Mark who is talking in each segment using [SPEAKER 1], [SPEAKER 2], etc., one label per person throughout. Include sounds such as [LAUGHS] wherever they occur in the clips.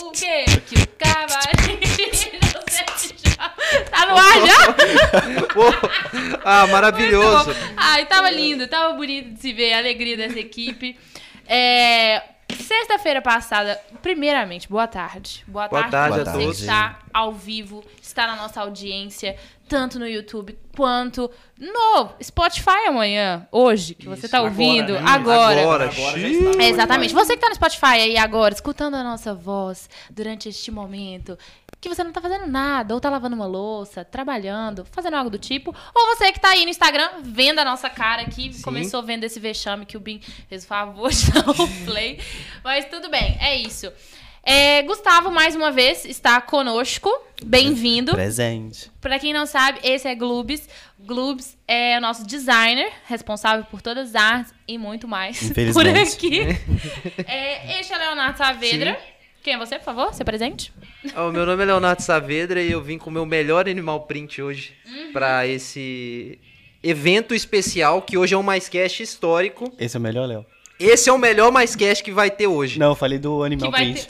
[SPEAKER 1] o quê? Que o cavalinho não sente já. [LAUGHS] Tá no ar já?
[SPEAKER 2] Pô, ah, maravilhoso.
[SPEAKER 1] Muito bom. Ai, tava lindo, tava bonito de se ver a alegria dessa equipe. É, Sexta-feira passada, primeiramente, boa tarde. Boa,
[SPEAKER 2] Boa tarde
[SPEAKER 1] tarde
[SPEAKER 2] a
[SPEAKER 1] pra
[SPEAKER 2] todos.
[SPEAKER 1] você que está ao vivo, está na nossa audiência, tanto no YouTube quanto no Spotify amanhã, hoje, que você
[SPEAKER 3] Isso,
[SPEAKER 1] tá
[SPEAKER 3] agora,
[SPEAKER 1] ouvindo
[SPEAKER 3] né?
[SPEAKER 1] agora.
[SPEAKER 2] Agora,
[SPEAKER 3] Agora já
[SPEAKER 2] xiii.
[SPEAKER 3] está.
[SPEAKER 1] É, Exatamente. Você que tá no Spotify aí agora, escutando a nossa voz durante este momento, que você não tá fazendo nada, ou tá lavando uma louça, trabalhando, fazendo algo do tipo, ou você que tá aí no Instagram vendo a nossa cara aqui, começou vendo esse vexame que o Bim fez o favor de [LAUGHS] dar o play. Mas tudo bem, é isso. É, Gustavo, mais uma vez, está conosco. Bem-vindo.
[SPEAKER 4] Presente.
[SPEAKER 1] Pra quem não sabe, esse é Glubes. Glubes é o nosso designer, responsável por todas as artes e muito mais [LAUGHS] por
[SPEAKER 4] Infelizmente.
[SPEAKER 1] aqui. [LAUGHS] É, este é Leonardo Saavedra. Quem é você, por favor? Você é presente?
[SPEAKER 2] Ah, o meu nome é Leonardo Saavedra e eu vim com o meu melhor animal print hoje
[SPEAKER 1] Uhum.
[SPEAKER 2] pra esse evento especial que hoje é um mais cast histórico.
[SPEAKER 4] Esse é o melhor, Léo?
[SPEAKER 2] Esse é o melhor mais cast que vai ter hoje.
[SPEAKER 4] Não, eu falei do Animal
[SPEAKER 1] Que vai
[SPEAKER 4] Print.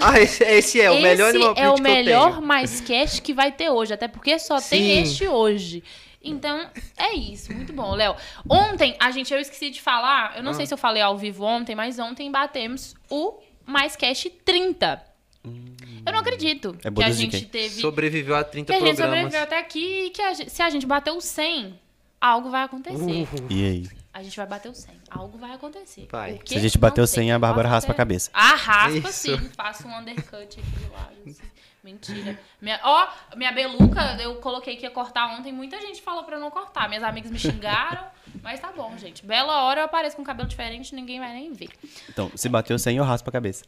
[SPEAKER 2] Ah, esse, esse é o melhor
[SPEAKER 1] esse
[SPEAKER 2] animal print
[SPEAKER 1] é o
[SPEAKER 2] que eu
[SPEAKER 1] melhor
[SPEAKER 2] tenho.
[SPEAKER 1] mais cast que vai ter hoje, até porque só tem
[SPEAKER 2] Sim.
[SPEAKER 1] este hoje. Então, é isso. Muito bom, Léo. Ontem, a gente, eu esqueci de falar,
[SPEAKER 4] Ah.
[SPEAKER 1] eu não sei se eu falei ao vivo ontem, mas ontem batemos o mais cast 30. Eu não acredito
[SPEAKER 4] Hum. É
[SPEAKER 1] que a
[SPEAKER 4] bodas de
[SPEAKER 1] gente
[SPEAKER 4] quem?
[SPEAKER 1] teve
[SPEAKER 2] Sobreviveu a
[SPEAKER 1] que
[SPEAKER 2] 30
[SPEAKER 1] a gente
[SPEAKER 2] programas.
[SPEAKER 1] sobreviveu até aqui e que a gente- se a gente bater o 100, algo vai
[SPEAKER 2] Uhum.
[SPEAKER 1] acontecer.
[SPEAKER 4] E aí?
[SPEAKER 1] A gente vai bater o 100, algo vai acontecer.
[SPEAKER 2] Vai.
[SPEAKER 1] O que
[SPEAKER 4] Se a gente bater
[SPEAKER 1] não
[SPEAKER 4] o 100,
[SPEAKER 1] sei.
[SPEAKER 4] a Bárbara
[SPEAKER 1] Posso
[SPEAKER 4] raspa a
[SPEAKER 1] até-
[SPEAKER 4] cabeça.
[SPEAKER 1] Ah, raspa
[SPEAKER 2] Isso.
[SPEAKER 1] sim, faço um undercut aqui do lado. assim. Mentira. Minha- Ó, minha beluca, eu coloquei que ia cortar ontem, muita gente falou pra eu não cortar. Minhas amigas me xingaram, mas tá bom, gente. Bela hora eu apareço com cabelo diferente, ninguém vai nem ver.
[SPEAKER 4] Então, se bater o 100, eu raspo a cabeça.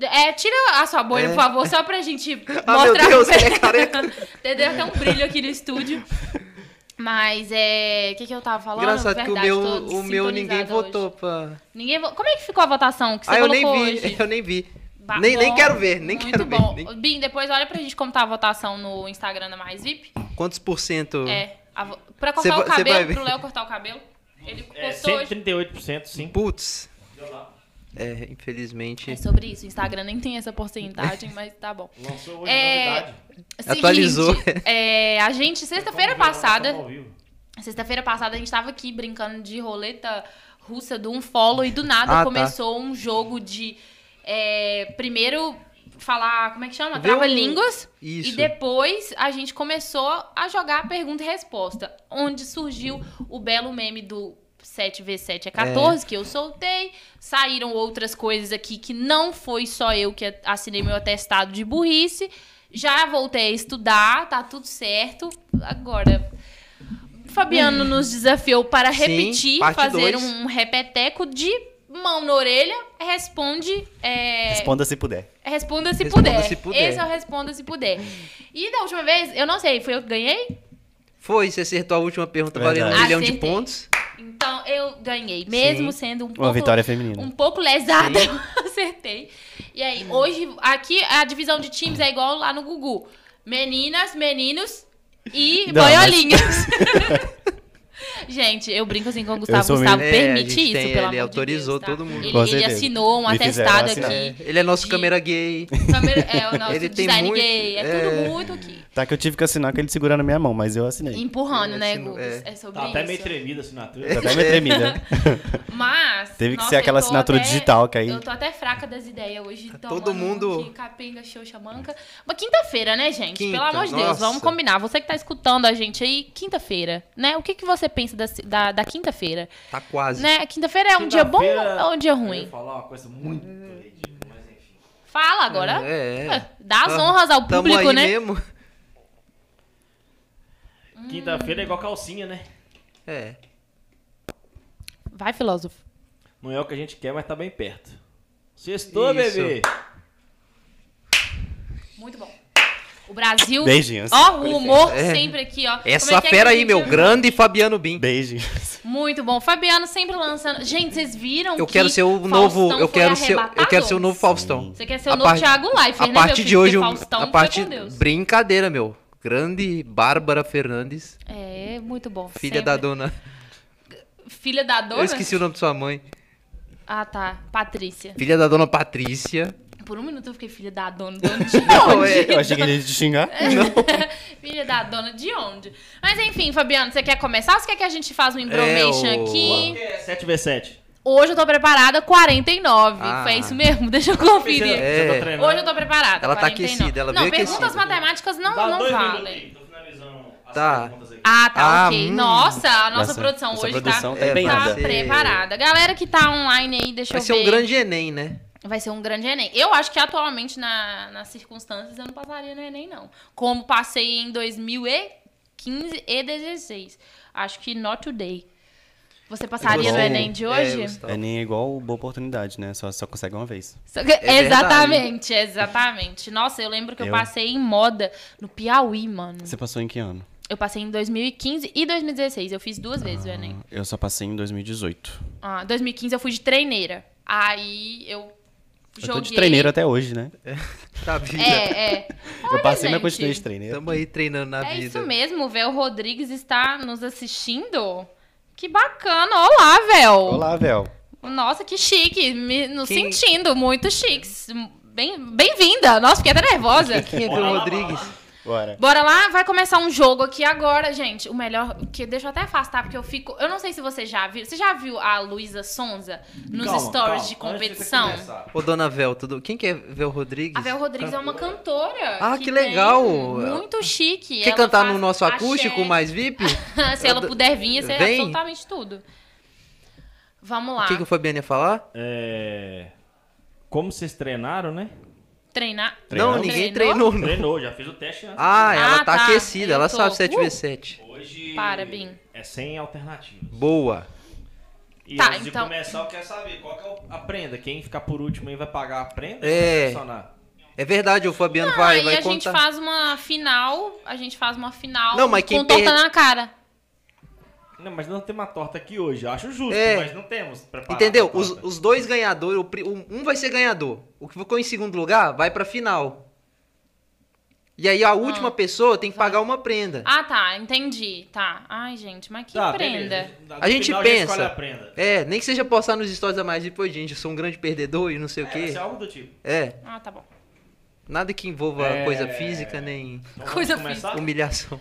[SPEAKER 1] É, tira a sua bolha,
[SPEAKER 2] É.
[SPEAKER 1] por favor, só pra gente mostrar.
[SPEAKER 2] [LAUGHS] Ah, meu Deus,
[SPEAKER 1] pra-
[SPEAKER 2] é careca.
[SPEAKER 1] [LAUGHS] Entendeu? Tem um brilho aqui no estúdio. Mas é. O que, que eu tava falando?
[SPEAKER 2] Engraçado que o
[SPEAKER 1] Verdade, tô
[SPEAKER 2] meu, o meu ninguém
[SPEAKER 1] sintonizada
[SPEAKER 2] votou
[SPEAKER 1] hoje.
[SPEAKER 2] pra.
[SPEAKER 1] Ninguém vo- Como é que ficou a votação que você
[SPEAKER 2] ah, eu nem
[SPEAKER 1] colocou
[SPEAKER 2] vi,
[SPEAKER 1] hoje?
[SPEAKER 2] eu [LAUGHS] nem vi.
[SPEAKER 1] Ba-
[SPEAKER 2] nem, nem
[SPEAKER 1] bom,
[SPEAKER 2] quero ver, nem
[SPEAKER 1] muito
[SPEAKER 2] quero
[SPEAKER 1] bom.
[SPEAKER 2] ver. nem-
[SPEAKER 1] Bim, depois olha pra gente como tá a votação no Instagram da Mais VIP.
[SPEAKER 2] Quantos por cento?
[SPEAKER 1] É. A vo... Pra
[SPEAKER 2] Uhum. Cê
[SPEAKER 1] cortar
[SPEAKER 2] vai-
[SPEAKER 1] o
[SPEAKER 2] cê vai
[SPEAKER 1] cabelo,
[SPEAKER 2] ver.
[SPEAKER 1] pro Léo cortar o cabelo. Ele postou
[SPEAKER 3] É,
[SPEAKER 1] hoje.
[SPEAKER 3] 138%, sim.
[SPEAKER 2] Putz. É, infelizmente.
[SPEAKER 1] É sobre isso. O Instagram nem tem essa
[SPEAKER 2] [LAUGHS]
[SPEAKER 1] porcentagem, mas tá bom.
[SPEAKER 3] Lançou hoje
[SPEAKER 1] É,
[SPEAKER 3] novidade.
[SPEAKER 1] Seguinte,
[SPEAKER 2] Atualizou.
[SPEAKER 1] é, a gente, sexta-feira
[SPEAKER 3] Vamos ver,
[SPEAKER 1] passada,
[SPEAKER 3] lançamos ao vivo.
[SPEAKER 1] Sexta-feira passada a gente tava aqui brincando de roleta russa do um follow e do nada
[SPEAKER 2] Ah, tá.
[SPEAKER 1] começou um jogo de é, primeiro falar, como é que chama?
[SPEAKER 2] Vê um-
[SPEAKER 1] Trava-línguas.
[SPEAKER 2] Isso.
[SPEAKER 1] E depois a gente começou a jogar pergunta e resposta, onde surgiu o belo meme do 7v7 é 14, que eu soltei. Saíram outras coisas aqui que não foi só eu que assinei meu atestado de burrice. Já voltei a estudar, tá tudo certo. Agora, Fabiano nos desafiou para
[SPEAKER 2] Sim,
[SPEAKER 1] repetir,
[SPEAKER 2] parte
[SPEAKER 1] fazer
[SPEAKER 2] dois.
[SPEAKER 1] um repeteco de mão na orelha. Responde. é,
[SPEAKER 4] Responda se puder.
[SPEAKER 1] Responda se
[SPEAKER 2] Responda
[SPEAKER 1] puder.
[SPEAKER 2] se puder.
[SPEAKER 1] Esse é o responda se puder. E da última vez, eu não sei, foi eu que ganhei?
[SPEAKER 2] Foi, você acertou a última pergunta valendo um
[SPEAKER 4] Verdade.
[SPEAKER 2] milhão de
[SPEAKER 1] Acertei.
[SPEAKER 2] pontos.
[SPEAKER 1] Então eu ganhei, mesmo
[SPEAKER 2] Sim.
[SPEAKER 1] sendo um pouco
[SPEAKER 4] Uma vitória
[SPEAKER 1] um
[SPEAKER 4] feminina.
[SPEAKER 1] pouco lesada, [LAUGHS] eu acertei. E aí, hoje aqui a divisão de times é igual lá no Gugu. Meninas, meninos e
[SPEAKER 4] Não,
[SPEAKER 1] boiolinhas. [LAUGHS] Gente, eu brinco assim com o Gustavo.
[SPEAKER 4] sou
[SPEAKER 1] Gustavo
[SPEAKER 2] meio- É, a
[SPEAKER 1] permite
[SPEAKER 2] gente
[SPEAKER 1] isso,
[SPEAKER 2] tem,
[SPEAKER 1] pelo
[SPEAKER 2] ele
[SPEAKER 1] amor
[SPEAKER 2] autorizou
[SPEAKER 1] de Deus, tá?
[SPEAKER 2] todo mundo.
[SPEAKER 1] Ele,
[SPEAKER 4] Com
[SPEAKER 1] ele
[SPEAKER 4] certeza.
[SPEAKER 1] assinou um
[SPEAKER 4] Me fizeram
[SPEAKER 1] atestado
[SPEAKER 4] assinar.
[SPEAKER 1] aqui.
[SPEAKER 2] Ele é nosso
[SPEAKER 1] De-
[SPEAKER 2] câmera gay.
[SPEAKER 1] Câmera- É, o nosso
[SPEAKER 2] Ele tem
[SPEAKER 1] design
[SPEAKER 2] muito-
[SPEAKER 1] gay. É,
[SPEAKER 2] é.
[SPEAKER 1] tudo muito aqui.
[SPEAKER 4] Tá que eu tive que assinar com ele segurando a minha mão, mas eu assinei.
[SPEAKER 1] Empurrando,
[SPEAKER 2] É,
[SPEAKER 1] né,
[SPEAKER 2] assim,
[SPEAKER 1] Gus?
[SPEAKER 2] é.
[SPEAKER 1] É, sobre
[SPEAKER 3] Tá até meio
[SPEAKER 1] isso. É,
[SPEAKER 3] tremida a assinatura.
[SPEAKER 4] Tá até meio
[SPEAKER 1] [LAUGHS]
[SPEAKER 4] tremida.
[SPEAKER 1] Mas.
[SPEAKER 4] Teve que
[SPEAKER 1] nossa,
[SPEAKER 4] ser aquela
[SPEAKER 1] eu tô
[SPEAKER 4] assinatura
[SPEAKER 1] até-
[SPEAKER 4] digital que aí-
[SPEAKER 1] Eu tô até fraca das ideias hoje. tomando
[SPEAKER 2] Tá Todo mundo-
[SPEAKER 1] um Que capenga, xoxa, manca. Mas quinta-feira, né, gente?
[SPEAKER 2] Quinta,
[SPEAKER 1] Pelo amor de Deus,
[SPEAKER 2] nossa.
[SPEAKER 1] vamos combinar. Você que tá escutando a gente aí, quinta-feira, né? O que, que você pensa da, da, da quinta-feira?
[SPEAKER 2] Tá quase.
[SPEAKER 1] Né? Quinta-feira é um dia bom
[SPEAKER 3] Quinta-feira,
[SPEAKER 1] ou um dia
[SPEAKER 3] Eu
[SPEAKER 2] é.
[SPEAKER 1] ruim? Hum.
[SPEAKER 3] ia falar uma coisa muito ridícula, mas enfim.
[SPEAKER 1] Fala agora.
[SPEAKER 2] É, é.
[SPEAKER 1] Ué, Dá as
[SPEAKER 2] Ah,
[SPEAKER 1] honras ao
[SPEAKER 2] Tamo
[SPEAKER 1] público,
[SPEAKER 2] aí
[SPEAKER 1] né?
[SPEAKER 2] mesmo.
[SPEAKER 1] Hum.
[SPEAKER 3] Quinta-feira é igual calcinha, né?
[SPEAKER 2] É.
[SPEAKER 1] Vai, filósofo.
[SPEAKER 3] Não é o que a gente quer, mas tá bem perto. Sextou,
[SPEAKER 2] Isso.
[SPEAKER 3] bebê!
[SPEAKER 1] Muito bom. O Brasil.
[SPEAKER 4] Beijinhos.
[SPEAKER 1] Ó, o humor
[SPEAKER 2] É.
[SPEAKER 1] sempre aqui, ó. Como
[SPEAKER 2] Essa
[SPEAKER 1] é que é
[SPEAKER 2] fera
[SPEAKER 1] que a
[SPEAKER 2] aí,
[SPEAKER 1] gente
[SPEAKER 2] meu.
[SPEAKER 1] ama?
[SPEAKER 2] Grande Fabiano
[SPEAKER 1] [LAUGHS]
[SPEAKER 2] Bim.
[SPEAKER 4] Beijinhos.
[SPEAKER 1] Muito bom. Fabiano sempre lançando. Gente, vocês viram
[SPEAKER 2] Eu
[SPEAKER 1] que
[SPEAKER 2] quero ser o
[SPEAKER 1] Faustão
[SPEAKER 2] novo.
[SPEAKER 1] foi
[SPEAKER 2] Eu quero ser. Eu quero ser o
[SPEAKER 1] arrebatador?
[SPEAKER 2] novo Faustão.
[SPEAKER 1] Você quer ser o
[SPEAKER 2] A
[SPEAKER 1] novo
[SPEAKER 2] par-
[SPEAKER 1] Thiago Leifert,
[SPEAKER 2] A
[SPEAKER 1] né,
[SPEAKER 2] partir
[SPEAKER 1] meu
[SPEAKER 2] de
[SPEAKER 1] filho?
[SPEAKER 2] hoje,
[SPEAKER 1] Porque
[SPEAKER 2] o-
[SPEAKER 1] Faustão
[SPEAKER 2] a
[SPEAKER 1] foi
[SPEAKER 2] parte
[SPEAKER 1] com Deus.
[SPEAKER 2] brincadeira, meu. Grande Bárbara Fernandes,
[SPEAKER 1] É, muito bom.
[SPEAKER 2] filha
[SPEAKER 1] sempre.
[SPEAKER 2] da dona.
[SPEAKER 1] Filha da dona?
[SPEAKER 2] Eu esqueci o nome de sua mãe.
[SPEAKER 1] Ah, tá. Patrícia.
[SPEAKER 2] Filha da dona Patrícia.
[SPEAKER 1] Por um minuto eu fiquei filha da dona, [LAUGHS] dona de
[SPEAKER 2] Não, é-
[SPEAKER 1] onde?
[SPEAKER 4] [LAUGHS] Eu achei que ele ia te xingar.
[SPEAKER 1] É. filha da dona de onde? Mas enfim, Fabiano, você quer começar ou você quer que a gente faça um embromation
[SPEAKER 2] É, o-
[SPEAKER 1] aqui?
[SPEAKER 3] Quanto que é 7v7?
[SPEAKER 1] Hoje eu tô preparada, 49.
[SPEAKER 2] Ah.
[SPEAKER 1] Foi isso mesmo? Deixa eu conferir.
[SPEAKER 2] É.
[SPEAKER 3] Você tá treinando?
[SPEAKER 1] Hoje eu tô preparada.
[SPEAKER 2] Ela tá
[SPEAKER 1] 49.
[SPEAKER 2] aquecida, ela
[SPEAKER 1] Não,
[SPEAKER 2] veio
[SPEAKER 1] perguntas
[SPEAKER 2] aquecida.
[SPEAKER 1] matemáticas não,
[SPEAKER 3] Dá
[SPEAKER 1] não
[SPEAKER 3] dois
[SPEAKER 1] valem.
[SPEAKER 3] minutinhos, Tô finalizando as
[SPEAKER 2] Tá.
[SPEAKER 3] perguntas aqui.
[SPEAKER 1] Ah, tá,
[SPEAKER 2] Ah,
[SPEAKER 1] ok.
[SPEAKER 2] hum. É,
[SPEAKER 1] Nossa, a nossa
[SPEAKER 4] Nossa,
[SPEAKER 1] produção
[SPEAKER 4] nossa
[SPEAKER 1] hoje
[SPEAKER 4] produção
[SPEAKER 1] tá,
[SPEAKER 4] tá empenhada.
[SPEAKER 1] tá preparada. Galera que tá online aí, deixa
[SPEAKER 2] Vai
[SPEAKER 1] eu
[SPEAKER 2] ser
[SPEAKER 1] ver.
[SPEAKER 2] um grande Enem, né?
[SPEAKER 1] Vai ser um grande Enem. Eu acho que atualmente, na- nas circunstâncias, eu não passaria no Enem, não. Como passei em 2015 e 16. Acho que not today. Você passaria Tá no
[SPEAKER 2] Você-
[SPEAKER 1] Enem de
[SPEAKER 2] é,
[SPEAKER 1] hoje?
[SPEAKER 2] Gustavo.
[SPEAKER 4] É nem igual boa oportunidade, né? Só, só consegue uma vez.
[SPEAKER 1] Só que-
[SPEAKER 2] É
[SPEAKER 1] exatamente, exatamente. Nossa, eu lembro que eu,
[SPEAKER 4] Eu?
[SPEAKER 1] passei em moda no Piauí, mano.
[SPEAKER 4] Você passou em que ano?
[SPEAKER 1] Eu passei em 2015 e 2016. Eu fiz duas vezes o Enem.
[SPEAKER 4] Eu só passei em 2018.
[SPEAKER 1] Ah, 2015 eu fui de treineira. Aí eu joguei.
[SPEAKER 4] Eu tô de treineiro até hoje, né?
[SPEAKER 2] Tá vida.
[SPEAKER 1] É, é. Olha,
[SPEAKER 4] eu passei, mas
[SPEAKER 1] gente.
[SPEAKER 4] continuei de treineiro.
[SPEAKER 2] Tamo aí treinando na
[SPEAKER 1] É
[SPEAKER 2] vida.
[SPEAKER 1] isso mesmo, Vel Rodrigues está nos assistindo. Que bacana. Olá, Vel.
[SPEAKER 4] Olá, Vel.
[SPEAKER 1] Nossa, que chique. Me, nos
[SPEAKER 2] Quem-
[SPEAKER 1] sentindo muito chiques. Bem- Bem-vinda. Nossa, fiquei até nervosa.
[SPEAKER 2] Quem é Pedro
[SPEAKER 3] Bora lá,
[SPEAKER 2] Rodrigues?
[SPEAKER 4] Bora.
[SPEAKER 1] Bora lá, vai começar um jogo aqui agora, gente. O melhor que deixa eu até afastar porque eu fico, eu não sei se você já viu. Você já viu a Luísa Sonza nos
[SPEAKER 3] Calma,
[SPEAKER 1] stories de
[SPEAKER 3] calma. Antes de você
[SPEAKER 1] competição?
[SPEAKER 3] começar.
[SPEAKER 2] Ô, dona Vel, tudo... quem que é Vel Rodrigues?
[SPEAKER 1] A Vel Rodrigues é uma cantora.
[SPEAKER 2] Ah, que
[SPEAKER 1] tem-
[SPEAKER 2] legal.
[SPEAKER 1] muito chique.
[SPEAKER 2] Quer
[SPEAKER 1] Ela
[SPEAKER 2] cantar
[SPEAKER 1] faz
[SPEAKER 2] no nosso
[SPEAKER 1] axé.
[SPEAKER 2] acústico mais VIP?
[SPEAKER 1] [LAUGHS] Se ela puder vir, ia ser
[SPEAKER 2] Vem.
[SPEAKER 1] absolutamente tudo. Vamos lá.
[SPEAKER 2] O que, que o Fabiano ia falar?
[SPEAKER 3] É... Como vocês treinaram, né?
[SPEAKER 1] Treinar.
[SPEAKER 4] Treinou?
[SPEAKER 2] Não, ninguém
[SPEAKER 1] Treinou?
[SPEAKER 2] treinou. não.
[SPEAKER 3] Treinou, já fiz o teste antes.
[SPEAKER 2] Ah, ela
[SPEAKER 1] Ah,
[SPEAKER 2] tá,
[SPEAKER 1] tá.
[SPEAKER 2] aquecida,
[SPEAKER 1] Eu
[SPEAKER 2] ela
[SPEAKER 1] tô.
[SPEAKER 2] sabe
[SPEAKER 1] Uh.
[SPEAKER 2] 7v7.
[SPEAKER 3] Hoje
[SPEAKER 1] Para, Bim.
[SPEAKER 3] é sem alternativa.
[SPEAKER 2] Boa.
[SPEAKER 3] E
[SPEAKER 1] Tá,
[SPEAKER 3] antes
[SPEAKER 1] então-
[SPEAKER 3] de começar, eu quero saber qual que é o- a prenda. Quem ficar por último aí vai pagar a prenda?
[SPEAKER 2] É.
[SPEAKER 3] Ou vai funcionar?
[SPEAKER 2] É verdade, o Fabiano
[SPEAKER 1] Ah,
[SPEAKER 2] vai,
[SPEAKER 1] e
[SPEAKER 2] vai
[SPEAKER 1] a
[SPEAKER 2] contar.
[SPEAKER 1] gente faz uma final. A gente faz uma final
[SPEAKER 2] Não, mas quem
[SPEAKER 1] com torta
[SPEAKER 2] perde-
[SPEAKER 1] na cara.
[SPEAKER 3] Não, mas não tem uma torta aqui hoje. Eu acho justo,
[SPEAKER 2] É.
[SPEAKER 3] mas não temos. preparado
[SPEAKER 2] Entendeu?
[SPEAKER 3] a
[SPEAKER 2] Os,
[SPEAKER 3] torta.
[SPEAKER 2] os dois ganhadores, o pri- um um vai ser ganhador. O que ficou em segundo lugar vai pra final. E aí a última pessoa tem que pagar uma prenda.
[SPEAKER 1] Ah, tá, entendi. Tá. Ai, gente, mas que
[SPEAKER 3] Tá,
[SPEAKER 1] prenda.
[SPEAKER 3] beleza. No
[SPEAKER 2] A gente
[SPEAKER 3] final, escolhe
[SPEAKER 2] pensa.
[SPEAKER 3] a prenda.
[SPEAKER 2] É, nem que seja postar nos stories da mais depois, gente, eu sou um grande perdedor e não sei o
[SPEAKER 3] É, vai
[SPEAKER 2] quê.
[SPEAKER 3] ser algo do tipo.
[SPEAKER 2] É,
[SPEAKER 1] Ah, tá bom.
[SPEAKER 2] nada que envolva
[SPEAKER 3] É.
[SPEAKER 2] coisa física nem
[SPEAKER 3] Então, vamos
[SPEAKER 1] Coisa
[SPEAKER 3] começar?
[SPEAKER 4] [LAUGHS]
[SPEAKER 2] humilhação.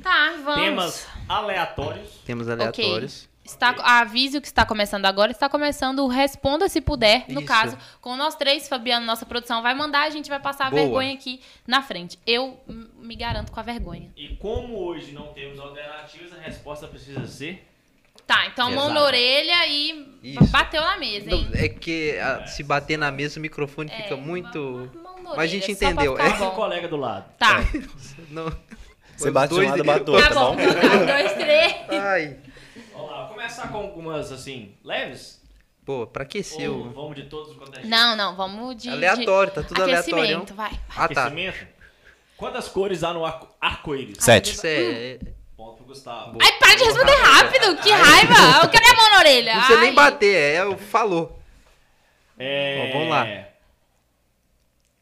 [SPEAKER 1] Tá, vamos.
[SPEAKER 3] Temas aleatórios.
[SPEAKER 2] Temos aleatórios.
[SPEAKER 1] Ok. Está, avise o que está começando agora. Está começando o Responda Se Puder, no
[SPEAKER 2] Isso.
[SPEAKER 1] caso, com nós três. Fabiano, nossa produção, vai mandar. A gente vai passar a
[SPEAKER 2] Boa.
[SPEAKER 1] vergonha aqui na frente. Eu hum, me garanto com a vergonha.
[SPEAKER 3] E como hoje não temos alternativas, a resposta precisa ser...
[SPEAKER 1] Tá, então mão na
[SPEAKER 3] Exato.
[SPEAKER 1] orelha e
[SPEAKER 2] Isso.
[SPEAKER 1] bateu na mesa, hein?
[SPEAKER 2] Não, é que a- se bater na mesa o microfone
[SPEAKER 1] É,
[SPEAKER 2] fica
[SPEAKER 1] uma-
[SPEAKER 2] muito.
[SPEAKER 1] uma mão na
[SPEAKER 2] Mas a gente
[SPEAKER 1] orelha, só pra
[SPEAKER 2] entendeu,
[SPEAKER 1] ficar
[SPEAKER 2] é.
[SPEAKER 3] Tem um
[SPEAKER 1] Tá
[SPEAKER 3] [LAUGHS]
[SPEAKER 1] bom.
[SPEAKER 3] colega do lado.
[SPEAKER 1] Tá,
[SPEAKER 2] [LAUGHS] Não.
[SPEAKER 4] Você
[SPEAKER 2] Os
[SPEAKER 4] bate um
[SPEAKER 2] dois
[SPEAKER 4] lado,
[SPEAKER 2] dele-
[SPEAKER 4] bate outro,
[SPEAKER 1] tá bom.
[SPEAKER 2] né?
[SPEAKER 4] tá bom?
[SPEAKER 1] Um, dois, três.
[SPEAKER 2] [LAUGHS] Ai.
[SPEAKER 3] Vamos lá, vou começar com algumas, assim, leves?
[SPEAKER 2] Pô, pra aquecer
[SPEAKER 3] Ou
[SPEAKER 2] o.
[SPEAKER 3] vamos de todos quanto é jeito?
[SPEAKER 1] Não, não, vamos de. de
[SPEAKER 2] Aleatório, tá tudo
[SPEAKER 1] aquecimento,
[SPEAKER 2] aleatório. não?
[SPEAKER 1] vai.
[SPEAKER 2] Ah, tá.
[SPEAKER 3] Aquecimento? Quantas cores há no arco- arco-íris?
[SPEAKER 4] Sete.
[SPEAKER 2] Isso é.
[SPEAKER 1] Hum.
[SPEAKER 2] é-
[SPEAKER 3] Ponto pro Gustavo.
[SPEAKER 1] Ai, para de responder rápido, que raiva! Eu quero a mão na orelha.
[SPEAKER 2] Não precisa
[SPEAKER 1] Ai.
[SPEAKER 2] nem bater, é o falou.
[SPEAKER 3] É...
[SPEAKER 2] Ó, vamos lá.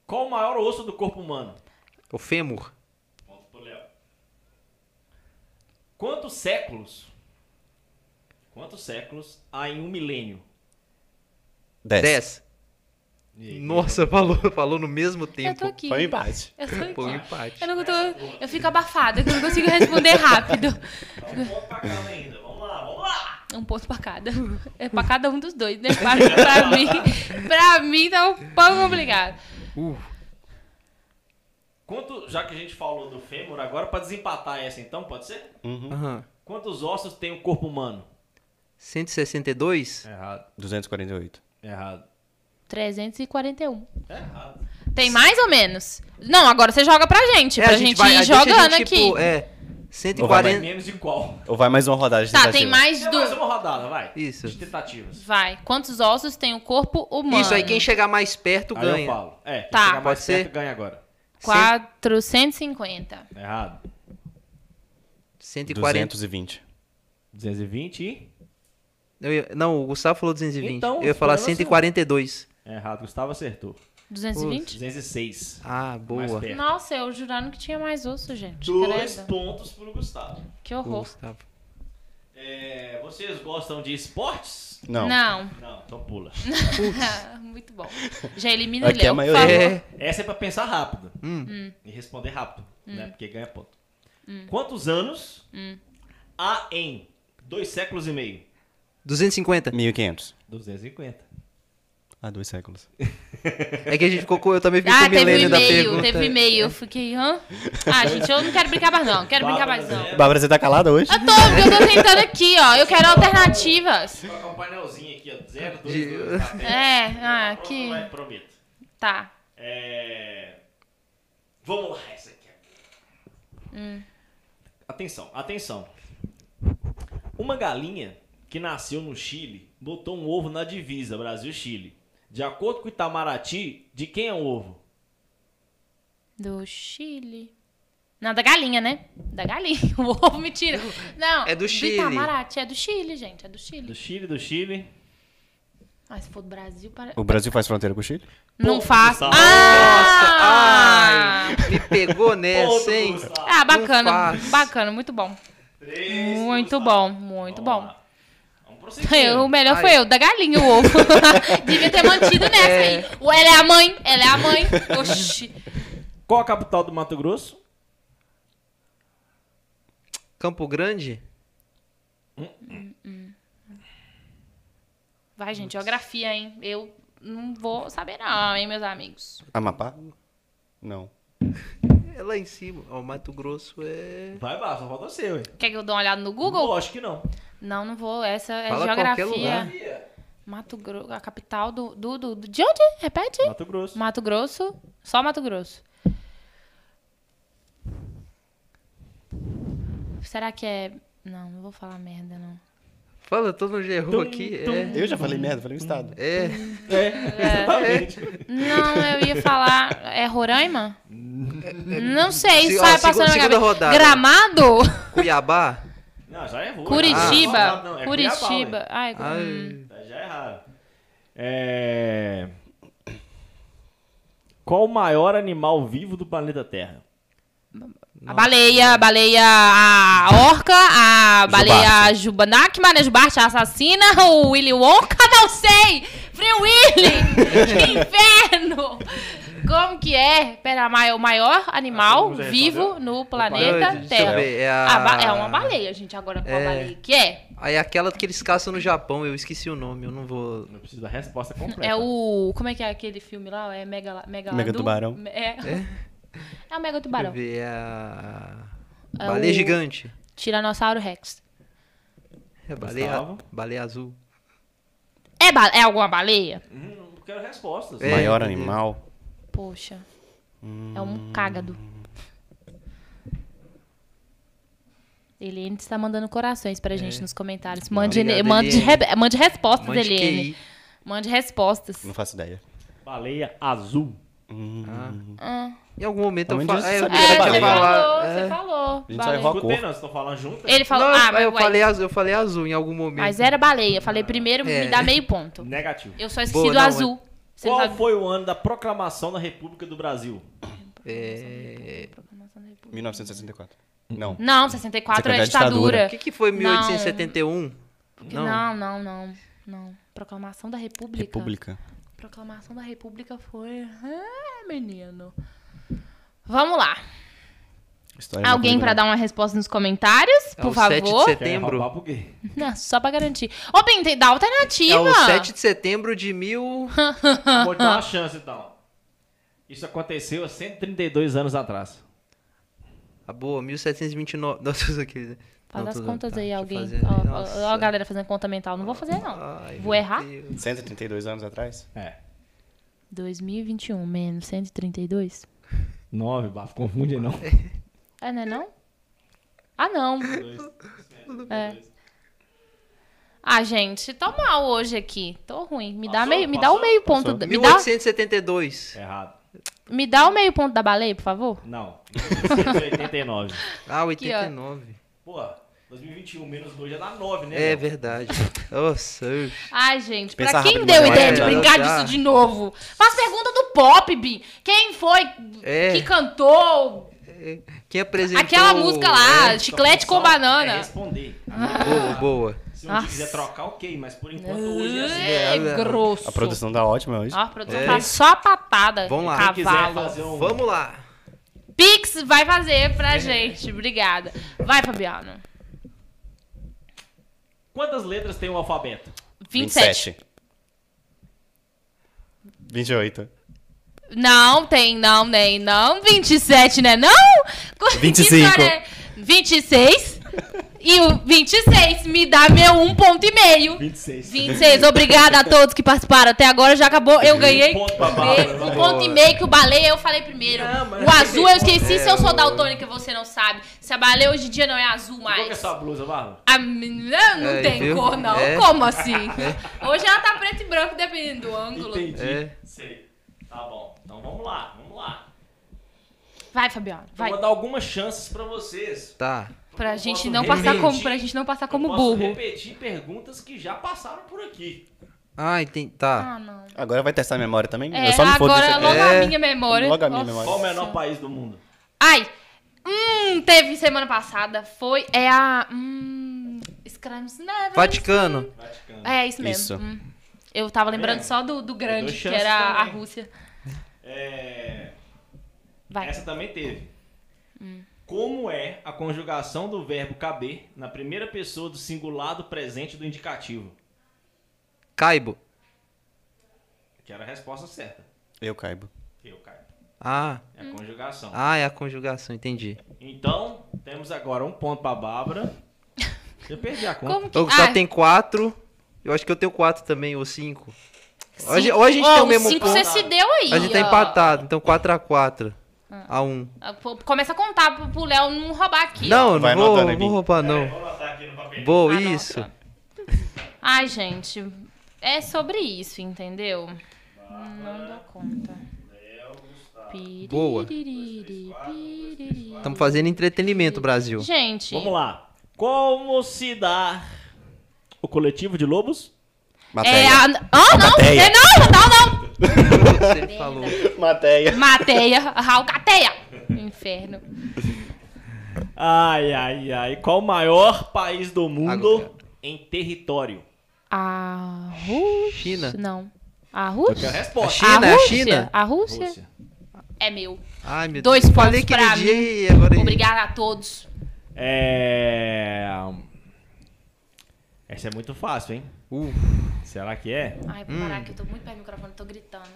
[SPEAKER 3] Qual o maior osso do corpo humano?
[SPEAKER 2] O fêmur.
[SPEAKER 3] Ponto pro Léo. Quantos séculos? Quantos séculos há em um milênio?
[SPEAKER 4] Dez.
[SPEAKER 2] 10. Nossa, [LAUGHS] falou, falou no mesmo
[SPEAKER 1] Eu
[SPEAKER 2] tempo.
[SPEAKER 1] tô aqui.
[SPEAKER 4] Foi um empate.
[SPEAKER 1] Eu tô aqui.
[SPEAKER 2] Pô, empate.
[SPEAKER 1] Eu não tô. Eu fico abafada, que eu não consigo responder rápido.
[SPEAKER 3] Tá um ponto pra cada ainda. Vamos lá, vamos lá.
[SPEAKER 1] É Um ponto pra cada. É pra cada um dos dois, né? Pra, pra mim. Pra mim tá um pouco complicado.
[SPEAKER 2] Uh,
[SPEAKER 3] Quanto, já que a gente falou do fêmur, agora pra desempatar essa então, pode ser?
[SPEAKER 4] Uhum.
[SPEAKER 2] aham.
[SPEAKER 3] Quantos ossos tem o corpo humano?
[SPEAKER 2] 162?
[SPEAKER 3] Errado,
[SPEAKER 4] 248.
[SPEAKER 3] errado.
[SPEAKER 1] 341.
[SPEAKER 3] É Errado.
[SPEAKER 1] Tem mais ou menos? Não, agora você joga pra gente, Tipo, pra gente, ir
[SPEAKER 2] deixa É, a
[SPEAKER 1] jogando
[SPEAKER 2] gente,
[SPEAKER 1] aqui.
[SPEAKER 2] Tipo, é.
[SPEAKER 3] Tem
[SPEAKER 2] 140.
[SPEAKER 3] menos de qual?
[SPEAKER 4] Ou vai mais uma rodada de
[SPEAKER 1] Tá, tem
[SPEAKER 4] tentativa?
[SPEAKER 1] mais
[SPEAKER 3] É
[SPEAKER 1] do.
[SPEAKER 3] mais uma rodada, vai.
[SPEAKER 2] Isso.
[SPEAKER 3] De tentativas.
[SPEAKER 1] Vai. Quantos ossos tem o corpo humano?
[SPEAKER 2] Isso aí, quem chegar mais perto
[SPEAKER 3] Aí eu
[SPEAKER 2] ganha.
[SPEAKER 3] falo. É, quem
[SPEAKER 1] Tá.
[SPEAKER 3] chegar mais
[SPEAKER 2] Pode
[SPEAKER 3] perto
[SPEAKER 2] ser?
[SPEAKER 3] ganha agora. Tá
[SPEAKER 1] 450.
[SPEAKER 3] Errado.
[SPEAKER 2] 140.
[SPEAKER 4] 220.
[SPEAKER 3] 220 e...
[SPEAKER 2] Eu ia- não, o Gustavo falou 220.
[SPEAKER 3] Então,
[SPEAKER 2] eu ia
[SPEAKER 1] é
[SPEAKER 2] falar
[SPEAKER 3] foi você.
[SPEAKER 2] 142.
[SPEAKER 3] é Errado, Gustavo acertou.
[SPEAKER 1] 220?
[SPEAKER 3] 206.
[SPEAKER 2] Ah,
[SPEAKER 3] Mais
[SPEAKER 2] boa.
[SPEAKER 3] perto.
[SPEAKER 1] Nossa, eu jurando que tinha mais osso, gente.
[SPEAKER 3] Dois
[SPEAKER 1] Credo. Uhum.
[SPEAKER 3] pontos pro Gustavo.
[SPEAKER 1] Que horror.
[SPEAKER 2] Gustavo.
[SPEAKER 3] É, vocês gostam de esportes?
[SPEAKER 4] Não.
[SPEAKER 1] Não.
[SPEAKER 3] Não, então pula.
[SPEAKER 1] [LAUGHS] Muito bom. Já elimina o
[SPEAKER 4] Aqui é a
[SPEAKER 1] Léo. por
[SPEAKER 4] maioria.
[SPEAKER 1] favor.
[SPEAKER 2] É.
[SPEAKER 3] Essa é pra pensar rápido
[SPEAKER 2] Hum.
[SPEAKER 3] e responder rápido,
[SPEAKER 1] Hum.
[SPEAKER 3] né? Porque ganha ponto. Quantos anos há em dois séculos e meio?
[SPEAKER 1] Hum.
[SPEAKER 2] 250.
[SPEAKER 4] 1500.
[SPEAKER 3] 250.
[SPEAKER 4] Há Ah, dois séculos.
[SPEAKER 2] É que a gente ficou com. Eu também fiquei
[SPEAKER 1] Ah,
[SPEAKER 2] com o
[SPEAKER 1] teve
[SPEAKER 2] milênio da
[SPEAKER 1] e-mail,
[SPEAKER 2] pergunta.
[SPEAKER 1] teve e-mail. Eu fiquei, hã? Ah, gente, eu não quero brincar mais não, quero brincar mais não.
[SPEAKER 3] Bárbara,
[SPEAKER 4] Bárbara, você tá calada hoje?
[SPEAKER 1] Eu tô, porque eu tô tentando aqui, ó. Eu quero alternativas.
[SPEAKER 3] zero. Colocar um painelzinho aqui, ó. 0,
[SPEAKER 2] De-
[SPEAKER 3] 2, 2,
[SPEAKER 1] É, ah, aqui.
[SPEAKER 3] Vai, prometo.
[SPEAKER 1] Tá.
[SPEAKER 3] É... Vamos lá, essa aqui.
[SPEAKER 1] Hum.
[SPEAKER 3] Atenção, atenção. Uma galinha que nasceu no Chile botou um ovo na divisa Brasil-Chile. De acordo com o Itamaraty, de quem é o ovo?
[SPEAKER 1] Do Chile. Não, da galinha, né? Da galinha. [LAUGHS] O ovo me tira. Não.
[SPEAKER 2] É do Chile.
[SPEAKER 1] Do Itamaraty. É do Chile, gente. É do
[SPEAKER 3] Do
[SPEAKER 1] Chile.
[SPEAKER 3] Chile, do Chile.
[SPEAKER 1] Ah, se for do Brasil, para...
[SPEAKER 4] O Brasil faz fronteira com o Chile?
[SPEAKER 1] Não
[SPEAKER 3] Ponto,
[SPEAKER 1] faço.
[SPEAKER 3] Gustavo.
[SPEAKER 1] Ah!
[SPEAKER 2] Nossa, ai, me pegou nessa, hein?
[SPEAKER 1] Ah, bacana.
[SPEAKER 2] faço.
[SPEAKER 1] Bacana, muito bom. Muito bom, muito bom.
[SPEAKER 3] Vamos prosseguir.
[SPEAKER 1] Eu- [LAUGHS] o melhor
[SPEAKER 2] Ai.
[SPEAKER 1] foi eu, da galinha, o ovo. [LAUGHS] Devia ter mantido nessa
[SPEAKER 2] É.
[SPEAKER 1] aí. Ou ela é a mãe, ela é a mãe. Oxi.
[SPEAKER 3] Qual a capital do Mato Grosso?
[SPEAKER 2] Campo Grande?
[SPEAKER 1] Vai, gente, geografia, hein? Eu não vou saber não, hein, meus amigos.
[SPEAKER 4] Amapá? Não.
[SPEAKER 2] É lá em cima. Ó, o Mato Grosso é.
[SPEAKER 3] Vai, Bárbara, só falta você, ué.
[SPEAKER 1] Quer que eu dê uma olhada no Google?
[SPEAKER 3] Acho que não.
[SPEAKER 1] Não, não vou. Essa é
[SPEAKER 2] Fala qualquer lugar.
[SPEAKER 1] geografia. Mato Grosso, a capital do, do, do, do- De onde? Repete.
[SPEAKER 3] Mato Grosso.
[SPEAKER 1] Mato Grosso. Só Mato Grosso. Será que é... Não, não vou falar merda, não.
[SPEAKER 2] Fala, eu tô no Gerro
[SPEAKER 3] Tum,
[SPEAKER 2] aqui.
[SPEAKER 3] tum. [LAUGHS]
[SPEAKER 4] Eu já falei merda, falei o estado.
[SPEAKER 2] É. É.
[SPEAKER 3] É, exatamente.
[SPEAKER 1] Não, eu ia falar. É Roraima? Não sei,
[SPEAKER 2] Se-
[SPEAKER 1] sai
[SPEAKER 2] ó,
[SPEAKER 1] passando na minha cabeça.
[SPEAKER 2] segunda- segunda rodada.
[SPEAKER 1] Gramado?
[SPEAKER 2] Cuiabá?
[SPEAKER 3] Não, já errou.
[SPEAKER 1] Curitiba.
[SPEAKER 3] Ah, não, é Cuiabá,
[SPEAKER 1] Curitiba. Ai, hum.
[SPEAKER 2] Ai.
[SPEAKER 3] ué. Tá, Já erraram. É... Qual o maior animal vivo do planeta Terra?
[SPEAKER 1] a baleia, a baleia, a orca, a baleia Jubanak, Maria Jubarte, é a assassina, [LAUGHS] o Willy Wonka, não sei! Free
[SPEAKER 2] [LAUGHS]
[SPEAKER 1] Willy! que inferno! Como que é? Pera, ma- o maior animal
[SPEAKER 3] todo mundo já
[SPEAKER 1] vivo
[SPEAKER 3] respondeu?
[SPEAKER 1] no planeta
[SPEAKER 2] Deixa eu
[SPEAKER 1] Terra.
[SPEAKER 2] ver, É, a...
[SPEAKER 1] Ah, ba- é uma baleia, gente, agora com a
[SPEAKER 2] É.
[SPEAKER 1] baleia. Que é?
[SPEAKER 2] Aí aquela que eles caçam no Japão, eu esqueci o nome, eu não vou.
[SPEAKER 3] Não preciso da resposta completa.
[SPEAKER 1] É o. Como é que é aquele filme lá? É Mega, mega,
[SPEAKER 4] Mega Tubarão.
[SPEAKER 1] É. [LAUGHS] é o Mega
[SPEAKER 2] Deixa eu
[SPEAKER 1] Tubarão.
[SPEAKER 2] ver, é a.
[SPEAKER 1] É
[SPEAKER 2] Baleia
[SPEAKER 1] o-
[SPEAKER 2] gigante.
[SPEAKER 1] Tiranossauro Rex.
[SPEAKER 2] É baleia,
[SPEAKER 3] Gustavo.
[SPEAKER 2] baleia azul.
[SPEAKER 1] É, ba- é alguma baleia?
[SPEAKER 3] Hum, não quero respostas.
[SPEAKER 2] É.
[SPEAKER 4] Maior
[SPEAKER 2] meu
[SPEAKER 4] animal?
[SPEAKER 1] Poxa. É um cágado. Eliane está mandando corações pra gente nos comentários. Mande,
[SPEAKER 2] É. Obrigado,
[SPEAKER 1] mande,
[SPEAKER 2] Eliane.
[SPEAKER 1] re- mande respostas,
[SPEAKER 2] Mande Hum.
[SPEAKER 1] Eliane.
[SPEAKER 2] QI.
[SPEAKER 1] Mande respostas.
[SPEAKER 4] Não faço ideia. Hum,
[SPEAKER 3] Baleia azul.
[SPEAKER 2] Ah.
[SPEAKER 1] Ah.
[SPEAKER 2] Em algum momento
[SPEAKER 4] Ao
[SPEAKER 2] eu
[SPEAKER 4] menos
[SPEAKER 2] falo.
[SPEAKER 4] você
[SPEAKER 2] Ah, eu
[SPEAKER 4] sabia
[SPEAKER 2] queria
[SPEAKER 4] que
[SPEAKER 1] É,
[SPEAKER 4] era
[SPEAKER 1] você
[SPEAKER 2] falar.
[SPEAKER 4] baleia.
[SPEAKER 1] falou,
[SPEAKER 2] é.
[SPEAKER 1] você falou.
[SPEAKER 4] A gente só
[SPEAKER 1] baleia.
[SPEAKER 4] errou a cor.
[SPEAKER 3] Escutei, não, vocês estão falando junto?
[SPEAKER 1] Ele falou,
[SPEAKER 2] Não,
[SPEAKER 1] ah, mas
[SPEAKER 2] eu,
[SPEAKER 1] uai,
[SPEAKER 2] falei azul, eu falei azul em algum momento.
[SPEAKER 1] mas é era baleia. Falei primeiro,
[SPEAKER 2] É.
[SPEAKER 1] me dá meio ponto.
[SPEAKER 3] Negativo.
[SPEAKER 1] Eu só esqueci
[SPEAKER 2] Boa,
[SPEAKER 1] do
[SPEAKER 2] não, é
[SPEAKER 1] azul. Você
[SPEAKER 3] Qual
[SPEAKER 1] sabe-
[SPEAKER 3] foi o ano da proclamação da República do Brasil?
[SPEAKER 2] É...
[SPEAKER 4] 1964. Não.
[SPEAKER 1] Não, 64 é
[SPEAKER 4] Secretário de
[SPEAKER 1] ditadura.
[SPEAKER 2] O que, que foi 1871?
[SPEAKER 1] Não. não, não, não, não. Proclamação da República.
[SPEAKER 4] República.
[SPEAKER 1] Proclamação da República foi. Ah, menino. Vamos lá.
[SPEAKER 4] História
[SPEAKER 1] Alguém pra dar uma resposta nos comentários,
[SPEAKER 2] É
[SPEAKER 1] por
[SPEAKER 2] o 7 de
[SPEAKER 1] favor?
[SPEAKER 2] setembro.
[SPEAKER 3] Querem roubar por quê?
[SPEAKER 1] [LAUGHS] Não, só pra garantir. Ô, Bim, tem- dá alternativa.
[SPEAKER 2] É o 7 de setembro de mil.
[SPEAKER 3] Vou te dar uma chance, então. Isso aconteceu há 132 anos atrás.
[SPEAKER 2] A Ah, boa, 1729. [LAUGHS] Nossa, isso aqui. né?
[SPEAKER 1] Faz
[SPEAKER 2] Não,
[SPEAKER 1] as
[SPEAKER 2] tô-
[SPEAKER 1] contas
[SPEAKER 2] tá,
[SPEAKER 1] aí,
[SPEAKER 2] deixa eu
[SPEAKER 1] alguém.
[SPEAKER 2] fazer.
[SPEAKER 1] Ó,
[SPEAKER 2] Nossa.
[SPEAKER 1] ó, ó a galera fazendo conta mental. Não vou fazer, não.
[SPEAKER 2] Ai,
[SPEAKER 1] vou
[SPEAKER 2] meu
[SPEAKER 1] errar?
[SPEAKER 2] Deus.
[SPEAKER 4] 132 anos atrás?
[SPEAKER 3] É.
[SPEAKER 1] 2021 menos 132.
[SPEAKER 3] 9, bafo, confunde
[SPEAKER 2] [LAUGHS]
[SPEAKER 3] não.
[SPEAKER 1] É, não é não? Ah, não. É. Ah, gente, tô mal hoje aqui. Tô ruim. Me dá,
[SPEAKER 3] Passou?
[SPEAKER 1] meio, me dá o
[SPEAKER 3] Passou?
[SPEAKER 1] meio ponto.
[SPEAKER 4] Passou.
[SPEAKER 1] da- Me dá,
[SPEAKER 2] 1872.
[SPEAKER 3] Errado.
[SPEAKER 1] me dá o meio ponto da baleia, por favor.
[SPEAKER 3] Não. 189.
[SPEAKER 2] Ah, 89.
[SPEAKER 3] Pô, 2021 menos 2 já dá 9, né?
[SPEAKER 2] É
[SPEAKER 3] velho?
[SPEAKER 1] [LAUGHS]
[SPEAKER 2] verdade. Nossa, eu-
[SPEAKER 1] Ai, gente, pra
[SPEAKER 4] Pensa
[SPEAKER 1] quem
[SPEAKER 4] rápido,
[SPEAKER 1] deu
[SPEAKER 4] Manuel.
[SPEAKER 1] ideia de
[SPEAKER 2] É,
[SPEAKER 1] brincar
[SPEAKER 2] já.
[SPEAKER 1] disso de novo? Faz pergunta do pop, Bi. Quem foi
[SPEAKER 2] É.
[SPEAKER 1] que cantou?
[SPEAKER 2] é, quem apresentou...
[SPEAKER 1] Aquela música lá,
[SPEAKER 2] é,
[SPEAKER 1] Ah, chiclete com
[SPEAKER 3] Só É
[SPEAKER 1] banana.
[SPEAKER 3] responder.
[SPEAKER 2] Ah, boa, boa.
[SPEAKER 3] Se
[SPEAKER 1] Nossa.
[SPEAKER 3] um quiser trocar, ok, mas por enquanto hoje é assim.
[SPEAKER 1] É,
[SPEAKER 2] né?
[SPEAKER 1] grosso.
[SPEAKER 4] A produção tá ótima hoje.
[SPEAKER 1] Ó, a produção
[SPEAKER 2] É.
[SPEAKER 1] tá só a patada.
[SPEAKER 2] Vamos lá.
[SPEAKER 3] Quem quiser
[SPEAKER 1] Cavalo.
[SPEAKER 3] fazer um.
[SPEAKER 2] Vamos lá.
[SPEAKER 1] Pix vai fazer pra gente. Obrigada. Vai, Fabiano.
[SPEAKER 3] Quantas letras tem o alfabeto?
[SPEAKER 1] 27.
[SPEAKER 4] 28.
[SPEAKER 1] Não, tem, não, nem, não. 27, né? Não? [LAUGHS] Que
[SPEAKER 4] 25.
[SPEAKER 1] história é? 26. E o 26 me dá meu um ponto e meio.
[SPEAKER 3] 26.
[SPEAKER 1] 26, obrigada a todos que participaram até agora, já acabou, eu ganhei
[SPEAKER 3] Um ponto pra Bárbara.
[SPEAKER 1] um ponto e meio que o baleia eu falei primeiro.
[SPEAKER 3] Não, mas-
[SPEAKER 1] o azul eu esqueci,
[SPEAKER 2] É,
[SPEAKER 1] se eu sou
[SPEAKER 2] o-
[SPEAKER 1] daltônica você não sabe. Se a baleia hoje em dia não é azul
[SPEAKER 3] Qual que é a
[SPEAKER 1] mais.
[SPEAKER 3] sua blusa, Bárbara?
[SPEAKER 1] A menina não
[SPEAKER 2] Aí,
[SPEAKER 1] tem
[SPEAKER 2] viu?
[SPEAKER 1] cor não,
[SPEAKER 2] É.
[SPEAKER 1] como
[SPEAKER 2] [LAUGHS]
[SPEAKER 1] assim? Hoje ela tá preto e branco dependendo do ângulo.
[SPEAKER 3] Entendi.
[SPEAKER 2] É.
[SPEAKER 3] Sei. Tá bom. Então vamos lá, vamos lá.
[SPEAKER 1] Vai, Fabiano, vai.
[SPEAKER 3] Vou dar algumas chances pra vocês.
[SPEAKER 2] Tá.
[SPEAKER 1] Pra
[SPEAKER 3] Então, Eu
[SPEAKER 1] gente
[SPEAKER 3] posso
[SPEAKER 1] não passar
[SPEAKER 2] repetir.
[SPEAKER 1] como, pra gente não passar Tá como
[SPEAKER 3] Eu posso
[SPEAKER 1] burro.
[SPEAKER 3] repetir perguntas que já passaram por aqui.
[SPEAKER 2] Ah, entendi. Tá.
[SPEAKER 1] Ah, não.
[SPEAKER 4] Agora vai testar a memória também?
[SPEAKER 1] É,
[SPEAKER 4] eu só me fodo
[SPEAKER 1] agora
[SPEAKER 4] desse
[SPEAKER 1] logo
[SPEAKER 4] aqui.
[SPEAKER 2] É.
[SPEAKER 1] a minha memória.
[SPEAKER 4] Logo a minha
[SPEAKER 1] Nossa.
[SPEAKER 4] memória.
[SPEAKER 3] Qual o menor país do mundo?
[SPEAKER 1] Ai! Hum, teve semana passada. Foi. É a. Hum. Scrams Never.
[SPEAKER 2] Vaticano.
[SPEAKER 3] Vaticano.
[SPEAKER 1] É, isso mesmo.
[SPEAKER 4] Isso.
[SPEAKER 1] Hum. Eu tava lembrando
[SPEAKER 3] É.
[SPEAKER 1] só do, do grande,
[SPEAKER 3] Tem
[SPEAKER 1] que
[SPEAKER 3] duas
[SPEAKER 1] era
[SPEAKER 3] chances
[SPEAKER 1] a
[SPEAKER 3] também.
[SPEAKER 1] Rússia.
[SPEAKER 3] É,
[SPEAKER 1] Vai. Hum.
[SPEAKER 3] Essa também teve. Como é a conjugação do verbo caber na primeira pessoa do singular do presente do indicativo?
[SPEAKER 2] Caibo.
[SPEAKER 3] Que era a resposta certa.
[SPEAKER 4] Eu caibo.
[SPEAKER 3] Eu, cara.
[SPEAKER 2] Ah.
[SPEAKER 3] É
[SPEAKER 1] Hum.
[SPEAKER 3] a conjugação.
[SPEAKER 2] Ah, é a conjugação, entendi.
[SPEAKER 3] Então, temos agora um ponto pra Bárbara. Eu perdi a conta.
[SPEAKER 1] Como que.
[SPEAKER 2] Eu só
[SPEAKER 1] Ah,
[SPEAKER 2] tem quatro. Eu acho que eu tenho quatro também, ou cinco. Hoje, hoje a gente
[SPEAKER 1] ó,
[SPEAKER 2] tem o
[SPEAKER 1] os
[SPEAKER 2] mesmo
[SPEAKER 1] cinco
[SPEAKER 2] ponto.
[SPEAKER 1] você se deu aí.
[SPEAKER 2] A gente tá
[SPEAKER 1] ó.
[SPEAKER 2] empatado, então 4x4. A 1.
[SPEAKER 1] Ah, pô, Começa a contar pro pro Léo não roubar aqui. ó.
[SPEAKER 2] Não, não
[SPEAKER 4] Vai
[SPEAKER 2] vou,
[SPEAKER 4] anotando
[SPEAKER 2] não
[SPEAKER 4] aí,
[SPEAKER 2] vou
[SPEAKER 4] Bim.
[SPEAKER 2] roubar,
[SPEAKER 3] Peraí,
[SPEAKER 2] não.
[SPEAKER 3] vou anotar aqui no papel.
[SPEAKER 2] Boa,
[SPEAKER 1] Anota.
[SPEAKER 2] isso.
[SPEAKER 1] Ai, gente. É sobre isso, entendeu? Não dou conta.
[SPEAKER 2] Boa.
[SPEAKER 1] Piririri, piriri.
[SPEAKER 2] Estamos fazendo entretenimento, Brasil.
[SPEAKER 1] Gente,
[SPEAKER 3] Vamos lá. Como se dá o coletivo de lobos?
[SPEAKER 1] é
[SPEAKER 4] Matéria.
[SPEAKER 1] a... Ah, não!
[SPEAKER 4] Matéia.
[SPEAKER 1] É, não, não, não!
[SPEAKER 2] Você falou.
[SPEAKER 4] Matéia.
[SPEAKER 1] Mateia, ralcateia. Inferno.
[SPEAKER 3] Ai, ai, ai. Qual o maior país do mundo
[SPEAKER 2] Agora.
[SPEAKER 3] em território?
[SPEAKER 1] A Rússia...
[SPEAKER 2] China.
[SPEAKER 1] Não. A
[SPEAKER 3] Eu quero a
[SPEAKER 1] Rússia?
[SPEAKER 3] resposta.
[SPEAKER 2] China,
[SPEAKER 1] a
[SPEAKER 2] é a
[SPEAKER 1] Rússia?
[SPEAKER 2] China?
[SPEAKER 1] A Rússia?
[SPEAKER 3] Rússia.
[SPEAKER 1] É meu.
[SPEAKER 2] Ai, meu
[SPEAKER 1] Dois
[SPEAKER 2] Deus. Falei
[SPEAKER 1] pontos pra
[SPEAKER 2] aquele dia
[SPEAKER 1] mim.
[SPEAKER 2] e agora. é
[SPEAKER 1] Obrigada a todos.
[SPEAKER 3] É. Essa é muito fácil, hein?
[SPEAKER 2] Uh,
[SPEAKER 3] Será que é?
[SPEAKER 1] Ai, vou parar que eu tô muito perto do microfone, tô gritando.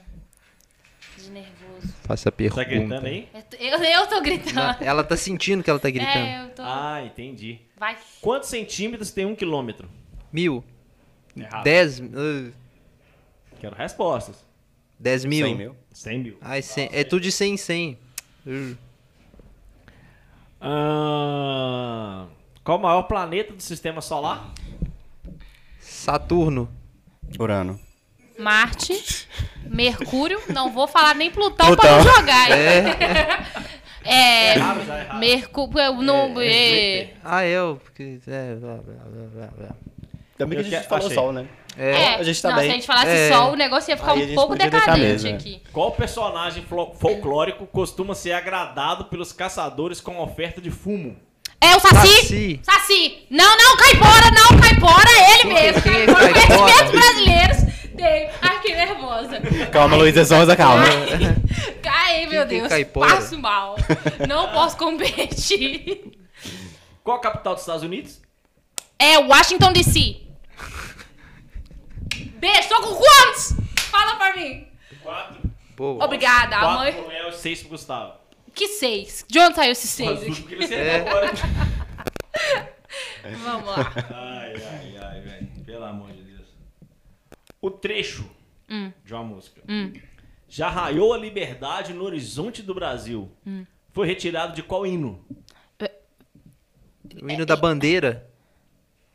[SPEAKER 1] De nervoso.
[SPEAKER 2] faça a pergunta.
[SPEAKER 3] Tá gritando aí?
[SPEAKER 1] Eu, tô- eu- eu tô gritando.
[SPEAKER 2] Na-
[SPEAKER 1] [LAUGHS]
[SPEAKER 2] Ela tá sentindo que ela tá gritando.
[SPEAKER 1] É, eu tô...
[SPEAKER 3] Ah, entendi.
[SPEAKER 1] Vai.
[SPEAKER 3] Quantos centímetros tem um quilômetro?
[SPEAKER 2] Mil.
[SPEAKER 3] Errado.
[SPEAKER 2] Dez. uh,
[SPEAKER 3] Quero respostas.
[SPEAKER 2] Dez mil.
[SPEAKER 4] Cem mil.
[SPEAKER 3] 100 mil.
[SPEAKER 2] Ai, cem. É tudo de cem em cem. Uh,
[SPEAKER 3] Ah, qual o maior planeta do sistema solar?
[SPEAKER 2] Saturno.
[SPEAKER 4] Urano.
[SPEAKER 1] Marte, Mercúrio, não vou falar nem Plutão, para
[SPEAKER 4] Plutão.
[SPEAKER 1] não jogar. hein? [LAUGHS]
[SPEAKER 2] É.
[SPEAKER 1] É,
[SPEAKER 3] Errado, já errado.
[SPEAKER 1] Mercúrio, não, é, é,
[SPEAKER 2] Ah, eu. Porque. É. blá, blá, blá, blá, blá.
[SPEAKER 4] Também que a
[SPEAKER 3] Eu
[SPEAKER 4] gente
[SPEAKER 3] que-
[SPEAKER 4] falou
[SPEAKER 3] achei.
[SPEAKER 4] sol, né?
[SPEAKER 2] É.
[SPEAKER 4] A gente tá
[SPEAKER 1] não,
[SPEAKER 4] bem.
[SPEAKER 1] se a gente falasse
[SPEAKER 2] É.
[SPEAKER 1] sol, o negócio ia ficar
[SPEAKER 4] Aí a
[SPEAKER 1] um
[SPEAKER 4] gente
[SPEAKER 1] pouco
[SPEAKER 4] podia deitar
[SPEAKER 1] decadente
[SPEAKER 4] mesmo, né?
[SPEAKER 1] aqui.
[SPEAKER 3] Qual personagem flo- folclórico costuma ser agradado pelos caçadores com oferta de fumo?
[SPEAKER 1] É o Saci?
[SPEAKER 2] Saci.
[SPEAKER 1] Saci! Não, não, caipora, não, caipora, ele mesmo,
[SPEAKER 2] Quem é
[SPEAKER 1] caipora,
[SPEAKER 2] caipora?
[SPEAKER 1] esses mesmos brasileiros tem. Ai, que
[SPEAKER 4] [LAUGHS]
[SPEAKER 1] nervosa.
[SPEAKER 4] Calma, Luísa Sonza, calma.
[SPEAKER 1] Ai, Cai, meu
[SPEAKER 2] tem
[SPEAKER 1] Deus,
[SPEAKER 2] caipora?
[SPEAKER 1] passo mal, não posso competir.
[SPEAKER 4] [LAUGHS]
[SPEAKER 3] Qual a capital dos Estados Unidos?
[SPEAKER 1] É Washington DC. Beijo, tô com quantos? Fala pra mim.
[SPEAKER 3] Quatro.
[SPEAKER 2] Boa.
[SPEAKER 1] Obrigada, a
[SPEAKER 3] Quatro
[SPEAKER 1] mãe.
[SPEAKER 3] pro Léo e seis pro Gustavo.
[SPEAKER 1] Que seis? De onde saiu esses
[SPEAKER 3] Mas
[SPEAKER 1] seis? aqui?
[SPEAKER 3] tudo [LAUGHS] porque ele é. acertou agora.
[SPEAKER 1] Vamos lá.
[SPEAKER 3] Ai, ai, ai, velho. Pelo amor de Deus. O trecho
[SPEAKER 1] Hum.
[SPEAKER 3] de uma música. Já raiou a liberdade no horizonte do Brasil.
[SPEAKER 1] Hum.
[SPEAKER 3] Foi retirado de qual hino?
[SPEAKER 2] O hino da bandeira.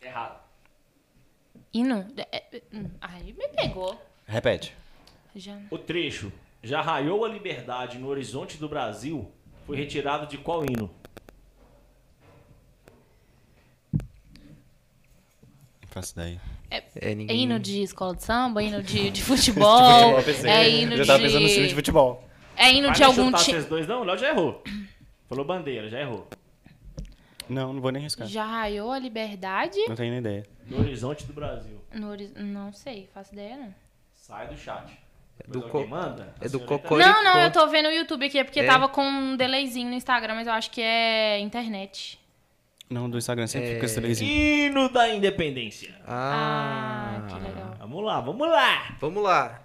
[SPEAKER 3] Errado.
[SPEAKER 1] Hino? É, é, hum, Aí me pegou.
[SPEAKER 4] Repete.
[SPEAKER 1] Já...
[SPEAKER 3] O trecho. Já raiou a liberdade no horizonte do Brasil. Foi retirado de qual hino?
[SPEAKER 4] Faço daí.
[SPEAKER 2] É,
[SPEAKER 1] É
[SPEAKER 2] ninguém.
[SPEAKER 1] hino de escola de samba, hino de,
[SPEAKER 4] [LAUGHS]
[SPEAKER 1] de futebol, é hino
[SPEAKER 4] Eu já tava pensando no
[SPEAKER 1] de...
[SPEAKER 4] time de futebol.
[SPEAKER 1] É hino
[SPEAKER 3] Mas
[SPEAKER 1] de
[SPEAKER 3] não
[SPEAKER 1] algum
[SPEAKER 3] chutar
[SPEAKER 1] time...
[SPEAKER 3] vocês dois, não? O Léo já errou. Falou bandeira, já errou.
[SPEAKER 4] Não, não vou nem arriscar.
[SPEAKER 1] Já raiou a liberdade?
[SPEAKER 4] Não tenho nem ideia.
[SPEAKER 3] No horizonte do Brasil.
[SPEAKER 1] No horiz- Não sei, faço ideia não.
[SPEAKER 3] Sai do chat.
[SPEAKER 2] É do
[SPEAKER 3] Mas
[SPEAKER 2] co-
[SPEAKER 3] alguém manda?
[SPEAKER 2] é do
[SPEAKER 3] A tá- senhorita-
[SPEAKER 2] cocô.
[SPEAKER 1] Não, não,
[SPEAKER 2] Coricó.
[SPEAKER 1] eu tô vendo o YouTube aqui, é porque
[SPEAKER 2] É.
[SPEAKER 1] tava com um delayzinho no Instagram, mas eu acho que é internet.
[SPEAKER 4] Não, do Instagram sempre fica esse delayzinho.
[SPEAKER 3] Hino da Independência.
[SPEAKER 1] Ah,
[SPEAKER 2] Ah,
[SPEAKER 1] que legal.
[SPEAKER 3] Vamos lá, vamos lá.
[SPEAKER 2] Vamos lá.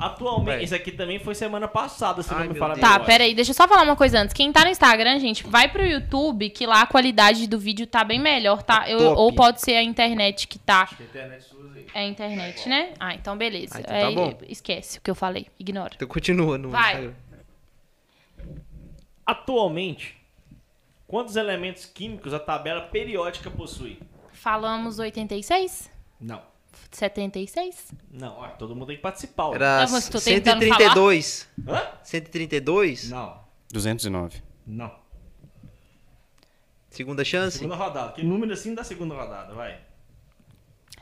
[SPEAKER 3] Atualmente,
[SPEAKER 2] Vai.
[SPEAKER 3] isso aqui também foi semana passada, se
[SPEAKER 2] Ai,
[SPEAKER 3] não me
[SPEAKER 2] meu
[SPEAKER 3] fala a
[SPEAKER 2] Deus.
[SPEAKER 1] Tá,
[SPEAKER 3] memória.
[SPEAKER 1] peraí, deixa eu só falar uma coisa antes. Quem tá no Instagram, gente, vai pro YouTube, que lá a qualidade do vídeo tá bem melhor, tá? Eu-
[SPEAKER 2] Top.
[SPEAKER 1] ou pode ser a internet que tá.
[SPEAKER 3] Acho que a internet suas aí.
[SPEAKER 1] É a internet, né? Ah, então beleza.
[SPEAKER 2] Ah, então tá
[SPEAKER 1] Aí,
[SPEAKER 2] bom.
[SPEAKER 1] Esquece o que eu falei, ignora.
[SPEAKER 2] Então continua no
[SPEAKER 1] Vai.
[SPEAKER 2] Instagram.
[SPEAKER 3] Atualmente, quantos elementos químicos a tabela periódica possui?
[SPEAKER 1] Falamos 86?
[SPEAKER 3] Não.
[SPEAKER 1] 76?
[SPEAKER 3] Não, ó, todo mundo tem que participar. ó.
[SPEAKER 2] Era
[SPEAKER 1] Eu vou- tô tentando
[SPEAKER 2] 132.
[SPEAKER 3] Hã?
[SPEAKER 2] 132?
[SPEAKER 3] Não.
[SPEAKER 4] 209.
[SPEAKER 3] Não.
[SPEAKER 2] Segunda chance?
[SPEAKER 3] Segunda rodada. Que número assim da segunda rodada, vai.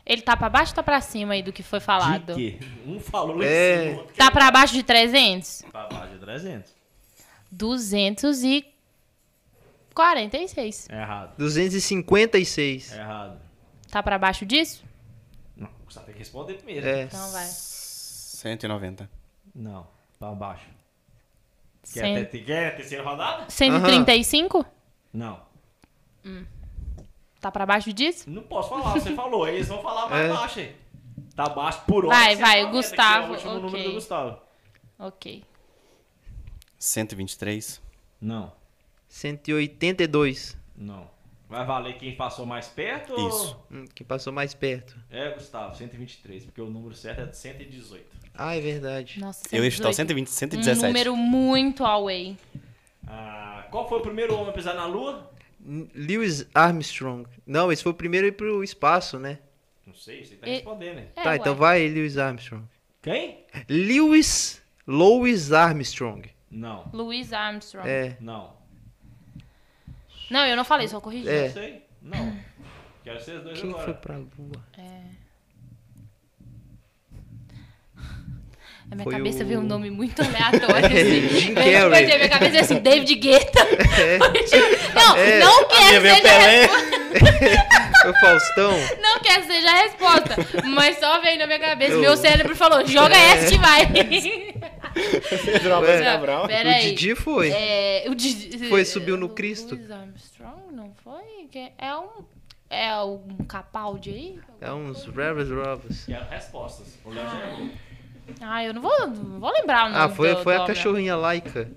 [SPEAKER 1] Ele tá pra baixo ou tá pra cima aí do que foi falado?
[SPEAKER 3] De quê? Um falou lá
[SPEAKER 2] É.
[SPEAKER 3] em cima. outro
[SPEAKER 1] Tá pra baixo de 300?
[SPEAKER 3] que- Pra baixo de 300.
[SPEAKER 1] 246.
[SPEAKER 3] É errado.
[SPEAKER 2] 256.
[SPEAKER 3] É errado.
[SPEAKER 1] Tá pra baixo disso?
[SPEAKER 3] Não, você tem que responder primeiro.
[SPEAKER 2] É.
[SPEAKER 1] Então vai.
[SPEAKER 4] 190.
[SPEAKER 3] Não, pra baixo.
[SPEAKER 2] é
[SPEAKER 3] Quer,
[SPEAKER 1] Cem-
[SPEAKER 3] até, quer a terceira rodada?
[SPEAKER 1] 135?
[SPEAKER 3] Não.
[SPEAKER 1] Tá pra baixo disso?
[SPEAKER 3] Não posso falar, [LAUGHS] você falou. Eles vão falar mais
[SPEAKER 2] É.
[SPEAKER 3] baixo aí. Tá baixo por hora.
[SPEAKER 1] Vai, vai, o
[SPEAKER 3] Que é o
[SPEAKER 1] Gustavo,
[SPEAKER 3] último número
[SPEAKER 1] ok.
[SPEAKER 3] do Gustavo.
[SPEAKER 1] Ok.
[SPEAKER 4] 123.
[SPEAKER 3] Não,
[SPEAKER 2] 182.
[SPEAKER 3] não. Vai valer quem passou mais perto?
[SPEAKER 4] Isso.
[SPEAKER 3] Ou...
[SPEAKER 2] Hum, Que passou mais perto.
[SPEAKER 3] É, Gustavo, 123, porque o número certo é de 118.
[SPEAKER 2] Ah, é verdade.
[SPEAKER 1] Nossa,
[SPEAKER 4] Eu ia chutar o
[SPEAKER 1] 118.
[SPEAKER 4] 120, 117.
[SPEAKER 1] Um número muito away.
[SPEAKER 3] Ah, qual foi o primeiro homem a pisar na lua?
[SPEAKER 2] N- Lewis Armstrong. Não, esse foi o primeiro a ir pro espaço, né?
[SPEAKER 3] Não sei, você tá
[SPEAKER 1] E-
[SPEAKER 3] respondendo, né?
[SPEAKER 1] É,
[SPEAKER 2] tá,
[SPEAKER 1] ué.
[SPEAKER 2] então vai Lewis Armstrong.
[SPEAKER 3] Quem?
[SPEAKER 2] Lewis Louis Armstrong.
[SPEAKER 3] Não,
[SPEAKER 1] Louis Armstrong.
[SPEAKER 2] É.
[SPEAKER 3] não.
[SPEAKER 1] Não, eu não falei, só corrigi.
[SPEAKER 2] É.
[SPEAKER 3] Não sei, não. Quero ser os dois
[SPEAKER 2] Quem
[SPEAKER 3] agora.
[SPEAKER 2] foi pra lua?
[SPEAKER 1] A minha
[SPEAKER 2] Foi
[SPEAKER 1] cabeça
[SPEAKER 2] o-
[SPEAKER 1] veio um nome
[SPEAKER 2] [LAUGHS]
[SPEAKER 1] muito aleatório.
[SPEAKER 2] É,
[SPEAKER 1] assim.
[SPEAKER 2] Jim
[SPEAKER 1] Eu não
[SPEAKER 2] Carrey.
[SPEAKER 1] pensei, Minha cabeça é assim, David Guetta. [LAUGHS]
[SPEAKER 2] É,
[SPEAKER 1] Não,
[SPEAKER 2] É.
[SPEAKER 1] não
[SPEAKER 4] A Ah, minha
[SPEAKER 1] quero
[SPEAKER 4] veio
[SPEAKER 1] ser
[SPEAKER 4] Pelé.
[SPEAKER 1] é.
[SPEAKER 2] foi o Faustão.
[SPEAKER 1] Não quer que seja a resposta, mas só veio na minha cabeça.
[SPEAKER 2] Eu- É.
[SPEAKER 1] Meu cérebro falou: joga essa que vai.
[SPEAKER 4] [LAUGHS] Pedro
[SPEAKER 2] Alves
[SPEAKER 1] Não, [LAUGHS]
[SPEAKER 2] O
[SPEAKER 1] Peraí.
[SPEAKER 2] Didi [LAUGHS] foi.
[SPEAKER 1] É, o Didi-
[SPEAKER 2] Foi, subiu no
[SPEAKER 1] Lu-
[SPEAKER 2] Cristo.
[SPEAKER 1] Louis Armstrong, não foi? Que É um. É um Capaldi aí?
[SPEAKER 2] É uns Rabbits Robbers.
[SPEAKER 3] Quero respostas. O Léo já errou.
[SPEAKER 1] Ah, eu não vou, não vou lembrar o nome
[SPEAKER 2] Ah, foi,
[SPEAKER 1] do-
[SPEAKER 2] foi
[SPEAKER 1] do
[SPEAKER 2] a
[SPEAKER 1] homem.
[SPEAKER 2] cachorrinha laica.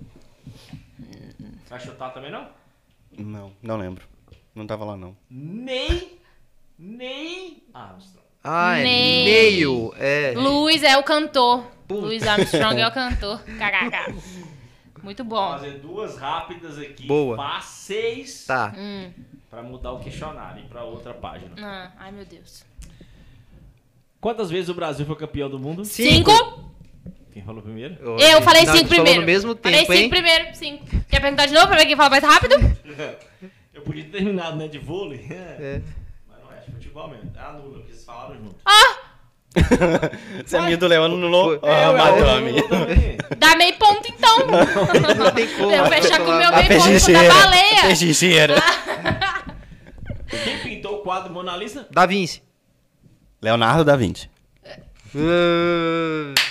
[SPEAKER 3] Você vai chutar também, não?
[SPEAKER 4] Não, não lembro. Não tava lá, não. [LAUGHS]
[SPEAKER 3] Nem. Nem. Armstrong.
[SPEAKER 2] Ah, é
[SPEAKER 1] Ney.
[SPEAKER 2] Neil. É.
[SPEAKER 1] Luiz é o cantor.
[SPEAKER 2] Puta.
[SPEAKER 1] Luiz Armstrong é
[SPEAKER 2] [LAUGHS]
[SPEAKER 1] o cantor. Kkk. Muito
[SPEAKER 3] Vou
[SPEAKER 1] bom.
[SPEAKER 3] fazer duas rápidas aqui.
[SPEAKER 2] Boa.
[SPEAKER 3] Fáceis.
[SPEAKER 2] Tá.
[SPEAKER 1] Hum,
[SPEAKER 3] Pra mudar o questionário e pra outra página.
[SPEAKER 1] ah, ai, meu Deus.
[SPEAKER 3] Quantas vezes o Brasil foi campeão do mundo?
[SPEAKER 1] Cinco.
[SPEAKER 3] Quem falou primeiro? [LAUGHS]
[SPEAKER 1] Eu falei
[SPEAKER 2] Não,
[SPEAKER 1] cinco
[SPEAKER 2] falou
[SPEAKER 1] primeiro.
[SPEAKER 2] no mesmo
[SPEAKER 1] falei
[SPEAKER 2] tempo,
[SPEAKER 1] cinco
[SPEAKER 2] hein?
[SPEAKER 1] primeiro. Cinco. Quer perguntar de novo pra ver quem fala mais rápido?
[SPEAKER 3] Eu podia ter terminado, né? De vôlei.
[SPEAKER 2] É.
[SPEAKER 3] Mas não é, de futebol mesmo. É anula, porque vocês falaram junto.
[SPEAKER 4] Você é minha do Leão anulou.
[SPEAKER 2] Foi.
[SPEAKER 4] Ah,
[SPEAKER 2] Eu,
[SPEAKER 4] matou
[SPEAKER 3] eu
[SPEAKER 4] a minha.
[SPEAKER 3] também.
[SPEAKER 1] Dá meio ponto então.
[SPEAKER 2] Não tem como.
[SPEAKER 1] Eu fechar com o meu
[SPEAKER 2] A
[SPEAKER 4] A
[SPEAKER 1] meio ponto da
[SPEAKER 4] peixincheira. A
[SPEAKER 1] baleia.
[SPEAKER 4] peixincheira.
[SPEAKER 3] Quem pintou o quadro Mona Lisa?
[SPEAKER 2] Da Vinci.
[SPEAKER 4] Leonardo da Vinci.
[SPEAKER 2] Ah,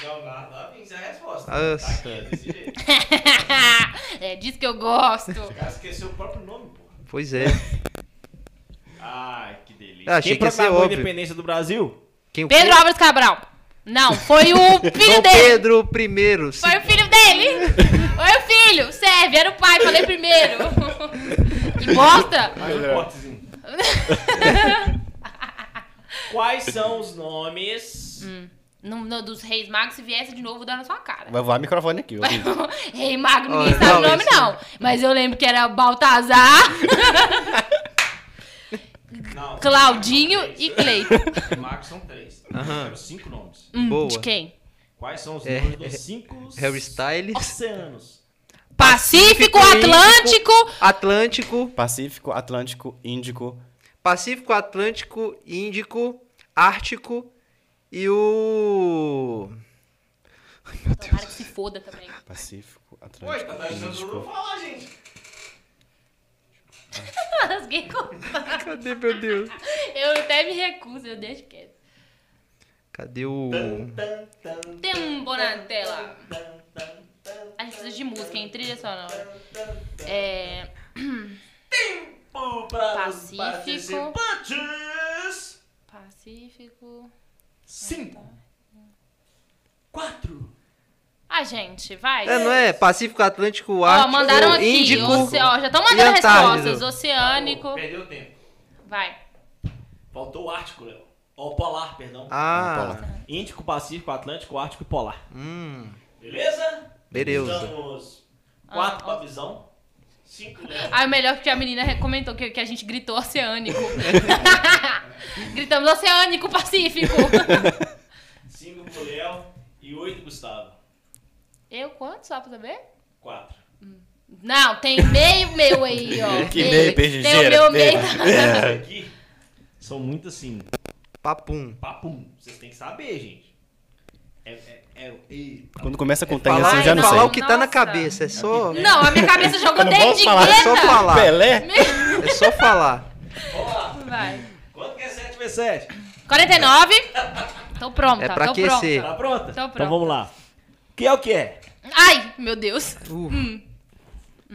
[SPEAKER 3] Leonardo da Vinci, é a resposta.
[SPEAKER 2] Nossa.
[SPEAKER 3] Tá aqui, desse jeito. O
[SPEAKER 1] [LAUGHS] é disso que eu gosto.
[SPEAKER 3] cara esqueceu o próprio nome, porra.
[SPEAKER 2] pois é.
[SPEAKER 3] Ai, que delícia.
[SPEAKER 2] Ah, achei
[SPEAKER 3] Quem
[SPEAKER 2] que ia ser
[SPEAKER 3] proclamou a
[SPEAKER 2] óbvio.
[SPEAKER 3] independência do Brasil?
[SPEAKER 2] Quem o
[SPEAKER 1] Pedro Álvares Cabral. Não, foi o filho
[SPEAKER 2] Dom
[SPEAKER 1] dele.
[SPEAKER 2] Pedro primeiro.
[SPEAKER 1] Foi o filho dele. Foi o filho. Serve, era o pai, falei primeiro. [LAUGHS] Que bosta.
[SPEAKER 3] Mais
[SPEAKER 1] [LAUGHS]
[SPEAKER 3] um cortezinho. Quais são os nomes?
[SPEAKER 1] Hum. No, no- dos reis magos, se viesse de novo, dá na sua cara.
[SPEAKER 4] Vai voar o microfone aqui. ouvindo.
[SPEAKER 1] [LAUGHS] Rei mago, ninguém
[SPEAKER 2] Ah,
[SPEAKER 1] sabe o
[SPEAKER 2] não,
[SPEAKER 1] nome,
[SPEAKER 2] esse-
[SPEAKER 1] não. Mas eu lembro que era Baltazar, [LAUGHS]
[SPEAKER 3] Não,
[SPEAKER 1] Claudinho e Cleiton.
[SPEAKER 3] Marcos são três.
[SPEAKER 2] Aham.
[SPEAKER 3] Quero cinco nomes.
[SPEAKER 1] Hum,
[SPEAKER 2] Boa.
[SPEAKER 1] De quem?
[SPEAKER 3] Quais são os
[SPEAKER 2] É,
[SPEAKER 3] nomes dos cinco
[SPEAKER 2] Harry Styles.
[SPEAKER 3] oceanos?
[SPEAKER 1] Pacífico,
[SPEAKER 2] Índico,
[SPEAKER 1] Atlântico.
[SPEAKER 2] Atlântico.
[SPEAKER 4] Pacífico, Atlântico, Índico.
[SPEAKER 2] Pacífico, Atlântico, Índico, Ártico e o.
[SPEAKER 1] Tomara que se foda também. [LAUGHS]
[SPEAKER 4] Pacífico, Atlântico.
[SPEAKER 3] tá deixando tudo falar, gente.
[SPEAKER 1] Rasguei com-
[SPEAKER 2] Cadê, meu Deus?
[SPEAKER 1] Eu até me recuso, eu deixo quieto.
[SPEAKER 2] Cadê o.
[SPEAKER 1] Tem um Bonatella. A gente precisa de música, hein? Trilha sonora. É. Pacífico.
[SPEAKER 3] participantes.
[SPEAKER 1] Pacífico.
[SPEAKER 3] Cinco. Quatro.
[SPEAKER 1] Ah, gente, vai.
[SPEAKER 2] É, não é? Pacífico, Atlântico,
[SPEAKER 1] Ó,
[SPEAKER 2] Ártico,
[SPEAKER 1] mandaram aqui.
[SPEAKER 2] Índico.
[SPEAKER 1] oce- ó, já estão
[SPEAKER 2] e
[SPEAKER 1] mandando
[SPEAKER 2] Antártico.
[SPEAKER 1] respostas. Oceânico.
[SPEAKER 3] Perdeu tempo.
[SPEAKER 1] Vai.
[SPEAKER 3] Faltou o Ártico, Léo. Ó, o Polar, perdão.
[SPEAKER 2] Ah,
[SPEAKER 3] Índico, Pacífico, Atlântico, Ártico e Polar.
[SPEAKER 2] hum,
[SPEAKER 3] Beleza?
[SPEAKER 2] beleza.
[SPEAKER 3] Estamos quatro
[SPEAKER 1] Ah,
[SPEAKER 3] pra
[SPEAKER 1] ó.
[SPEAKER 3] visão. Cinco, Léo.
[SPEAKER 1] Ah, o melhor que a menina comentou que, que a gente gritou
[SPEAKER 4] [LAUGHS]
[SPEAKER 1] oceânico. Gritamos oceânico, pacífico.
[SPEAKER 3] Cinco pro Léo e oito, Gustavo.
[SPEAKER 1] [LAUGHS] eu quanto, só pra saber?
[SPEAKER 3] Quatro.
[SPEAKER 2] [LAUGHS]
[SPEAKER 1] Não, tem meio meu aí, ó.
[SPEAKER 4] [LAUGHS] Que meio,
[SPEAKER 1] Tem o
[SPEAKER 4] perdigeira.
[SPEAKER 1] meu
[SPEAKER 4] meio.
[SPEAKER 1] meio.
[SPEAKER 2] É.
[SPEAKER 3] Essa aqui são muito assim,
[SPEAKER 2] Papum.
[SPEAKER 3] papum. Vocês têm que saber, gente. É, é, é, e-
[SPEAKER 4] Quando começa com tem
[SPEAKER 2] Falar,
[SPEAKER 4] assim, eu já não
[SPEAKER 2] falar
[SPEAKER 4] sei.
[SPEAKER 2] o que tá na
[SPEAKER 1] Nossa.
[SPEAKER 2] cabeça, é só,
[SPEAKER 4] [LAUGHS]
[SPEAKER 1] Não, a minha cabeça jogou
[SPEAKER 4] Eu não posso
[SPEAKER 1] dentro de
[SPEAKER 4] falar,
[SPEAKER 2] é só
[SPEAKER 1] gueta.
[SPEAKER 2] falar.
[SPEAKER 4] Pelé?
[SPEAKER 2] É só
[SPEAKER 4] [LAUGHS]
[SPEAKER 2] falar.
[SPEAKER 3] Vamos lá.
[SPEAKER 1] Vai.
[SPEAKER 3] Quanto que é 7 vezes 7?
[SPEAKER 1] 49. Tô pronta,
[SPEAKER 2] É pra
[SPEAKER 1] tô
[SPEAKER 2] aquecer.
[SPEAKER 1] pronta.
[SPEAKER 3] Tá pronta?
[SPEAKER 1] Tô pronta.
[SPEAKER 3] Então vamos lá. Que é o que é?
[SPEAKER 1] Ai, meu Deus.
[SPEAKER 2] Uh,
[SPEAKER 1] Hum.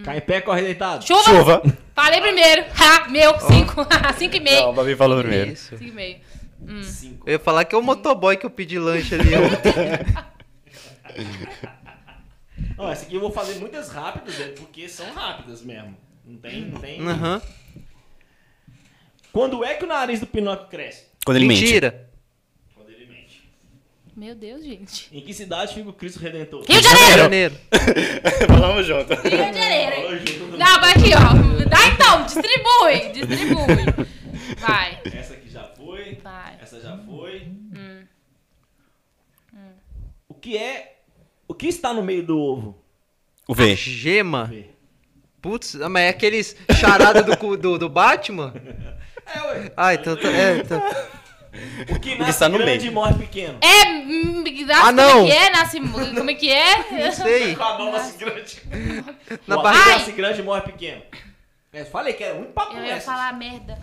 [SPEAKER 3] Cai em pé, corre deitado.
[SPEAKER 1] Chuva.
[SPEAKER 4] Chuva.
[SPEAKER 1] Falei primeiro. Ha, meu, [LAUGHS] 5. 5 e
[SPEAKER 4] Não,
[SPEAKER 1] meio.
[SPEAKER 4] o Babi falou primeiro.
[SPEAKER 2] isso.
[SPEAKER 1] 5 e meio. Hum.
[SPEAKER 3] 5.
[SPEAKER 2] Eu ia falar que é o motoboy que eu pedi lanche ali ontem.
[SPEAKER 1] [LAUGHS]
[SPEAKER 3] Ó, essa aqui eu vou fazer muitas rápidas, é porque são rápidas mesmo. Não tem, não tem.
[SPEAKER 2] Aham.
[SPEAKER 3] Quando é que o nariz do Pinóquio cresce?
[SPEAKER 4] Quando ele mente.
[SPEAKER 2] Mentira.
[SPEAKER 3] Quando ele mente.
[SPEAKER 1] Meu Deus, gente.
[SPEAKER 3] Em que cidade fica o Cristo Redentor?
[SPEAKER 1] Rio de Janeiro.
[SPEAKER 2] Janeiro.
[SPEAKER 4] [LAUGHS] Falamos junto.
[SPEAKER 1] Rio de Janeiro. hein?
[SPEAKER 3] Falou junto.
[SPEAKER 1] Não, vai aqui, ó. Dá então, distribui. Distribui. Vai.
[SPEAKER 3] Essa aqui já foi.
[SPEAKER 1] Vai.
[SPEAKER 3] Essa já foi. O que é. O que está no meio do ovo?
[SPEAKER 4] O V.
[SPEAKER 2] Gema.
[SPEAKER 3] Vê.
[SPEAKER 2] Putz, ah, mas é aqueles charada do, cu- do, do Batman?
[SPEAKER 3] É, ué.
[SPEAKER 2] Ah, então. tá- é, tá-
[SPEAKER 3] O que
[SPEAKER 4] Ele
[SPEAKER 3] nasce
[SPEAKER 4] está no
[SPEAKER 3] grande
[SPEAKER 4] meio.
[SPEAKER 3] e morre pequeno.
[SPEAKER 1] É. hum, nasce-
[SPEAKER 2] Ah,
[SPEAKER 1] Como
[SPEAKER 2] não.
[SPEAKER 1] é que é? Nasce. Como é que
[SPEAKER 2] [LAUGHS] Não
[SPEAKER 1] é?
[SPEAKER 2] sei.
[SPEAKER 3] Com a mão nasce grande.
[SPEAKER 2] Na
[SPEAKER 3] o
[SPEAKER 2] barriga-
[SPEAKER 3] barriga nasce grande e morre pequeno. É, falei que era muito papo
[SPEAKER 1] Eu ia
[SPEAKER 3] essas.
[SPEAKER 1] falar merda.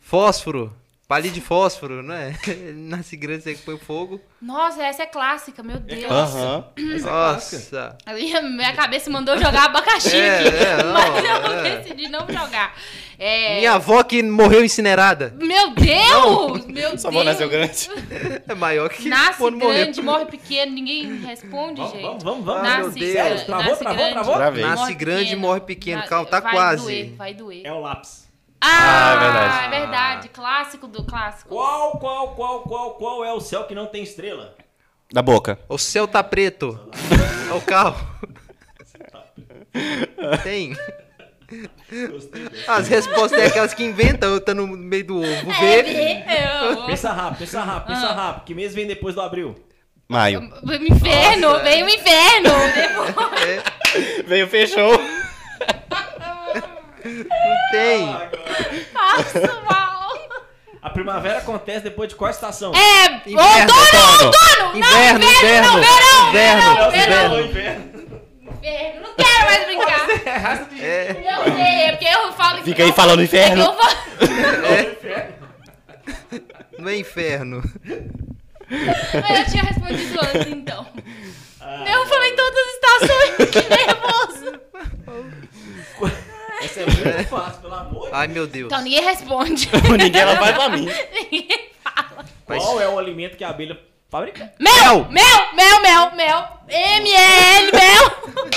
[SPEAKER 2] Fósforo. Palito de fósforo, não é? [LAUGHS] Nasce grande, você que põe fogo.
[SPEAKER 1] Nossa, essa é clássica, meu Deus.
[SPEAKER 4] Aham.
[SPEAKER 3] Essa é clássica.
[SPEAKER 2] Nossa.
[SPEAKER 1] Aí a minha cabeça mandou jogar abacaxi
[SPEAKER 2] É,
[SPEAKER 1] aqui.
[SPEAKER 2] é, não,
[SPEAKER 1] mas eu
[SPEAKER 2] é.
[SPEAKER 1] decidi não jogar. É,
[SPEAKER 2] Minha avó que morreu incinerada.
[SPEAKER 1] Meu Deus! Meu
[SPEAKER 4] Sua avó
[SPEAKER 1] Deus!
[SPEAKER 4] nasceu grande.
[SPEAKER 2] É maior que
[SPEAKER 1] Nasce
[SPEAKER 2] quando morreu.
[SPEAKER 1] grande, morre pequeno, ninguém responde,
[SPEAKER 3] Vamos,
[SPEAKER 1] gente.
[SPEAKER 3] vamos, vamos, vamos.
[SPEAKER 2] Ah,
[SPEAKER 1] Nasce,
[SPEAKER 2] meu Deus.
[SPEAKER 1] grande,
[SPEAKER 3] Travou,
[SPEAKER 1] nasce
[SPEAKER 3] travou,
[SPEAKER 1] grande,
[SPEAKER 3] travou?
[SPEAKER 4] Travei.
[SPEAKER 1] morre
[SPEAKER 2] Nasce grande,
[SPEAKER 1] pequeno.
[SPEAKER 2] morre pequeno.
[SPEAKER 1] Na-
[SPEAKER 2] Calma, tá
[SPEAKER 1] vai
[SPEAKER 2] quase.
[SPEAKER 1] Doer, vai doer.
[SPEAKER 3] É o lápis.
[SPEAKER 1] Ah,
[SPEAKER 4] é verdade.
[SPEAKER 1] é verdade. Clássico do clássico.
[SPEAKER 3] Qual, qual, qual, qual, qual é o céu que não tem estrela?
[SPEAKER 4] Da boca.
[SPEAKER 2] O céu tá preto. Olha o carro. Tem.
[SPEAKER 3] Gostei dessa.
[SPEAKER 2] As respostas é aquelas que inventam, eu tá no meio do ovo. Vê.
[SPEAKER 1] É,
[SPEAKER 3] Pensa rápido, pensa rápido,
[SPEAKER 1] Ah.
[SPEAKER 3] pensa rápido. Que mês vem depois do abril?
[SPEAKER 4] Maio.
[SPEAKER 1] eu- inferno,
[SPEAKER 2] Nossa,
[SPEAKER 1] veio o [LAUGHS] inferno. Depois-
[SPEAKER 2] É,
[SPEAKER 4] Veio, fechou.
[SPEAKER 2] não tem.
[SPEAKER 1] Passo mal.
[SPEAKER 3] A primavera acontece depois de qual estação?
[SPEAKER 1] É,
[SPEAKER 2] Inverno,
[SPEAKER 1] outono, outono!
[SPEAKER 2] Inverno,
[SPEAKER 1] não, inverno,
[SPEAKER 2] inverno,
[SPEAKER 1] não, verão, verão,
[SPEAKER 3] É
[SPEAKER 2] inverno,
[SPEAKER 1] verão,
[SPEAKER 2] inverno.
[SPEAKER 1] inverno. Não quero mais brincar.
[SPEAKER 3] É raça de
[SPEAKER 2] É.
[SPEAKER 1] Eu sei, é porque eu falo...
[SPEAKER 4] Fica aí falando inferno.
[SPEAKER 1] É que eu falo...
[SPEAKER 3] É
[SPEAKER 2] É. No inferno.
[SPEAKER 1] Mas eu tinha respondido antes, então. eu falei todas as estações, que nervoso.
[SPEAKER 3] Essa é muito fácil, pelo amor de
[SPEAKER 2] Ai, meu Deus.
[SPEAKER 1] Então, ninguém responde.
[SPEAKER 4] Ninguém ela vai pra mim.
[SPEAKER 1] Ninguém fala.
[SPEAKER 2] Mas-
[SPEAKER 3] Qual é o alimento que a abelha fabrica?
[SPEAKER 1] Mel, mel, mel, mel, mel. ML, mel.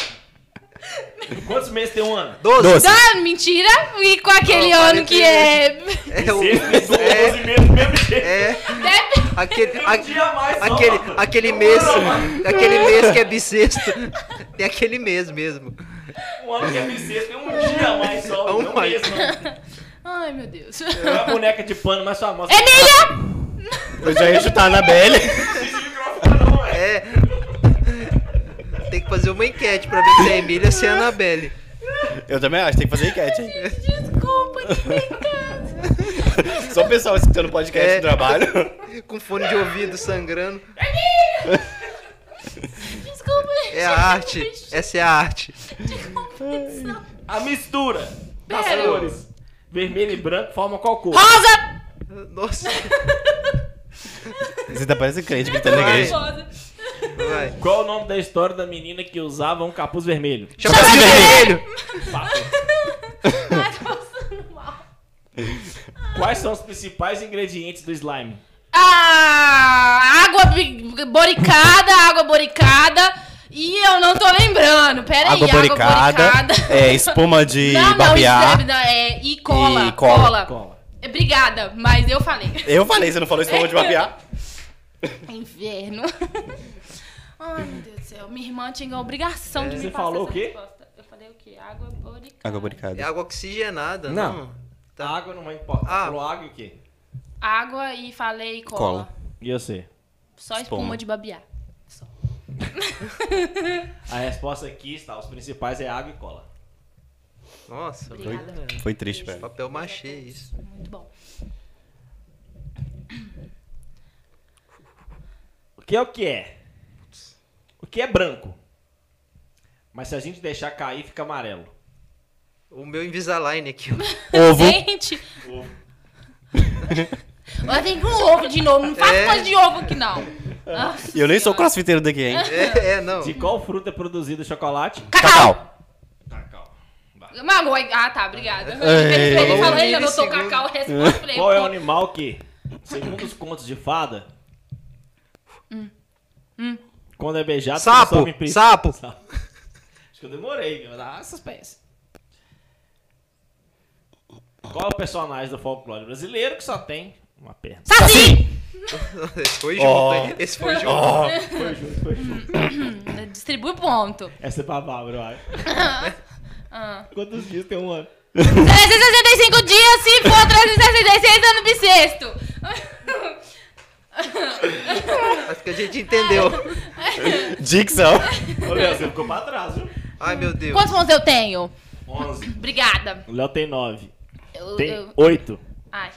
[SPEAKER 3] Quantos meses tem um ano?
[SPEAKER 2] Doze.
[SPEAKER 4] Doze.
[SPEAKER 1] Ah, mentira. E com aquele
[SPEAKER 2] Não,
[SPEAKER 1] ano que é...
[SPEAKER 2] É [LAUGHS] o.
[SPEAKER 3] Sexto, mês, doze,
[SPEAKER 2] É,
[SPEAKER 3] doze meses do mesmo jeito.
[SPEAKER 2] é.
[SPEAKER 1] Deve...
[SPEAKER 2] Aquele.
[SPEAKER 3] Tem um
[SPEAKER 2] a-
[SPEAKER 3] dia a mais só.
[SPEAKER 2] Aquele, aquele mês. Aquele mês que é bissexto. É aquele mês mesmo.
[SPEAKER 3] Um ano que é bissexto, tem
[SPEAKER 2] [LAUGHS]
[SPEAKER 3] um dia a mais só.
[SPEAKER 2] É um
[SPEAKER 3] não
[SPEAKER 2] mais.
[SPEAKER 3] mês, não.
[SPEAKER 1] Ai, meu Deus.
[SPEAKER 3] Não é a boneca de pano mais famosa.
[SPEAKER 1] É Emília!
[SPEAKER 4] Eu já ia chutar na Belle.
[SPEAKER 3] Esse microfone não é.
[SPEAKER 2] É. Tem que fazer uma enquete pra ver se é Emília ou se é Anabelle.
[SPEAKER 4] Eu também acho, tem que fazer enquete, [LAUGHS] hein?
[SPEAKER 1] Desculpa, que brincando.
[SPEAKER 4] Só o pessoal escutando podcast
[SPEAKER 2] É.
[SPEAKER 4] do trabalho.
[SPEAKER 2] Com fone de ouvido sangrando.
[SPEAKER 1] Desculpa.
[SPEAKER 2] É a arte. Essa é a arte.
[SPEAKER 3] A mistura das
[SPEAKER 1] Pera.
[SPEAKER 3] cores vermelho e branco forma qual cor?
[SPEAKER 1] Rosa!
[SPEAKER 2] Nossa,
[SPEAKER 4] Você tá parecendo crente gritando na
[SPEAKER 2] Vai.
[SPEAKER 4] igreja.
[SPEAKER 1] Rosa.
[SPEAKER 2] vai.
[SPEAKER 3] Qual o nome da história da menina que usava um capuz vermelho?
[SPEAKER 2] Chapéu de vermelho.
[SPEAKER 3] Papo.
[SPEAKER 1] Ai, tô Tá passando mal.
[SPEAKER 3] Quais são os principais ingredientes do slime?
[SPEAKER 1] Ah, água bi- boricada, água boricada. E eu não tô lembrando. Pera
[SPEAKER 4] Água
[SPEAKER 1] aí,
[SPEAKER 4] boricada,
[SPEAKER 1] água boricada.
[SPEAKER 4] é, espuma
[SPEAKER 1] [LAUGHS]
[SPEAKER 4] de
[SPEAKER 1] não, não,
[SPEAKER 4] barbear.
[SPEAKER 1] isso deve dar- é, e cola,
[SPEAKER 4] E cola. É.
[SPEAKER 1] cola.
[SPEAKER 3] Cola.
[SPEAKER 1] É, Obrigada, mas eu falei.
[SPEAKER 4] Eu falei, você não falou espuma de barbear?
[SPEAKER 1] [LAUGHS] Inferno. [LAUGHS] Ai, meu Deus do céu. Minha irmã tinha a obrigação de me
[SPEAKER 3] É, Você
[SPEAKER 1] passar
[SPEAKER 3] falou
[SPEAKER 1] essa
[SPEAKER 3] o quê?
[SPEAKER 1] resposta. Eu falei o quê? Água boricada.
[SPEAKER 4] Água boricada.
[SPEAKER 2] É água oxigenada,
[SPEAKER 3] Não.
[SPEAKER 2] não.
[SPEAKER 3] A água não vai importar.
[SPEAKER 2] Ah.
[SPEAKER 3] Falou água e o quê?
[SPEAKER 1] Água e falei cola.
[SPEAKER 4] Cola.
[SPEAKER 3] E você?
[SPEAKER 1] Só espuma,
[SPEAKER 4] Espuma.
[SPEAKER 1] de babiar. Só.
[SPEAKER 3] A resposta aqui está. Os principais é água e cola.
[SPEAKER 2] Nossa,
[SPEAKER 1] Obrigada.
[SPEAKER 2] mano.
[SPEAKER 4] Foi triste, velho.
[SPEAKER 2] Papel machê, isso.
[SPEAKER 1] Muito bom.
[SPEAKER 3] O que é o que é? O que é branco? Mas se a gente deixar cair, fica amarelo.
[SPEAKER 2] O meu Invisalign aqui.
[SPEAKER 4] Ovo.
[SPEAKER 1] Gente! Mas vem com ovo de novo. Não faz
[SPEAKER 2] É.
[SPEAKER 1] coisa de ovo aqui, não.
[SPEAKER 4] E eu nem sou crossfiteiro daqui, hein?
[SPEAKER 2] É, é, não.
[SPEAKER 3] De qual fruta é produzido o chocolate?
[SPEAKER 4] Cacau.
[SPEAKER 3] Cacau.
[SPEAKER 1] Mano, ah, tá. Obrigada.
[SPEAKER 4] Ei.
[SPEAKER 1] Ele falou, ele
[SPEAKER 2] Falou
[SPEAKER 1] anotou
[SPEAKER 2] milissegundo.
[SPEAKER 1] cacau. Resposta pra ele.
[SPEAKER 3] Qual é o animal que, segundo os contos de fada,
[SPEAKER 1] Hum.
[SPEAKER 3] quando é beijado,
[SPEAKER 2] Sapo,
[SPEAKER 3] transforma em príncipe?
[SPEAKER 2] sapo.
[SPEAKER 3] Acho que eu demorei, mas ah, suspense. Qual é o personagem do folclore brasileiro que só tem uma perna?
[SPEAKER 1] Tá Saci!
[SPEAKER 2] [LAUGHS] Esse foi junto,
[SPEAKER 4] Ó.
[SPEAKER 2] hein? Esse foi junto.
[SPEAKER 3] Foi junto, foi junto.
[SPEAKER 1] Distribui ponto.
[SPEAKER 3] Essa é pra Bárbara, eu acho.
[SPEAKER 1] [LAUGHS] Ah.
[SPEAKER 3] Quantos dias tem um ano?
[SPEAKER 1] 365 dias, se for 366, ano bissexto.
[SPEAKER 2] Acho que a gente entendeu.
[SPEAKER 4] Dixon.
[SPEAKER 3] Ô, Léo, você ficou pra trás, viu?
[SPEAKER 2] Ai, meu Deus.
[SPEAKER 1] Quantos pontos eu tenho?
[SPEAKER 3] 11.
[SPEAKER 1] Obrigada.
[SPEAKER 3] O Léo tem 9.
[SPEAKER 1] Eu,
[SPEAKER 3] Tem
[SPEAKER 1] eu-
[SPEAKER 3] 8.
[SPEAKER 1] Ai,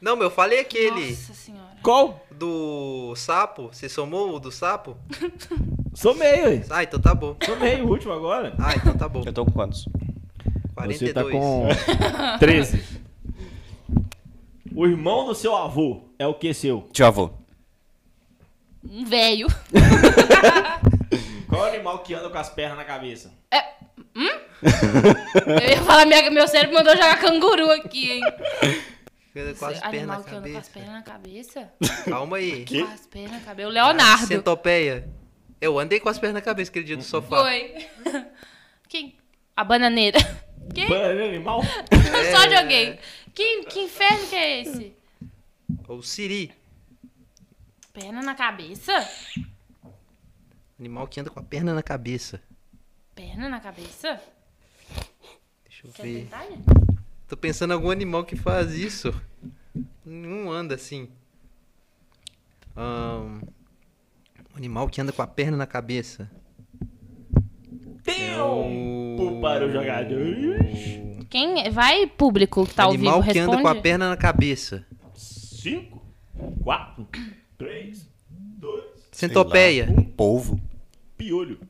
[SPEAKER 2] Não, meu, falei aquele
[SPEAKER 1] nossa senhora.
[SPEAKER 3] Qual?
[SPEAKER 2] do sapo. Você somou o do sapo?
[SPEAKER 3] Sou meio, hein?
[SPEAKER 2] Ah, então tá bom.
[SPEAKER 3] Sou meio, o último agora.
[SPEAKER 2] Ah, então tá
[SPEAKER 4] [LAUGHS]
[SPEAKER 2] bom.
[SPEAKER 4] Eu tô com quantos?
[SPEAKER 3] Você
[SPEAKER 2] 42.
[SPEAKER 3] tá com 13. O irmão do seu avô é o que seu?
[SPEAKER 4] Tio avô.
[SPEAKER 1] Um velho.
[SPEAKER 3] Qual é o animal que anda com as pernas na cabeça?
[SPEAKER 1] É, hum? Eu ia falar, minha, meu cérebro mandou jogar canguru aqui, hein?
[SPEAKER 2] Com as pernas
[SPEAKER 1] Animal
[SPEAKER 2] na
[SPEAKER 1] que anda com as
[SPEAKER 2] cabeça.
[SPEAKER 1] pernas na cabeça?
[SPEAKER 2] Calma aí.
[SPEAKER 4] Que?
[SPEAKER 1] Com as pernas na cabeça. O Leonardo.
[SPEAKER 2] Centopeia. Eu andei com as pernas na cabeça aquele dia do sofá.
[SPEAKER 1] Foi. [LAUGHS] Quem? A bananeira. [LAUGHS] Quem?
[SPEAKER 3] Banana animal?
[SPEAKER 1] Eu só
[SPEAKER 2] É.
[SPEAKER 1] joguei. Que, que inferno que é esse?
[SPEAKER 2] Ou siri.
[SPEAKER 1] Perna na cabeça?
[SPEAKER 2] Animal que anda com a perna na cabeça.
[SPEAKER 1] Perna na cabeça?
[SPEAKER 2] Deixa eu
[SPEAKER 1] Quer
[SPEAKER 2] ver.
[SPEAKER 1] tentar? gente?
[SPEAKER 2] Tô pensando em algum animal que faz isso. Nenhum anda assim. Ahn, um animal que anda com a perna na cabeça.
[SPEAKER 3] Tempo para o jogador.
[SPEAKER 1] Quem é? vai público que tá ao
[SPEAKER 2] Um animal
[SPEAKER 1] vivo
[SPEAKER 2] que
[SPEAKER 1] responde?
[SPEAKER 2] anda com a perna na cabeça.
[SPEAKER 3] 5, 4, 3, 2,
[SPEAKER 2] Centopeia.
[SPEAKER 4] Um polvo.
[SPEAKER 3] piolho.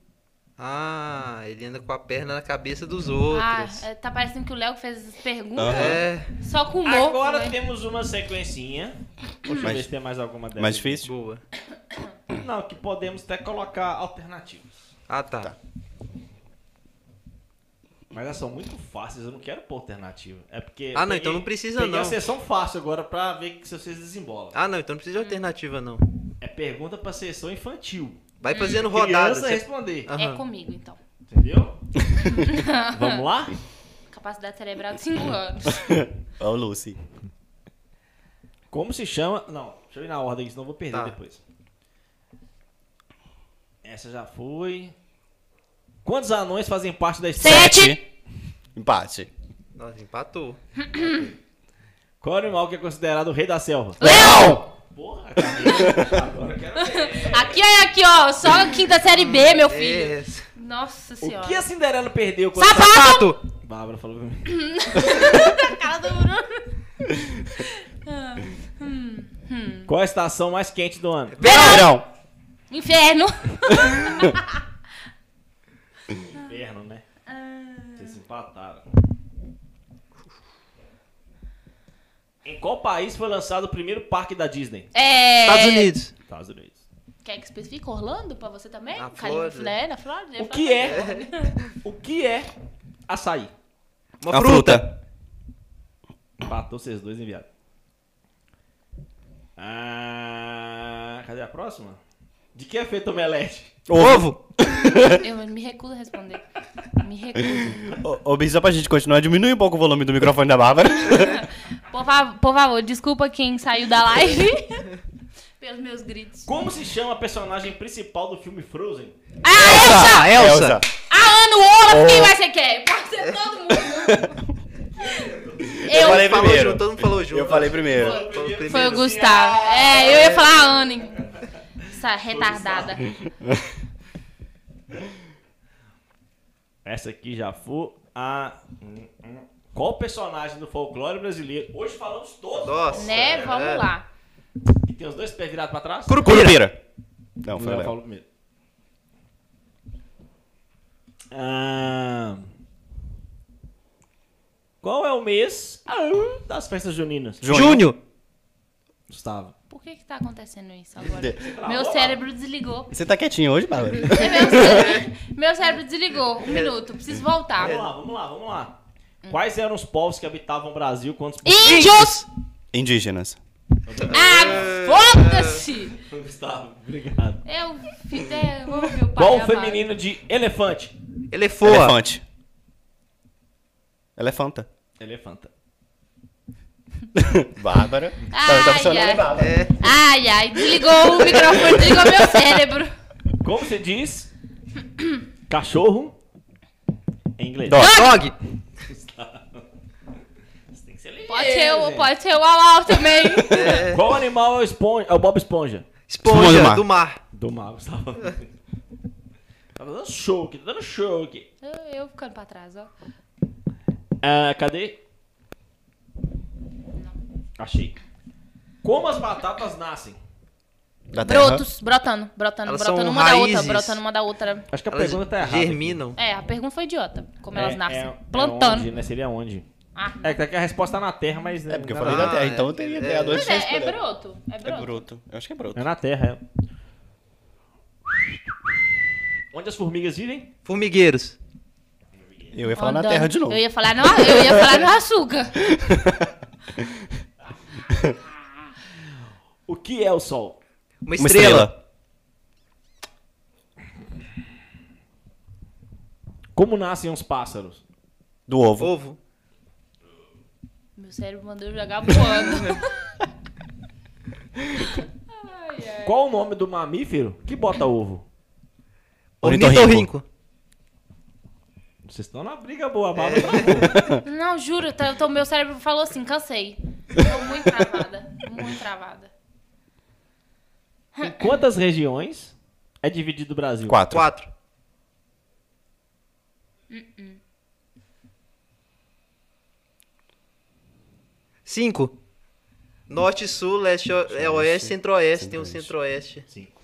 [SPEAKER 2] Ah, ele anda com a perna na cabeça dos outros.
[SPEAKER 1] Ah, é, tá parecendo que o Léo que fez essas perguntas
[SPEAKER 4] Aham.
[SPEAKER 2] É,
[SPEAKER 1] só com humor.
[SPEAKER 3] Agora
[SPEAKER 1] né?
[SPEAKER 3] temos uma sequencinha. Deixa eu
[SPEAKER 4] Mas-
[SPEAKER 3] ver se tem mais alguma delas.
[SPEAKER 4] Mais [LAUGHS] difícil?
[SPEAKER 2] boa.
[SPEAKER 3] Não, que podemos até colocar alternativas.
[SPEAKER 2] Ah, tá.
[SPEAKER 4] Tá.
[SPEAKER 3] Mas elas são muito fáceis, eu não quero pôr alternativa. É porque.
[SPEAKER 2] Ah, não, então não precisa,
[SPEAKER 3] peguei
[SPEAKER 2] não.
[SPEAKER 3] a sessão fácil agora pra ver se vocês desembolam.
[SPEAKER 2] Ah, não, então não precisa de alternativa, não.
[SPEAKER 3] É pergunta pra sessão infantil.
[SPEAKER 2] Vai
[SPEAKER 1] Hum.
[SPEAKER 2] fazendo rodada.
[SPEAKER 3] Criança
[SPEAKER 2] você-
[SPEAKER 3] responder.
[SPEAKER 1] É
[SPEAKER 2] Aham.
[SPEAKER 1] comigo, então. [LAUGHS]
[SPEAKER 3] Entendeu? Vamos lá?
[SPEAKER 1] Capacidade cerebral de
[SPEAKER 2] Uhum.
[SPEAKER 1] 5 anos.
[SPEAKER 4] Ó, o Lucy.
[SPEAKER 3] Como se chama. Não, deixa eu ir na ordem aqui, senão eu vou perder
[SPEAKER 2] Tá.
[SPEAKER 3] depois. Essa já foi. Quantos anões fazem parte da história?
[SPEAKER 1] Sete!
[SPEAKER 4] Empate.
[SPEAKER 2] Nossa, empatou.
[SPEAKER 3] Qual animal que é considerado o rei da selva?
[SPEAKER 1] Leão!
[SPEAKER 3] Porra, cara, agora eu quero ver.
[SPEAKER 1] [LAUGHS] Aqui, aí, aqui, ó. Só a quinta série B, meu filho.
[SPEAKER 2] É.
[SPEAKER 1] Nossa senhora.
[SPEAKER 3] O que a Cinderela perdeu quando.
[SPEAKER 1] Sapato!
[SPEAKER 2] Pato!
[SPEAKER 3] Bárbara falou pra mim.
[SPEAKER 1] A cara do Bruno. Ah, hum, hum.
[SPEAKER 3] Qual a estação mais quente do ano?
[SPEAKER 4] Verão.
[SPEAKER 1] Inferno.
[SPEAKER 3] né? Vocês empataram. Em qual país foi lançado o primeiro parque da Disney?
[SPEAKER 1] É.
[SPEAKER 2] Estados Unidos.
[SPEAKER 3] Estados Unidos.
[SPEAKER 1] Quer que especifique Orlando pra você também?
[SPEAKER 2] Na
[SPEAKER 1] Cali-
[SPEAKER 2] Flórida.
[SPEAKER 1] né, na Flórida.
[SPEAKER 3] O que é? O que é açaí?
[SPEAKER 2] Uma fruta.
[SPEAKER 3] Empatou vocês dois, enviado. Ah, cadê a próxima? De que é feito o omelete?
[SPEAKER 4] Ovo.
[SPEAKER 1] Eu me recuso a responder. Me recuso.
[SPEAKER 4] Ô, ô, Bi, só pra gente continuar, diminui um pouco o volume do microfone da Bárbara.
[SPEAKER 1] Por, fa- por favor, desculpa quem saiu da live pelos meus gritos.
[SPEAKER 3] Como se chama a personagem principal do filme Frozen?
[SPEAKER 1] Ah,
[SPEAKER 4] [LAUGHS]
[SPEAKER 1] Elsa!
[SPEAKER 2] Elsa.
[SPEAKER 1] A Ana, o Olaf,
[SPEAKER 4] Oh.
[SPEAKER 1] quem mais você quer? Pode ser todo mundo.
[SPEAKER 4] Eu
[SPEAKER 1] Eu,
[SPEAKER 4] falei
[SPEAKER 2] Falou
[SPEAKER 4] primeiro.
[SPEAKER 2] junto, todo mundo falou junto.
[SPEAKER 4] Eu falei primeiro.
[SPEAKER 1] Foi.
[SPEAKER 2] Falou primeiro.
[SPEAKER 1] foi o Gustavo. É, eu ia falar a Ana. hein? Essa retardada.
[SPEAKER 3] Essa aqui já foi a. Hum, hum. Qual personagem do folclore brasileiro? Hoje falamos todos.
[SPEAKER 2] Nossa.
[SPEAKER 1] Né? Vamos
[SPEAKER 2] é.
[SPEAKER 1] lá.
[SPEAKER 3] E tem os dois pés virados pra trás?
[SPEAKER 4] Curupira. Não, foi
[SPEAKER 3] Não,
[SPEAKER 4] Léo.
[SPEAKER 3] Paulo primeiro. Ah, qual é o mês ah, das festas juninas?
[SPEAKER 2] Júnior.
[SPEAKER 3] Gustavo.
[SPEAKER 1] Por que que tá acontecendo isso agora?
[SPEAKER 4] De-
[SPEAKER 1] Meu cérebro desligou.
[SPEAKER 4] Você tá quietinho hoje, Bárbara?
[SPEAKER 1] É, Meu cérebro, meu cérebro desligou. Um minuto, preciso voltar.
[SPEAKER 3] Vamos lá, vamos lá, vamos lá. Quais eram os povos que habitavam o Brasil? Quantos povos?
[SPEAKER 1] Índios!
[SPEAKER 4] Indígenas.
[SPEAKER 1] Ah, foda-se!
[SPEAKER 3] [LAUGHS] Gustavo, obrigado.
[SPEAKER 1] Eu fiz. É, eu ouvi o pai
[SPEAKER 3] Qual o
[SPEAKER 1] da
[SPEAKER 3] feminino de elefante?
[SPEAKER 2] Elefoa.
[SPEAKER 4] Elefante. Elefanta.
[SPEAKER 3] Elefanta.
[SPEAKER 4] [LAUGHS] Bárbara.
[SPEAKER 1] Ai,
[SPEAKER 4] tá funcionando,
[SPEAKER 1] ai.
[SPEAKER 4] Bárbara.
[SPEAKER 2] É.
[SPEAKER 1] Bárbara. Ai, ai, desligou o microfone, desligou meu cérebro.
[SPEAKER 3] Como se diz cachorro em inglês?
[SPEAKER 4] Dog.
[SPEAKER 2] Dog.
[SPEAKER 3] Você tem que ser ligeiro,
[SPEAKER 1] Pode ser, o,
[SPEAKER 3] gente.
[SPEAKER 1] pode ser o Alau também.
[SPEAKER 2] É.
[SPEAKER 3] Qual animal é o, espon- é o Bob Esponja?
[SPEAKER 2] Esponja
[SPEAKER 4] Esponja
[SPEAKER 2] do mar.
[SPEAKER 3] Do
[SPEAKER 4] [LAUGHS]
[SPEAKER 3] mal, Gustavo. tá dando show aqui, tá dando show aqui.
[SPEAKER 1] Eu, eu ficando pra trás, ó.
[SPEAKER 3] Ah, cadê? Achei. Como as batatas nascem?
[SPEAKER 4] Da terra.
[SPEAKER 1] Brotos, brotando, brotando,
[SPEAKER 2] Elas
[SPEAKER 1] brotando
[SPEAKER 2] são
[SPEAKER 1] uma da outra,
[SPEAKER 2] raízes.
[SPEAKER 1] brotando uma da outra.
[SPEAKER 3] Acho que a
[SPEAKER 2] Elas
[SPEAKER 3] pergunta tá errada.
[SPEAKER 2] germinam.
[SPEAKER 1] É, a pergunta foi idiota. Como
[SPEAKER 3] É,
[SPEAKER 1] elas nascem.
[SPEAKER 3] é- É
[SPEAKER 1] Plantando.
[SPEAKER 3] onde, né? Seria onde?
[SPEAKER 1] Ah.
[SPEAKER 3] É que tá aqui a resposta tá na terra, mas.
[SPEAKER 4] É porque eu
[SPEAKER 3] na-
[SPEAKER 4] falei
[SPEAKER 2] Ah,
[SPEAKER 4] da terra,
[SPEAKER 2] é.
[SPEAKER 4] então eu teria
[SPEAKER 2] É.
[SPEAKER 4] ganhado antes
[SPEAKER 1] Pois
[SPEAKER 4] de
[SPEAKER 1] é, é
[SPEAKER 4] responder.
[SPEAKER 1] broto. É
[SPEAKER 4] É
[SPEAKER 1] broto.
[SPEAKER 4] broto. Eu acho que é broto.
[SPEAKER 3] É na terra, é. Onde as formigas vivem?
[SPEAKER 2] Formigueiros.
[SPEAKER 4] Eu ia falar na
[SPEAKER 1] Andando.
[SPEAKER 4] terra de novo.
[SPEAKER 1] Eu ia falar no, eu ia falar no açúcar.
[SPEAKER 3] O que é o sol?
[SPEAKER 2] Uma
[SPEAKER 4] Uma
[SPEAKER 2] estrela.
[SPEAKER 3] Como nascem os pássaros?
[SPEAKER 4] Do ovo.
[SPEAKER 2] Ovo.
[SPEAKER 1] Meu cérebro mandou eu jogar voando. ai, ai.
[SPEAKER 3] Qual o nome do mamífero que bota ovo?
[SPEAKER 4] Ornitorrinco.
[SPEAKER 2] Ornitorrinco.
[SPEAKER 3] Vocês estão na briga
[SPEAKER 4] É.
[SPEAKER 3] boa, a Bárbara travou.
[SPEAKER 1] Não, juro, tá- então meu cérebro falou assim, cansei. Tô muito travada, muito travada.
[SPEAKER 3] Em quantas regiões é dividido o Brasil?
[SPEAKER 4] Quatro.
[SPEAKER 2] Quatro. Cinco. Norte, sul, leste, o- é, oeste, centro-oeste. Tem um centro-oeste.
[SPEAKER 3] Cinco.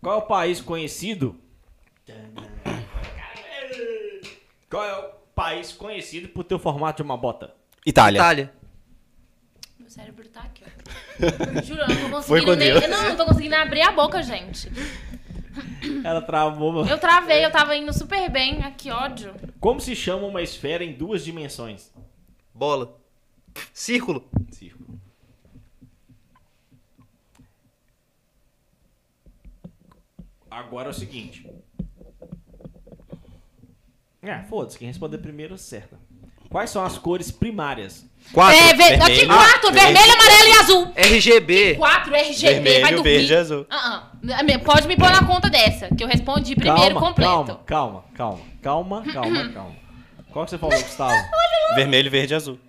[SPEAKER 3] Qual é o país conhecido? Qual é o país conhecido por ter o formato de uma bota?
[SPEAKER 4] Itália.
[SPEAKER 2] Itália.
[SPEAKER 1] Meu cérebro tá aqui, ó. Juro, eu não tô
[SPEAKER 4] Foi
[SPEAKER 1] conseguindo
[SPEAKER 4] quando
[SPEAKER 1] nem...
[SPEAKER 4] eu-
[SPEAKER 1] Não, eu não tô conseguindo abrir a boca, gente.
[SPEAKER 3] Ela travou.
[SPEAKER 1] Eu travei, eu tava indo super bem. Ah, que ódio.
[SPEAKER 3] Como se chama uma esfera em duas dimensões?
[SPEAKER 2] Bola. Círculo.
[SPEAKER 3] Círculo. Agora é o seguinte. Ah, foda-se, quem responder primeiro acerta. Quais são as cores primárias?
[SPEAKER 2] Quatro.
[SPEAKER 1] é, ve... aqui
[SPEAKER 4] vermelho,
[SPEAKER 1] quatro, vermelho,
[SPEAKER 4] verde.
[SPEAKER 1] amarelo e azul.
[SPEAKER 2] RGB.
[SPEAKER 1] Quatro, RGB, vai
[SPEAKER 4] Vermelho,
[SPEAKER 1] dormir.
[SPEAKER 4] verde e azul.
[SPEAKER 1] Ah, ah. Me- Pode me pôr na conta dessa, que eu respondi primeiro
[SPEAKER 3] calma,
[SPEAKER 1] completo.
[SPEAKER 3] Calma, calma, calma, calma, calma, calma. Qual que você falou, Gustavo?
[SPEAKER 4] Vermelho, verde e azul.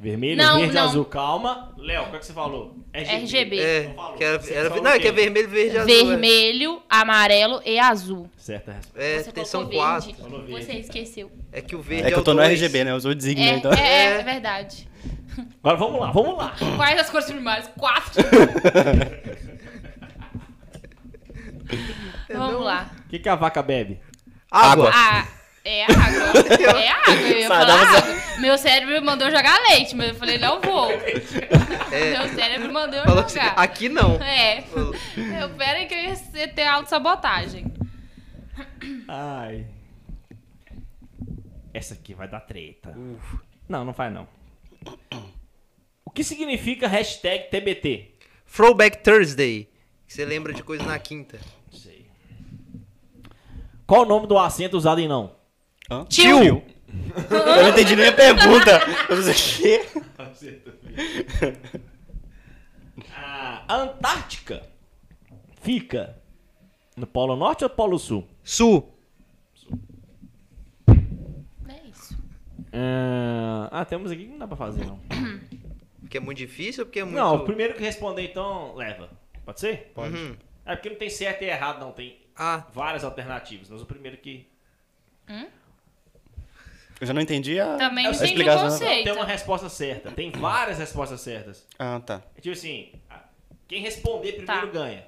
[SPEAKER 3] Vermelho,
[SPEAKER 1] Não,
[SPEAKER 3] verde,
[SPEAKER 1] não.
[SPEAKER 3] azul. Calma. Léo, qual que você falou?
[SPEAKER 1] RGB.
[SPEAKER 2] É,
[SPEAKER 3] Não falou.
[SPEAKER 2] que era,
[SPEAKER 3] Você
[SPEAKER 2] era-
[SPEAKER 3] falou
[SPEAKER 2] não, é
[SPEAKER 3] o
[SPEAKER 2] que é
[SPEAKER 3] quê?
[SPEAKER 2] vermelho, verde e azul. é.
[SPEAKER 1] Vermelho, amarelo e azul.
[SPEAKER 3] Certa resposta.
[SPEAKER 2] É,
[SPEAKER 1] Você
[SPEAKER 2] tem, são
[SPEAKER 1] colocou verde.
[SPEAKER 2] quatro.
[SPEAKER 3] Falou verde.
[SPEAKER 1] Você esqueceu.
[SPEAKER 2] É que o verde
[SPEAKER 4] É
[SPEAKER 2] é,
[SPEAKER 4] que
[SPEAKER 2] o
[SPEAKER 4] eu tô no
[SPEAKER 2] dois.
[SPEAKER 4] RGB, né? Eu sou o
[SPEAKER 1] É,
[SPEAKER 4] designo, então.
[SPEAKER 1] é, é
[SPEAKER 2] É.
[SPEAKER 1] verdade.
[SPEAKER 3] Agora vamos lá, vamos lá.
[SPEAKER 1] Quais as cores primárias? Quatro.
[SPEAKER 2] [LAUGHS]
[SPEAKER 1] Vamos lá.
[SPEAKER 3] O que, que a vaca bebe?
[SPEAKER 2] Água.
[SPEAKER 4] Água.
[SPEAKER 1] A, É água. É água. Eu ia
[SPEAKER 4] Sai,
[SPEAKER 1] falar
[SPEAKER 4] dá
[SPEAKER 1] água. Meu cérebro mandou eu jogar leite, mas eu falei, não vou. Ah, Meu cérebro mandou eu
[SPEAKER 2] Falou É, assim,
[SPEAKER 1] jogar.
[SPEAKER 2] aqui não.
[SPEAKER 1] É. Eu, pera aí que eu ia ter autossabotagem.
[SPEAKER 3] Ai. Essa aqui vai dar treta. Não, não faz não. O que significa hashtag TBT?
[SPEAKER 2] Throwback Thursday. que Você lembra de coisa na quinta.
[SPEAKER 3] Não sei. Qual o nome do acento usado em não?
[SPEAKER 4] Hã?
[SPEAKER 1] Tio.
[SPEAKER 4] Eu não entendi nem a pergunta. Eu pensei, quê?
[SPEAKER 3] Ah, a Antártica fica no Polo Norte ou Polo Sul?
[SPEAKER 2] Sul.
[SPEAKER 1] É isso.
[SPEAKER 3] Ah, ah, temos aqui que não dá pra fazer, não.
[SPEAKER 2] Porque é muito difícil ou porque é muito.
[SPEAKER 3] Não, o primeiro que responder, então, leva. Pode ser? Pode.
[SPEAKER 2] Uhum.
[SPEAKER 3] É porque não tem certo e errado, não. Tem
[SPEAKER 2] Ah,
[SPEAKER 3] várias alternativas. Mas o primeiro que.
[SPEAKER 4] Eu já não entendi a.
[SPEAKER 1] Também
[SPEAKER 4] a
[SPEAKER 1] não entendi o
[SPEAKER 4] explicação.
[SPEAKER 3] Não,
[SPEAKER 1] conceito.
[SPEAKER 3] tem uma resposta certa. Tem várias respostas certas.
[SPEAKER 4] Ah, tá.
[SPEAKER 3] É tipo assim, a- quem responder primeiro
[SPEAKER 1] Tá.
[SPEAKER 3] ganha.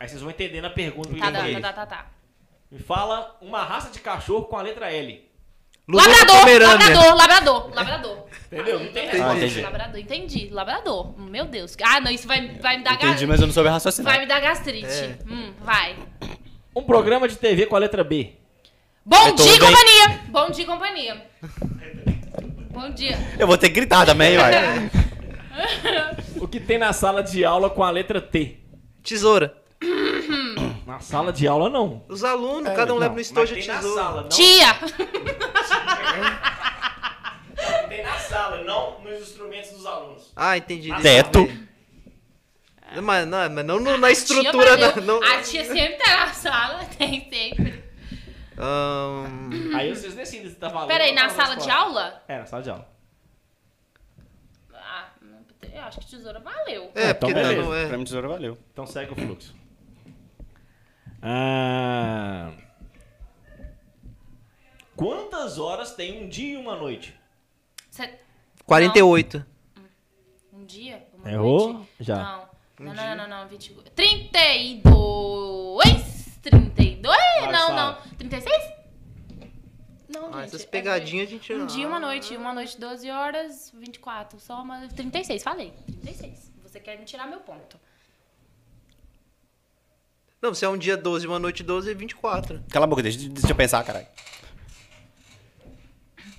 [SPEAKER 3] Aí vocês vão entendendo a pergunta que
[SPEAKER 1] Tá,
[SPEAKER 3] eu
[SPEAKER 1] tá,
[SPEAKER 3] mandei.
[SPEAKER 1] tá, tá, tá, tá.
[SPEAKER 3] Me fala uma raça de cachorro com a letra L.
[SPEAKER 2] Ludovico
[SPEAKER 1] Labrador,
[SPEAKER 2] um Pomerânia.
[SPEAKER 1] labrador, labrador, labrador.
[SPEAKER 3] Entendeu? Não tem
[SPEAKER 4] Ah,
[SPEAKER 3] resposta.
[SPEAKER 4] entendi.
[SPEAKER 3] certa.
[SPEAKER 1] Labrador, entendi. Labrador. Meu Deus. Ah, não, isso vai, vai me dar
[SPEAKER 4] Entendi,
[SPEAKER 1] gastrite.
[SPEAKER 4] mas eu não soube raciocinar.
[SPEAKER 1] Vai me dar gastrite.
[SPEAKER 2] É.
[SPEAKER 1] Hum, vai.
[SPEAKER 3] Um programa de TV com a letra B.
[SPEAKER 1] Bom
[SPEAKER 4] Eu tô
[SPEAKER 1] dia,
[SPEAKER 4] bem.
[SPEAKER 1] companhia! Bom dia, companhia. Bom dia.
[SPEAKER 4] Eu vou ter que gritar também,
[SPEAKER 1] É.
[SPEAKER 4] uai.
[SPEAKER 3] O que tem na sala de aula com a letra T?
[SPEAKER 2] Tesoura.
[SPEAKER 3] Na sala de aula, não.
[SPEAKER 2] Os
[SPEAKER 3] É,
[SPEAKER 2] alunos, cada um leva no estojo de tesoura. [LAUGHS]
[SPEAKER 3] não.
[SPEAKER 1] Tia!
[SPEAKER 3] Tem na sala, não nos instrumentos dos alunos.
[SPEAKER 2] Ah, entendi.
[SPEAKER 3] Mas-
[SPEAKER 2] deixa eu
[SPEAKER 4] Teto.
[SPEAKER 2] ver. Mas não, mas não, no- na
[SPEAKER 1] Ah, Tia
[SPEAKER 2] estrutura. da-
[SPEAKER 1] bateu.
[SPEAKER 2] não, Tá
[SPEAKER 1] A tia sempre tá na sala, [LAUGHS] tem sempre.
[SPEAKER 2] Ahn,
[SPEAKER 3] Aí vocês decidem se tá valendo.
[SPEAKER 1] Peraí,
[SPEAKER 3] ou
[SPEAKER 1] na
[SPEAKER 3] não
[SPEAKER 1] sala de
[SPEAKER 3] resposta.
[SPEAKER 1] aula?
[SPEAKER 3] É, na sala de aula.
[SPEAKER 1] Ah, eu acho que tesoura valeu.
[SPEAKER 2] é,
[SPEAKER 3] então
[SPEAKER 2] porque não,
[SPEAKER 3] beleza.
[SPEAKER 2] não
[SPEAKER 4] Pra
[SPEAKER 2] é.
[SPEAKER 4] mim, tesoura valeu.
[SPEAKER 3] Então segue o fluxo. Ah... Quantas horas tem um dia e uma noite?
[SPEAKER 1] Cê-
[SPEAKER 2] 48.
[SPEAKER 1] Um dia? Uma
[SPEAKER 3] Errou?
[SPEAKER 1] noite?
[SPEAKER 3] Já.
[SPEAKER 1] Não.
[SPEAKER 2] Um
[SPEAKER 1] Não, não, não, não, não, 20... 32! 32?
[SPEAKER 3] Vai,
[SPEAKER 1] não, não.
[SPEAKER 3] fala.
[SPEAKER 1] 36? Não,
[SPEAKER 2] Ah,
[SPEAKER 1] gente.
[SPEAKER 2] essas
[SPEAKER 1] é
[SPEAKER 2] pegadinhas a gente.
[SPEAKER 1] Um dia, uma noite. Uma noite, 12 horas, 24. Só uma... 36, falei. 36. Você quer me tirar meu ponto.
[SPEAKER 2] Não, se é um dia 12, uma noite 12, é 24.
[SPEAKER 4] Cala a boca, deixa, deixa eu pensar, caralho.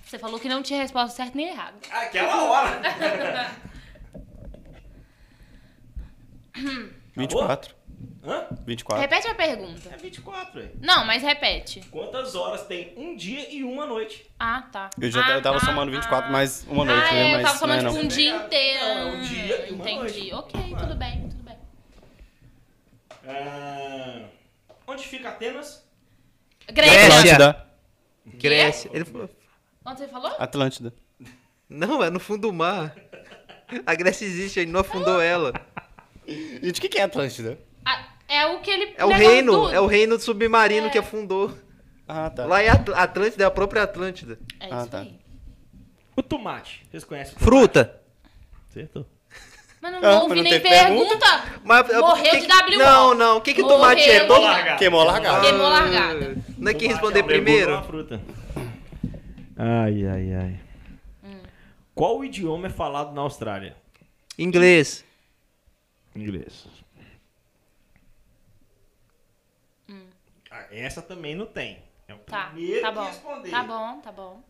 [SPEAKER 1] Você falou que não tinha resposta certa nem errada.
[SPEAKER 3] Aquela hora!
[SPEAKER 4] 24.
[SPEAKER 3] Hã?
[SPEAKER 4] 24.
[SPEAKER 1] Repete a pergunta.
[SPEAKER 3] É 24, velho.
[SPEAKER 1] Não, mas repete.
[SPEAKER 3] Quantas horas tem um dia e uma noite?
[SPEAKER 1] Ah, tá.
[SPEAKER 4] Eu já
[SPEAKER 1] ah,
[SPEAKER 4] eu tava
[SPEAKER 1] ah,
[SPEAKER 4] somando 24
[SPEAKER 1] ah.
[SPEAKER 4] mais uma noite,
[SPEAKER 1] ah, é,
[SPEAKER 4] né? Mas
[SPEAKER 1] eu tava somando
[SPEAKER 4] não é,
[SPEAKER 1] tipo
[SPEAKER 4] não.
[SPEAKER 1] um dia inteiro.
[SPEAKER 3] Não, é um dia e uma
[SPEAKER 1] Entendi.
[SPEAKER 3] noite.
[SPEAKER 1] Ok,
[SPEAKER 3] Claro.
[SPEAKER 1] tudo bem, tudo bem.
[SPEAKER 3] Ah, Onde fica Atenas?
[SPEAKER 1] Grécia.
[SPEAKER 2] Grécia.
[SPEAKER 4] Atlântida.
[SPEAKER 2] Cresce. Ele falou.
[SPEAKER 1] Onde você falou?
[SPEAKER 4] Atlântida.
[SPEAKER 2] Não, é no fundo do mar. A Grécia existe, ele não afundou ela.
[SPEAKER 4] Gente, o que que é Atlântida?
[SPEAKER 1] Ah, é o que ele.
[SPEAKER 2] É o
[SPEAKER 1] negócio
[SPEAKER 2] reino,
[SPEAKER 1] do-
[SPEAKER 2] é o reino submarino
[SPEAKER 1] É.
[SPEAKER 2] que afundou.
[SPEAKER 4] Ah, tá.
[SPEAKER 2] Lá é Atl- Atlântida, é a própria Atlântida.
[SPEAKER 1] É isso
[SPEAKER 4] Ah, tá.
[SPEAKER 1] aí.
[SPEAKER 3] O tomate. Vocês conhecem o tomate?
[SPEAKER 2] Fruta.
[SPEAKER 3] Acertou.
[SPEAKER 1] Mas não
[SPEAKER 4] Ah, mas
[SPEAKER 1] ouvi
[SPEAKER 4] não
[SPEAKER 1] nem
[SPEAKER 4] teve
[SPEAKER 1] pergunta.
[SPEAKER 2] Mas- é,
[SPEAKER 1] Morreu
[SPEAKER 2] que-
[SPEAKER 1] de W.
[SPEAKER 2] Não, não. O que, que o tomate é?
[SPEAKER 1] Morreu
[SPEAKER 2] Todo-
[SPEAKER 1] de-
[SPEAKER 4] Queimou a largada.
[SPEAKER 1] Queimou a largada.
[SPEAKER 2] Ah, Não é quem
[SPEAKER 3] Tomate
[SPEAKER 2] responder
[SPEAKER 3] um
[SPEAKER 2] primeiro?
[SPEAKER 3] legume ou uma fruta? Ai, ai, ai.
[SPEAKER 1] Hum.
[SPEAKER 3] Qual idioma é falado na Austrália?
[SPEAKER 2] Inglês.
[SPEAKER 3] Inglês. Ah, essa também não tem. É o
[SPEAKER 1] Tá,
[SPEAKER 3] primeiro
[SPEAKER 1] tá
[SPEAKER 3] que
[SPEAKER 1] bom.
[SPEAKER 3] responder.
[SPEAKER 1] Tá bom, tá bom.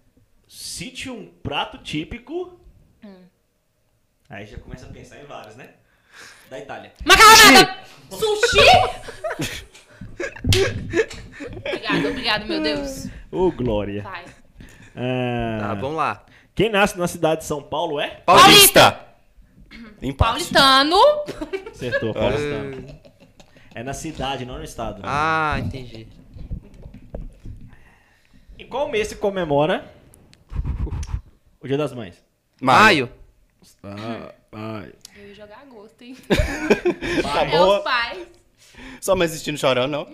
[SPEAKER 3] Cite um prato típico.
[SPEAKER 1] Hum.
[SPEAKER 3] Aí já começa a pensar em vários, né? Da Itália.
[SPEAKER 1] Macarronada! Sushi? obrigado, obrigado, meu Deus.
[SPEAKER 3] Ô, Glória. Ah,
[SPEAKER 1] Vai.
[SPEAKER 2] Tá, vamos lá.
[SPEAKER 3] Quem nasce na cidade de São Paulo é?
[SPEAKER 1] Paulista.
[SPEAKER 4] Empate.
[SPEAKER 1] Paulistano.
[SPEAKER 3] Acertou, paulistano. É na cidade, não no estado.
[SPEAKER 2] Ah, entendi.
[SPEAKER 3] Em qual mês se comemora o Dia das Mães?
[SPEAKER 2] Maio.
[SPEAKER 3] Ah, ai.
[SPEAKER 1] Eu ia jogar agosto, hein?
[SPEAKER 4] Tá
[SPEAKER 1] É os
[SPEAKER 4] boa.
[SPEAKER 1] pais.
[SPEAKER 4] Só mais assistindo chorando, não.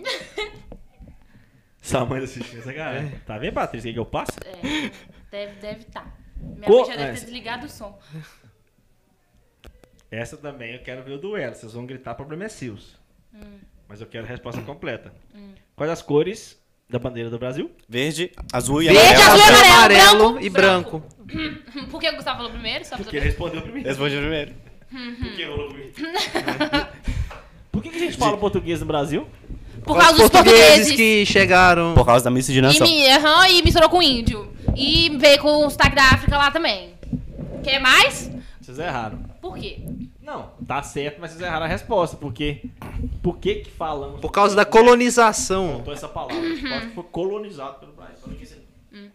[SPEAKER 3] Sua mãe assistiu essa
[SPEAKER 2] É.
[SPEAKER 3] cara. Tá vendo, Patrícia, o que que eu passo?
[SPEAKER 1] É, deve deve tá. Minha
[SPEAKER 3] Co-
[SPEAKER 1] mãe já
[SPEAKER 3] é.
[SPEAKER 1] deve ter desligado o som.
[SPEAKER 3] Essa também eu quero ver o é duelo. Vocês [COUGHS] vão gritar problemas seus. Mas eu quero a resposta completa. Quais as cores da bandeira do Brasil.
[SPEAKER 4] Verde, azul e
[SPEAKER 1] Verde,
[SPEAKER 4] amarelo.
[SPEAKER 1] azul e amarelo, branco,
[SPEAKER 2] e branco.
[SPEAKER 1] Por que o Gustavo falou primeiro? Só pra
[SPEAKER 3] Porque
[SPEAKER 1] saber.
[SPEAKER 3] ele respondeu primeiro.
[SPEAKER 4] Responde primeiro.
[SPEAKER 3] Porque eu não vi. Por que, que a gente fala português no Brasil?
[SPEAKER 1] Por causa
[SPEAKER 2] Os
[SPEAKER 1] dos portugueses.
[SPEAKER 2] que chegaram.
[SPEAKER 4] Por causa da miscigenação.
[SPEAKER 1] E, mi- aham, e misturou com índio. E veio com o sotaque da África lá também. Quer mais?
[SPEAKER 3] Vocês erraram.
[SPEAKER 1] Por quê?
[SPEAKER 3] Não, tá certo, mas vocês erraram a resposta. Porque por que que falamos
[SPEAKER 2] Por causa da colonização.
[SPEAKER 3] Faltou essa palavra.
[SPEAKER 1] Uhum.
[SPEAKER 3] Por causa que foi colonizado pelo Brasil. Olha que você-
[SPEAKER 1] Hum.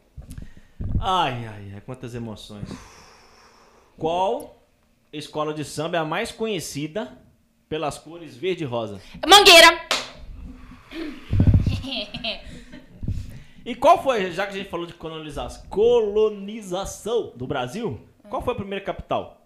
[SPEAKER 3] Ai, ai, ai, quantas emoções. Qual escola de samba é a mais conhecida pelas cores verde e rosa?
[SPEAKER 1] Mangueira! [LAUGHS]
[SPEAKER 3] E qual foi, já que a gente falou de colonização, colonização do Brasil, qual foi a primeira capital?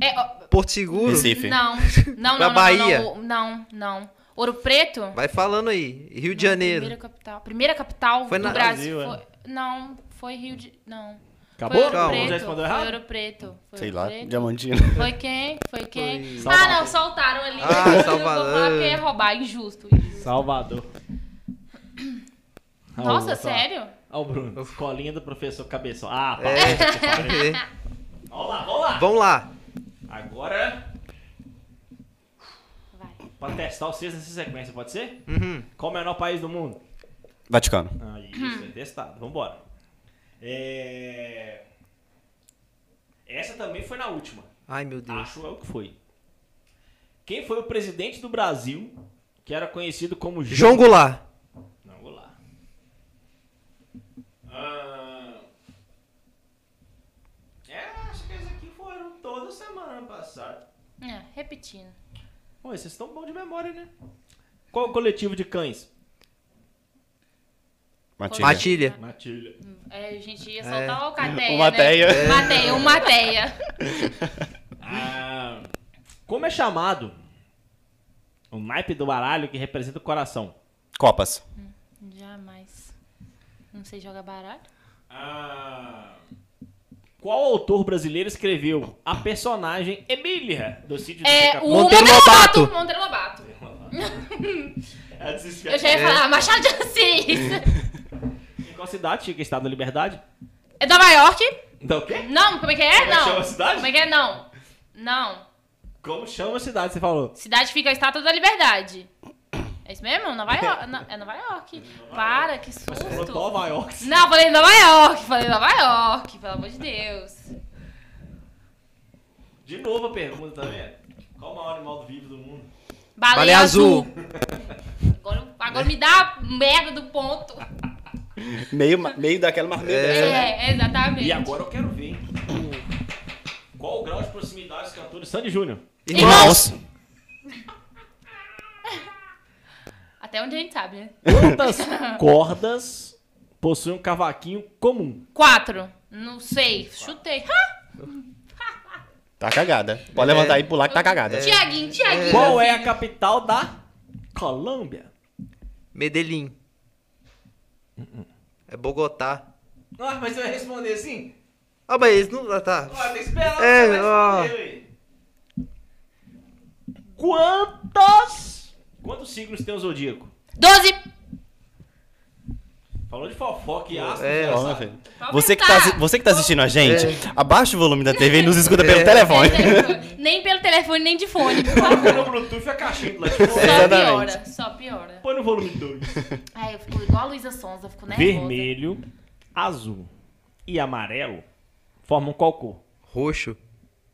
[SPEAKER 1] É, ó,
[SPEAKER 2] Porto Seguro.
[SPEAKER 4] Recife.
[SPEAKER 1] não, não, não,
[SPEAKER 2] Da
[SPEAKER 1] não,
[SPEAKER 2] Bahia.
[SPEAKER 1] não, não, não. Ouro Preto?
[SPEAKER 2] Vai falando aí. Rio de
[SPEAKER 1] Primeira
[SPEAKER 2] Janeiro.
[SPEAKER 1] capital. Primeira capital
[SPEAKER 2] Foi
[SPEAKER 1] do
[SPEAKER 2] na-
[SPEAKER 1] Brasil.
[SPEAKER 3] Brasil, é.
[SPEAKER 1] foi- Não, foi Rio de. Não.
[SPEAKER 3] Acabou?
[SPEAKER 1] Foi Ouro
[SPEAKER 2] Calma.
[SPEAKER 1] Preto.
[SPEAKER 3] Já respondeu
[SPEAKER 1] foi
[SPEAKER 3] errado?
[SPEAKER 1] Ouro Preto. Foi
[SPEAKER 4] Sei
[SPEAKER 1] Ouro
[SPEAKER 4] lá,
[SPEAKER 1] Preto.
[SPEAKER 4] diamantina.
[SPEAKER 1] Foi quem? Foi quem?
[SPEAKER 2] Foi-
[SPEAKER 1] Ah, não,
[SPEAKER 3] Salvador.
[SPEAKER 1] soltaram ali. [LAUGHS]
[SPEAKER 2] Ah,
[SPEAKER 1] Eu vou
[SPEAKER 2] Salvador.
[SPEAKER 1] falar que é roubar, injusto. injusto.
[SPEAKER 3] Salvador.
[SPEAKER 1] Nossa,
[SPEAKER 3] Ah, o-
[SPEAKER 1] sério?
[SPEAKER 3] Ó, o Bruno. Escolinha do professor Cabeção. Ah, pá.
[SPEAKER 2] É.
[SPEAKER 3] Vamos lá, vamos lá.
[SPEAKER 2] Vamos lá.
[SPEAKER 3] Agora,
[SPEAKER 1] Vai.
[SPEAKER 3] pra testar vocês nessa sequência, pode ser?
[SPEAKER 2] Uhum.
[SPEAKER 3] Qual o menor país do mundo?
[SPEAKER 4] Vaticano.
[SPEAKER 3] Ah, isso, é testado. Vambora. É... Essa também foi na última.
[SPEAKER 2] Ai, meu Deus.
[SPEAKER 3] Acho é o que foi. Quem foi o presidente do Brasil que era conhecido como
[SPEAKER 2] João Goulart.
[SPEAKER 3] Não, vou lá. Ah, É, acho que essas aqui foram toda semana passada.
[SPEAKER 1] É, repetindo.
[SPEAKER 3] Pô, vocês estão bons de memória, né? Qual o coletivo de cães?
[SPEAKER 4] Matilha.
[SPEAKER 2] Matilha.
[SPEAKER 3] Matilha.
[SPEAKER 1] É, a gente ia
[SPEAKER 2] É.
[SPEAKER 1] soltar o cateia.
[SPEAKER 4] Uma teia.
[SPEAKER 1] Né? Mateia, uma teia.
[SPEAKER 3] Ah, como é chamado o naipe do baralho que representa o coração?
[SPEAKER 4] Copas.
[SPEAKER 1] Jamais. Não sei jogar baralho.
[SPEAKER 3] Ah, qual autor brasileiro escreveu a personagem Emília do sítio do
[SPEAKER 1] É o
[SPEAKER 3] Pica-Pau?
[SPEAKER 2] Monteiro Lobato.
[SPEAKER 1] Monteiro Lobato.
[SPEAKER 3] É desesperado.
[SPEAKER 1] Eu já ia
[SPEAKER 2] É.
[SPEAKER 1] falar, Machado de Assis.
[SPEAKER 3] Em qual cidade fica o Estado da Liberdade?
[SPEAKER 1] É Nova York?
[SPEAKER 3] Então, o quê?
[SPEAKER 1] Não, como é que é?
[SPEAKER 3] Como é que
[SPEAKER 1] Não.
[SPEAKER 3] chama a cidade?
[SPEAKER 1] Como é que é? Não. Não.
[SPEAKER 3] Como chama a cidade, você falou?
[SPEAKER 1] Cidade fica a Estátua da Liberdade. É isso mesmo? Nova York. Na- É Nova York. Para, que
[SPEAKER 3] Você falou
[SPEAKER 1] susto.
[SPEAKER 3] Nova York.
[SPEAKER 1] Não, falei Nova York. Falei Nova York, pelo amor de Deus.
[SPEAKER 3] De novo a pergunta, tá vendo? Qual o maior animal vivo do mundo?
[SPEAKER 1] Baleia,
[SPEAKER 2] Baleia
[SPEAKER 1] azul.
[SPEAKER 2] azul.
[SPEAKER 1] Agora, agora
[SPEAKER 4] Né?
[SPEAKER 1] me dá mega do ponto.
[SPEAKER 4] Meio, ma- meio daquela marmita.
[SPEAKER 1] É,
[SPEAKER 4] essa, né?
[SPEAKER 1] exatamente.
[SPEAKER 3] E agora eu quero ver hein, o- qual o grau de proximidade dos cantores Sandy Júnior.
[SPEAKER 1] Irmãos.
[SPEAKER 4] Irmãos.
[SPEAKER 1] Até onde a gente sabe, né?
[SPEAKER 3] Quantas [LAUGHS] cordas possuem um cavaquinho comum?
[SPEAKER 1] Quatro. Não sei. Chutei. Ha!
[SPEAKER 4] Tá cagada.
[SPEAKER 2] É.
[SPEAKER 4] Pode levantar e pular que
[SPEAKER 1] É.
[SPEAKER 4] tá cagada.
[SPEAKER 1] Tiaguinho, Tiaguinho.
[SPEAKER 3] Qual é a capital da Colômbia?
[SPEAKER 2] Medellín. É Bogotá.
[SPEAKER 3] Ah, mas você vai responder assim?
[SPEAKER 2] Ah, mas eles não. Ah, tá.
[SPEAKER 3] Ah, tem que esperar
[SPEAKER 2] É,
[SPEAKER 3] você vai
[SPEAKER 2] ó.
[SPEAKER 3] responder, ué. Quantas... Quantos signos tem o Zodíaco?
[SPEAKER 1] Doze.
[SPEAKER 3] Falou de fofoca e né? astro.
[SPEAKER 2] É,
[SPEAKER 3] já
[SPEAKER 2] ó,
[SPEAKER 4] Ó, meu
[SPEAKER 3] sabe.
[SPEAKER 4] filho.
[SPEAKER 1] Pode
[SPEAKER 4] Você que, tá,
[SPEAKER 1] tentar.
[SPEAKER 4] assi- você que tá assistindo a gente,
[SPEAKER 2] É.
[SPEAKER 4] abaixa o volume da TV e nos escuta pelo
[SPEAKER 2] É.
[SPEAKER 4] telefone.
[SPEAKER 1] é, Nem pelo telefone, nem de
[SPEAKER 4] [LAUGHS]
[SPEAKER 1] fone, por favor.
[SPEAKER 3] Põe no Tá Bluetooth é a
[SPEAKER 2] [LAUGHS]
[SPEAKER 3] caixinha do lado de
[SPEAKER 1] Só
[SPEAKER 2] É.
[SPEAKER 3] fora.
[SPEAKER 4] Exatamente.
[SPEAKER 1] piora, só piora.
[SPEAKER 3] Tipo, Põe no volume 2.
[SPEAKER 1] Ai, eu fico igual a Luísa Sonza, eu fico nervosa.
[SPEAKER 3] Vermelho, azul e amarelo formam qual cor?
[SPEAKER 2] Roxo.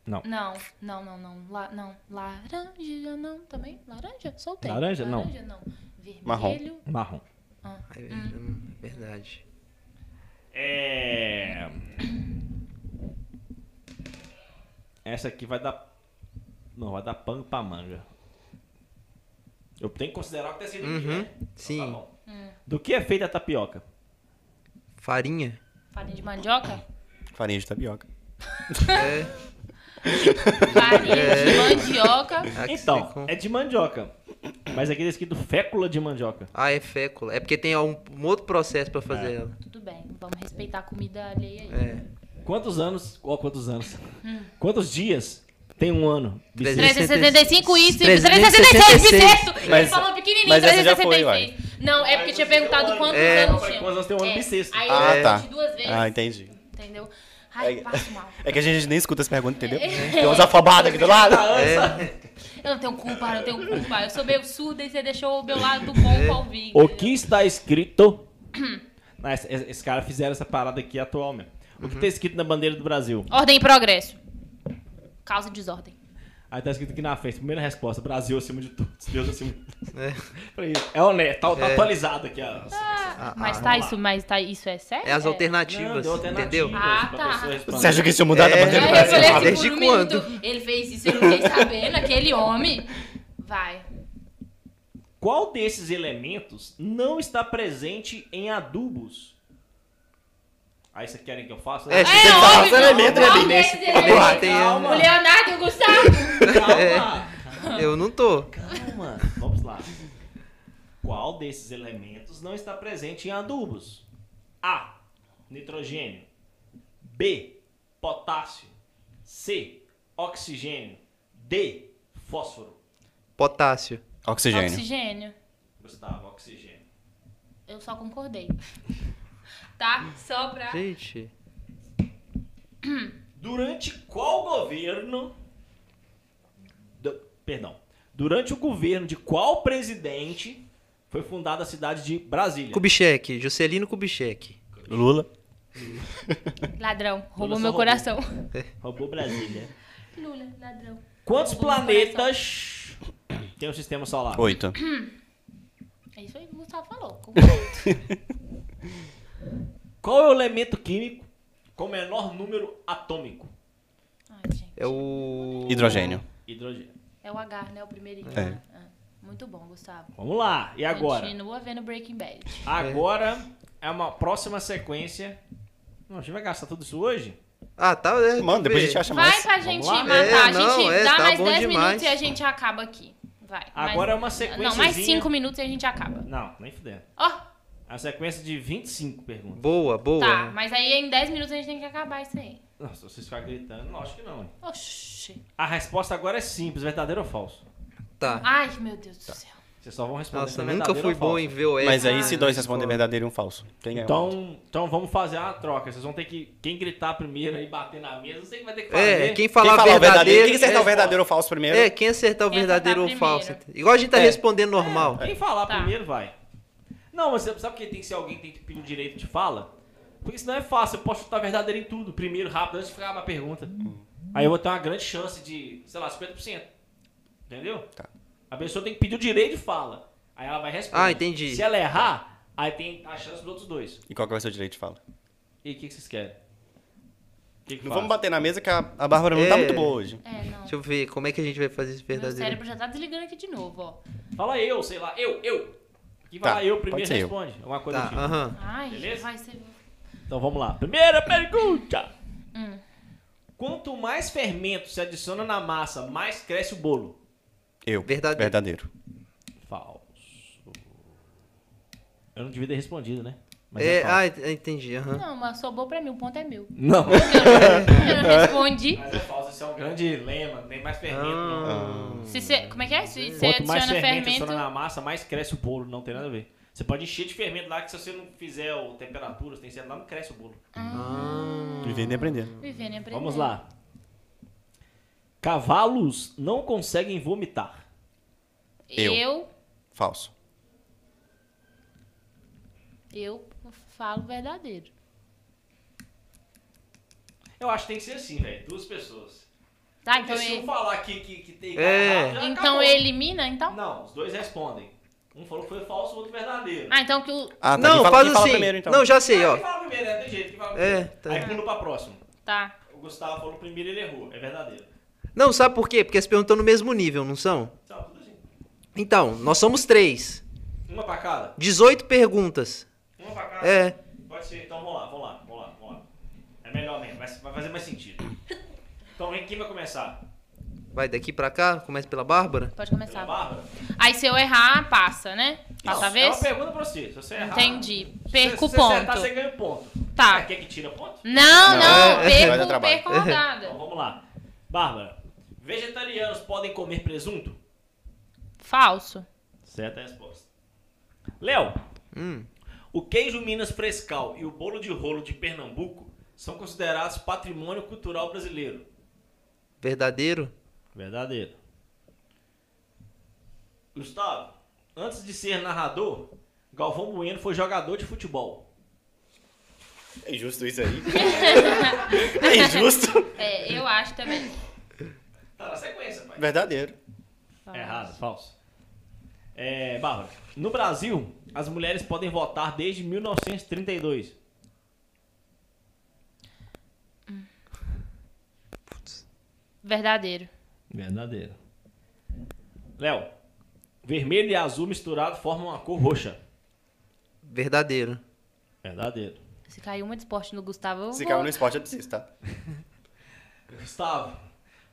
[SPEAKER 1] Não, não, não, não. La, não. Laranja, não. Também? Laranja? Soltei.
[SPEAKER 3] Laranja? Não.
[SPEAKER 1] Laranja, não. Vermelho.
[SPEAKER 4] Marrom.
[SPEAKER 3] Marrom.
[SPEAKER 1] Ah.
[SPEAKER 2] Ai, hum, Verdade.
[SPEAKER 3] É. Essa aqui vai dar. Não, vai dar pano pra manga. Eu tenho que considerar o que tá sendo aqui,
[SPEAKER 2] Uhum,
[SPEAKER 3] né? Então
[SPEAKER 2] sim.
[SPEAKER 3] tá bom. Do que é feita a tapioca?
[SPEAKER 2] Farinha.
[SPEAKER 1] Farinha de mandioca?
[SPEAKER 4] [LAUGHS] Farinha de tapioca.
[SPEAKER 2] É.
[SPEAKER 1] Farinha
[SPEAKER 4] É.
[SPEAKER 1] de mandioca.
[SPEAKER 2] Ah, que
[SPEAKER 3] então,
[SPEAKER 2] seco.
[SPEAKER 3] é de mandioca. Mas aqui tá escrito fécula de mandioca.
[SPEAKER 2] Ah, é fécula. É porque tem um, um outro processo pra fazer ela.
[SPEAKER 1] Tudo bem, vamos respeitar a comida alheia aí.
[SPEAKER 2] É.
[SPEAKER 3] Quantos anos. Ó, quantos anos? Quantos dias tem um ano? Bissexto.
[SPEAKER 1] 375 isso, 366
[SPEAKER 2] 366.
[SPEAKER 1] bissexto. Ele
[SPEAKER 4] Mas-
[SPEAKER 1] falou pequenininho,
[SPEAKER 4] mas essa já foi,
[SPEAKER 1] 366.
[SPEAKER 4] uai.
[SPEAKER 1] não, Não, é porque tinha perguntado quantos
[SPEAKER 2] É.
[SPEAKER 1] anos
[SPEAKER 3] Mas
[SPEAKER 1] tinha.
[SPEAKER 3] quantos anos tem um ano
[SPEAKER 1] É.
[SPEAKER 3] bissexto?
[SPEAKER 1] Aí
[SPEAKER 4] Ah,
[SPEAKER 1] eu
[SPEAKER 4] tá.
[SPEAKER 1] repeti duas vezes,
[SPEAKER 4] Ah, entendi.
[SPEAKER 1] entendeu? Ai, eu passo mal.
[SPEAKER 4] É que a gente nem escuta as perguntas, entendeu?
[SPEAKER 1] É.
[SPEAKER 4] Tem umas afobadas aqui do
[SPEAKER 1] [LAUGHS]
[SPEAKER 4] lado.
[SPEAKER 2] É,
[SPEAKER 1] Eu não tenho culpa, eu não tenho culpa. Eu sou meio surda e você deixou o meu lado bom pra ouvir.
[SPEAKER 3] O que está escrito. [CLEARS THROAT] Não, esse, esse cara fizeram essa parada aqui atual mesmo. O que
[SPEAKER 2] Uhum.
[SPEAKER 3] está escrito na bandeira do Brasil?
[SPEAKER 1] Ordem e progresso. Causa e desordem.
[SPEAKER 3] Aí tá escrito aqui na frente. Primeira resposta: Brasil acima de todos, [LAUGHS] Deus acima de todos.
[SPEAKER 2] É.
[SPEAKER 3] [LAUGHS] Falei, É honesto, tá, tá
[SPEAKER 2] É.
[SPEAKER 3] atualizado aqui. Ó.
[SPEAKER 1] mas tá
[SPEAKER 2] ah,
[SPEAKER 3] vamos lá.
[SPEAKER 1] isso, mas tá isso é sério?
[SPEAKER 2] É as
[SPEAKER 3] Não,
[SPEAKER 2] alternativas,
[SPEAKER 3] deu alternativas
[SPEAKER 2] entendeu?
[SPEAKER 1] Ah,
[SPEAKER 3] pra
[SPEAKER 1] tá.
[SPEAKER 3] pessoa responder.
[SPEAKER 4] Você acha que isso ia mudar Tá da
[SPEAKER 2] É.
[SPEAKER 1] É,
[SPEAKER 4] bandeira do
[SPEAKER 1] eu
[SPEAKER 4] Brasil?
[SPEAKER 1] falei assim,
[SPEAKER 2] Desde
[SPEAKER 1] por um
[SPEAKER 2] quando?
[SPEAKER 1] minuto, ele fez isso, eu não fiquei sabendo, aquele homem. Vai.
[SPEAKER 3] Qual desses elementos não está presente em adubos? Aí vocês querem que eu faça?
[SPEAKER 2] É,
[SPEAKER 1] É
[SPEAKER 4] que falar
[SPEAKER 1] óbvio,
[SPEAKER 4] os elementos, né,
[SPEAKER 1] qual
[SPEAKER 4] Bim?
[SPEAKER 1] desses
[SPEAKER 4] Nesse-
[SPEAKER 1] elementos?
[SPEAKER 4] Ah,
[SPEAKER 2] tem-
[SPEAKER 1] O Leonardo e o Gustavo.
[SPEAKER 2] [LAUGHS] É.
[SPEAKER 3] Calma,
[SPEAKER 2] Eu não tô.
[SPEAKER 3] calma. Vamos lá. Qual desses elementos não está presente em adubos? A. Nitrogênio. B. Potássio. C. Oxigênio. D. Fósforo.
[SPEAKER 2] Potássio.
[SPEAKER 1] assim,
[SPEAKER 4] Oxigênio.
[SPEAKER 1] Oxigênio.
[SPEAKER 3] Gustavo, oxigênio.
[SPEAKER 1] Eu só concordei. Tá? Só pra...
[SPEAKER 2] Gente.
[SPEAKER 3] Durante qual governo. do- perdão. Durante o governo de qual presidente foi fundada a cidade de Brasília?
[SPEAKER 2] Kubitschek, Juscelino Kubitschek.
[SPEAKER 4] Lula.
[SPEAKER 1] Ladrão, roubou
[SPEAKER 3] só
[SPEAKER 1] meu
[SPEAKER 3] roubou.
[SPEAKER 1] coração.
[SPEAKER 3] Roubou Brasília.
[SPEAKER 1] Lula, ladrão.
[SPEAKER 3] Quantos
[SPEAKER 1] Roubou meu
[SPEAKER 3] planetas tem o sistema solar?
[SPEAKER 4] Oito.
[SPEAKER 1] É isso aí que o Gustavo falou.
[SPEAKER 3] Qual é o elemento químico com menor número atômico?
[SPEAKER 1] Ai, gente.
[SPEAKER 2] É o.
[SPEAKER 4] Hidrogênio.
[SPEAKER 3] Hidrogênio.
[SPEAKER 1] É o H, né? O primeirinho.
[SPEAKER 4] É.
[SPEAKER 1] né? Ah, Muito bom, Gustavo.
[SPEAKER 3] Vamos lá. E agora?
[SPEAKER 1] Continua vendo Breaking Bad.
[SPEAKER 3] Agora é uma próxima sequência. Não, a gente vai gastar tudo isso hoje?
[SPEAKER 2] Ah, tá. É,
[SPEAKER 4] Mano, depois a gente acha
[SPEAKER 1] Vai
[SPEAKER 4] mais.
[SPEAKER 1] pra gente
[SPEAKER 3] lá?
[SPEAKER 1] matar.
[SPEAKER 2] É,
[SPEAKER 1] a gente
[SPEAKER 2] não, é,
[SPEAKER 1] dá
[SPEAKER 2] tá
[SPEAKER 1] mais
[SPEAKER 2] bom
[SPEAKER 1] 10
[SPEAKER 2] demais.
[SPEAKER 1] minutos e a gente acaba aqui. Vai.
[SPEAKER 3] Agora é uma
[SPEAKER 1] mais... Não, mais
[SPEAKER 3] sequenciazinha.
[SPEAKER 1] 5 minutos e a gente acaba.
[SPEAKER 3] Não, nem fudendo.
[SPEAKER 1] Ó,
[SPEAKER 3] É uma sequência de 25 perguntas.
[SPEAKER 2] Boa, boa.
[SPEAKER 1] tá. Mas aí em 10 minutos a gente tem que acabar isso aí.
[SPEAKER 3] Nossa, vocês ficam gritando. Não, acho que não. hein?
[SPEAKER 1] Oxi.
[SPEAKER 3] A resposta agora é simples, verdadeiro ou falso?
[SPEAKER 2] Tá.
[SPEAKER 1] Ai, meu Deus do céu.
[SPEAKER 3] Vocês só vão responder se
[SPEAKER 2] Nossa,
[SPEAKER 3] é
[SPEAKER 2] nunca
[SPEAKER 3] verdadeiro
[SPEAKER 2] fui
[SPEAKER 3] ou falso.
[SPEAKER 2] bom em ver o
[SPEAKER 4] Mas
[SPEAKER 2] F.
[SPEAKER 4] aí se dois respondem verdadeiro e um falso. Quem é o
[SPEAKER 3] Então, então vamos fazer a troca. Vocês vão ter que. Quem gritar primeiro e bater na mesa, não sei quem vai ter que fazer.
[SPEAKER 2] É, quem
[SPEAKER 4] Quem
[SPEAKER 2] falar
[SPEAKER 4] falar o verdadeiro?
[SPEAKER 2] verdadeiro.
[SPEAKER 4] Quem acertar o
[SPEAKER 2] é-
[SPEAKER 4] verdadeiro ou falso primeiro?
[SPEAKER 2] É, quem acertar o
[SPEAKER 1] Quem
[SPEAKER 2] verdadeiro ou
[SPEAKER 1] acertar
[SPEAKER 2] falso.
[SPEAKER 1] primeiro.
[SPEAKER 2] Igual a gente tá
[SPEAKER 4] É.
[SPEAKER 2] respondendo normal.
[SPEAKER 3] Quem falar
[SPEAKER 1] Tá.
[SPEAKER 3] primeiro vai. Não, mas você sabe que tem que ser alguém que tem que pedir o direito de fala? Porque senão é fácil, eu posso chutar verdadeiro em tudo, primeiro, rápido, antes de ficar uma pergunta.
[SPEAKER 4] Hum.
[SPEAKER 3] Aí eu vou ter uma grande chance de, sei lá, 50%. Entendeu?
[SPEAKER 4] Tá.
[SPEAKER 3] A pessoa tem que pedir o direito de fala. Aí ela vai responder.
[SPEAKER 2] Ah, entendi.
[SPEAKER 3] Se ela errar, aí tem a chance dos outros dois.
[SPEAKER 4] E qual que vai ser o direito de fala?
[SPEAKER 3] E o que, que vocês querem? O que que
[SPEAKER 4] Não
[SPEAKER 3] faz?
[SPEAKER 4] vamos bater na mesa que a, a Bárbara não tá
[SPEAKER 2] É.
[SPEAKER 4] muito boa hoje.
[SPEAKER 1] É, não.
[SPEAKER 2] Deixa eu ver como é que a gente vai fazer esse
[SPEAKER 1] Meu
[SPEAKER 2] verdadeiro.
[SPEAKER 1] cérebro já tá desligando aqui de novo, ó.
[SPEAKER 3] Fala eu, sei lá, eu, eu. Quem
[SPEAKER 4] Tá,
[SPEAKER 3] falar eu
[SPEAKER 4] pode
[SPEAKER 3] primeiro
[SPEAKER 4] ser eu.
[SPEAKER 3] responde. Alguma coisa
[SPEAKER 2] Tá,
[SPEAKER 3] do tipo.
[SPEAKER 2] aham.
[SPEAKER 1] Ai,
[SPEAKER 3] Beleza?
[SPEAKER 1] vai ser.
[SPEAKER 3] Então vamos lá. Primeira pergunta.
[SPEAKER 1] Hum.
[SPEAKER 3] Quanto mais fermento se adiciona na massa, mais cresce o bolo.
[SPEAKER 4] Eu.
[SPEAKER 2] Verdadeiro.
[SPEAKER 4] Verdadeiro.
[SPEAKER 3] Falso. Eu não devia ter respondido, né?
[SPEAKER 2] É,
[SPEAKER 3] falso.
[SPEAKER 2] ah, ent- entendi. Aham.
[SPEAKER 1] Não, mas sobrou pra mim, o ponto é meu.
[SPEAKER 3] Não.
[SPEAKER 1] Eu não respondi.
[SPEAKER 3] Mas é falso, isso é um grande lema. Tem mais fermento. não.
[SPEAKER 1] Se cê, como é que é? Se você
[SPEAKER 3] Hum. Quanto mais
[SPEAKER 1] adiciona
[SPEAKER 3] fermento,
[SPEAKER 1] fermento.
[SPEAKER 3] adiciona na massa, mais cresce o bolo. Não tem nada a ver. Você pode encher de fermento lá que se você não fizer o temperatura, você tem que ser lá, não cresce o bolo.
[SPEAKER 4] Vivendo e aprendendo.
[SPEAKER 1] Vivendo e aprendendo.
[SPEAKER 3] Vamos lá. Cavalos não conseguem vomitar.
[SPEAKER 1] Eu.
[SPEAKER 4] Eu.
[SPEAKER 1] eu.
[SPEAKER 4] Falso.
[SPEAKER 1] falo verdadeiro.
[SPEAKER 3] Eu acho que tem que ser assim, velho. Duas pessoas.
[SPEAKER 1] Tá,
[SPEAKER 3] Porque
[SPEAKER 1] então
[SPEAKER 3] se um
[SPEAKER 1] ele.
[SPEAKER 3] falar que, que, que tem
[SPEAKER 2] É.
[SPEAKER 3] já
[SPEAKER 1] Então
[SPEAKER 3] acabou.
[SPEAKER 1] elimina, então?
[SPEAKER 3] Não, os dois respondem. Um falou que foi falso, o outro verdadeiro.
[SPEAKER 1] Ah, então que o.
[SPEAKER 4] Ah, tá.
[SPEAKER 2] não,
[SPEAKER 4] quem fala,
[SPEAKER 2] faz assim.
[SPEAKER 4] quem fala primeiro, então.
[SPEAKER 2] Não, já sei,
[SPEAKER 3] Ah,
[SPEAKER 2] ó.
[SPEAKER 3] Quem fala primeiro, né? Tem jeito, quem fala
[SPEAKER 2] É,
[SPEAKER 3] primeiro.
[SPEAKER 2] tá.
[SPEAKER 3] Aí pula pra próxima.
[SPEAKER 1] Tá.
[SPEAKER 3] O Gustavo falou primeiro e ele errou. É verdadeiro.
[SPEAKER 2] Não, sabe por quê? Porque as perguntas estão no mesmo nível, não são?
[SPEAKER 3] Tá, tudo assim.
[SPEAKER 2] Então, nós somos três.
[SPEAKER 3] Uma pra cada?
[SPEAKER 2] 18 perguntas.
[SPEAKER 3] Uma pra cada?
[SPEAKER 2] É.
[SPEAKER 3] Pode ser. Então vamos lá, vamos lá, vamos lá, vamos lá. É melhor mesmo, vai vai fazer mais sentido. Então quem quem vai começar?
[SPEAKER 2] Vai daqui pra cá, começa pela Bárbara.
[SPEAKER 1] Pode
[SPEAKER 3] Pela
[SPEAKER 1] começar.
[SPEAKER 3] Bárbara?
[SPEAKER 1] Aí se eu errar, passa, né? Passa a
[SPEAKER 3] Não, É
[SPEAKER 1] vez?
[SPEAKER 3] uma pergunta pra você. Se você errar.
[SPEAKER 1] Entendi.
[SPEAKER 3] se
[SPEAKER 1] Perco
[SPEAKER 3] você-
[SPEAKER 1] o
[SPEAKER 3] se você acertar,
[SPEAKER 1] ponto.
[SPEAKER 3] você ganha o ponto.
[SPEAKER 1] Tá.
[SPEAKER 3] Ah, Quer que tira ponto?
[SPEAKER 1] Não, não,
[SPEAKER 4] Não, é, vai dar
[SPEAKER 1] perco,
[SPEAKER 4] trabalho.
[SPEAKER 1] perco a rodada.
[SPEAKER 3] [LAUGHS] Então vamos lá. Bárbara, vegetarianos podem comer presunto?
[SPEAKER 1] Falso.
[SPEAKER 3] Certa resposta. Léo,
[SPEAKER 2] Hum.
[SPEAKER 3] o queijo Minas Frescal e o bolo de rolo de Pernambuco são considerados patrimônio cultural brasileiro.
[SPEAKER 2] Verdadeiro?
[SPEAKER 3] Verdadeiro. Gustavo, antes de ser narrador, Galvão Bueno foi jogador de futebol.
[SPEAKER 4] É injusto isso aí. é injusto.
[SPEAKER 1] É, eu acho também.
[SPEAKER 3] Tá na sequência, pai.
[SPEAKER 4] [LAUGHS] Verdadeiro.
[SPEAKER 3] Errado, falso. É, Bárbara, no Brasil, as mulheres podem votar desde 1932.
[SPEAKER 1] Verdadeiro.
[SPEAKER 3] Verdadeiro. Léo, vermelho e azul misturado formam uma cor roxa.
[SPEAKER 2] Verdadeiro.
[SPEAKER 3] Verdadeiro.
[SPEAKER 1] Se caiu uma de esporte no Gustavo, eu
[SPEAKER 4] Se
[SPEAKER 1] vou-
[SPEAKER 4] caiu no esporte, eu desisto, tá?
[SPEAKER 3] Gustavo,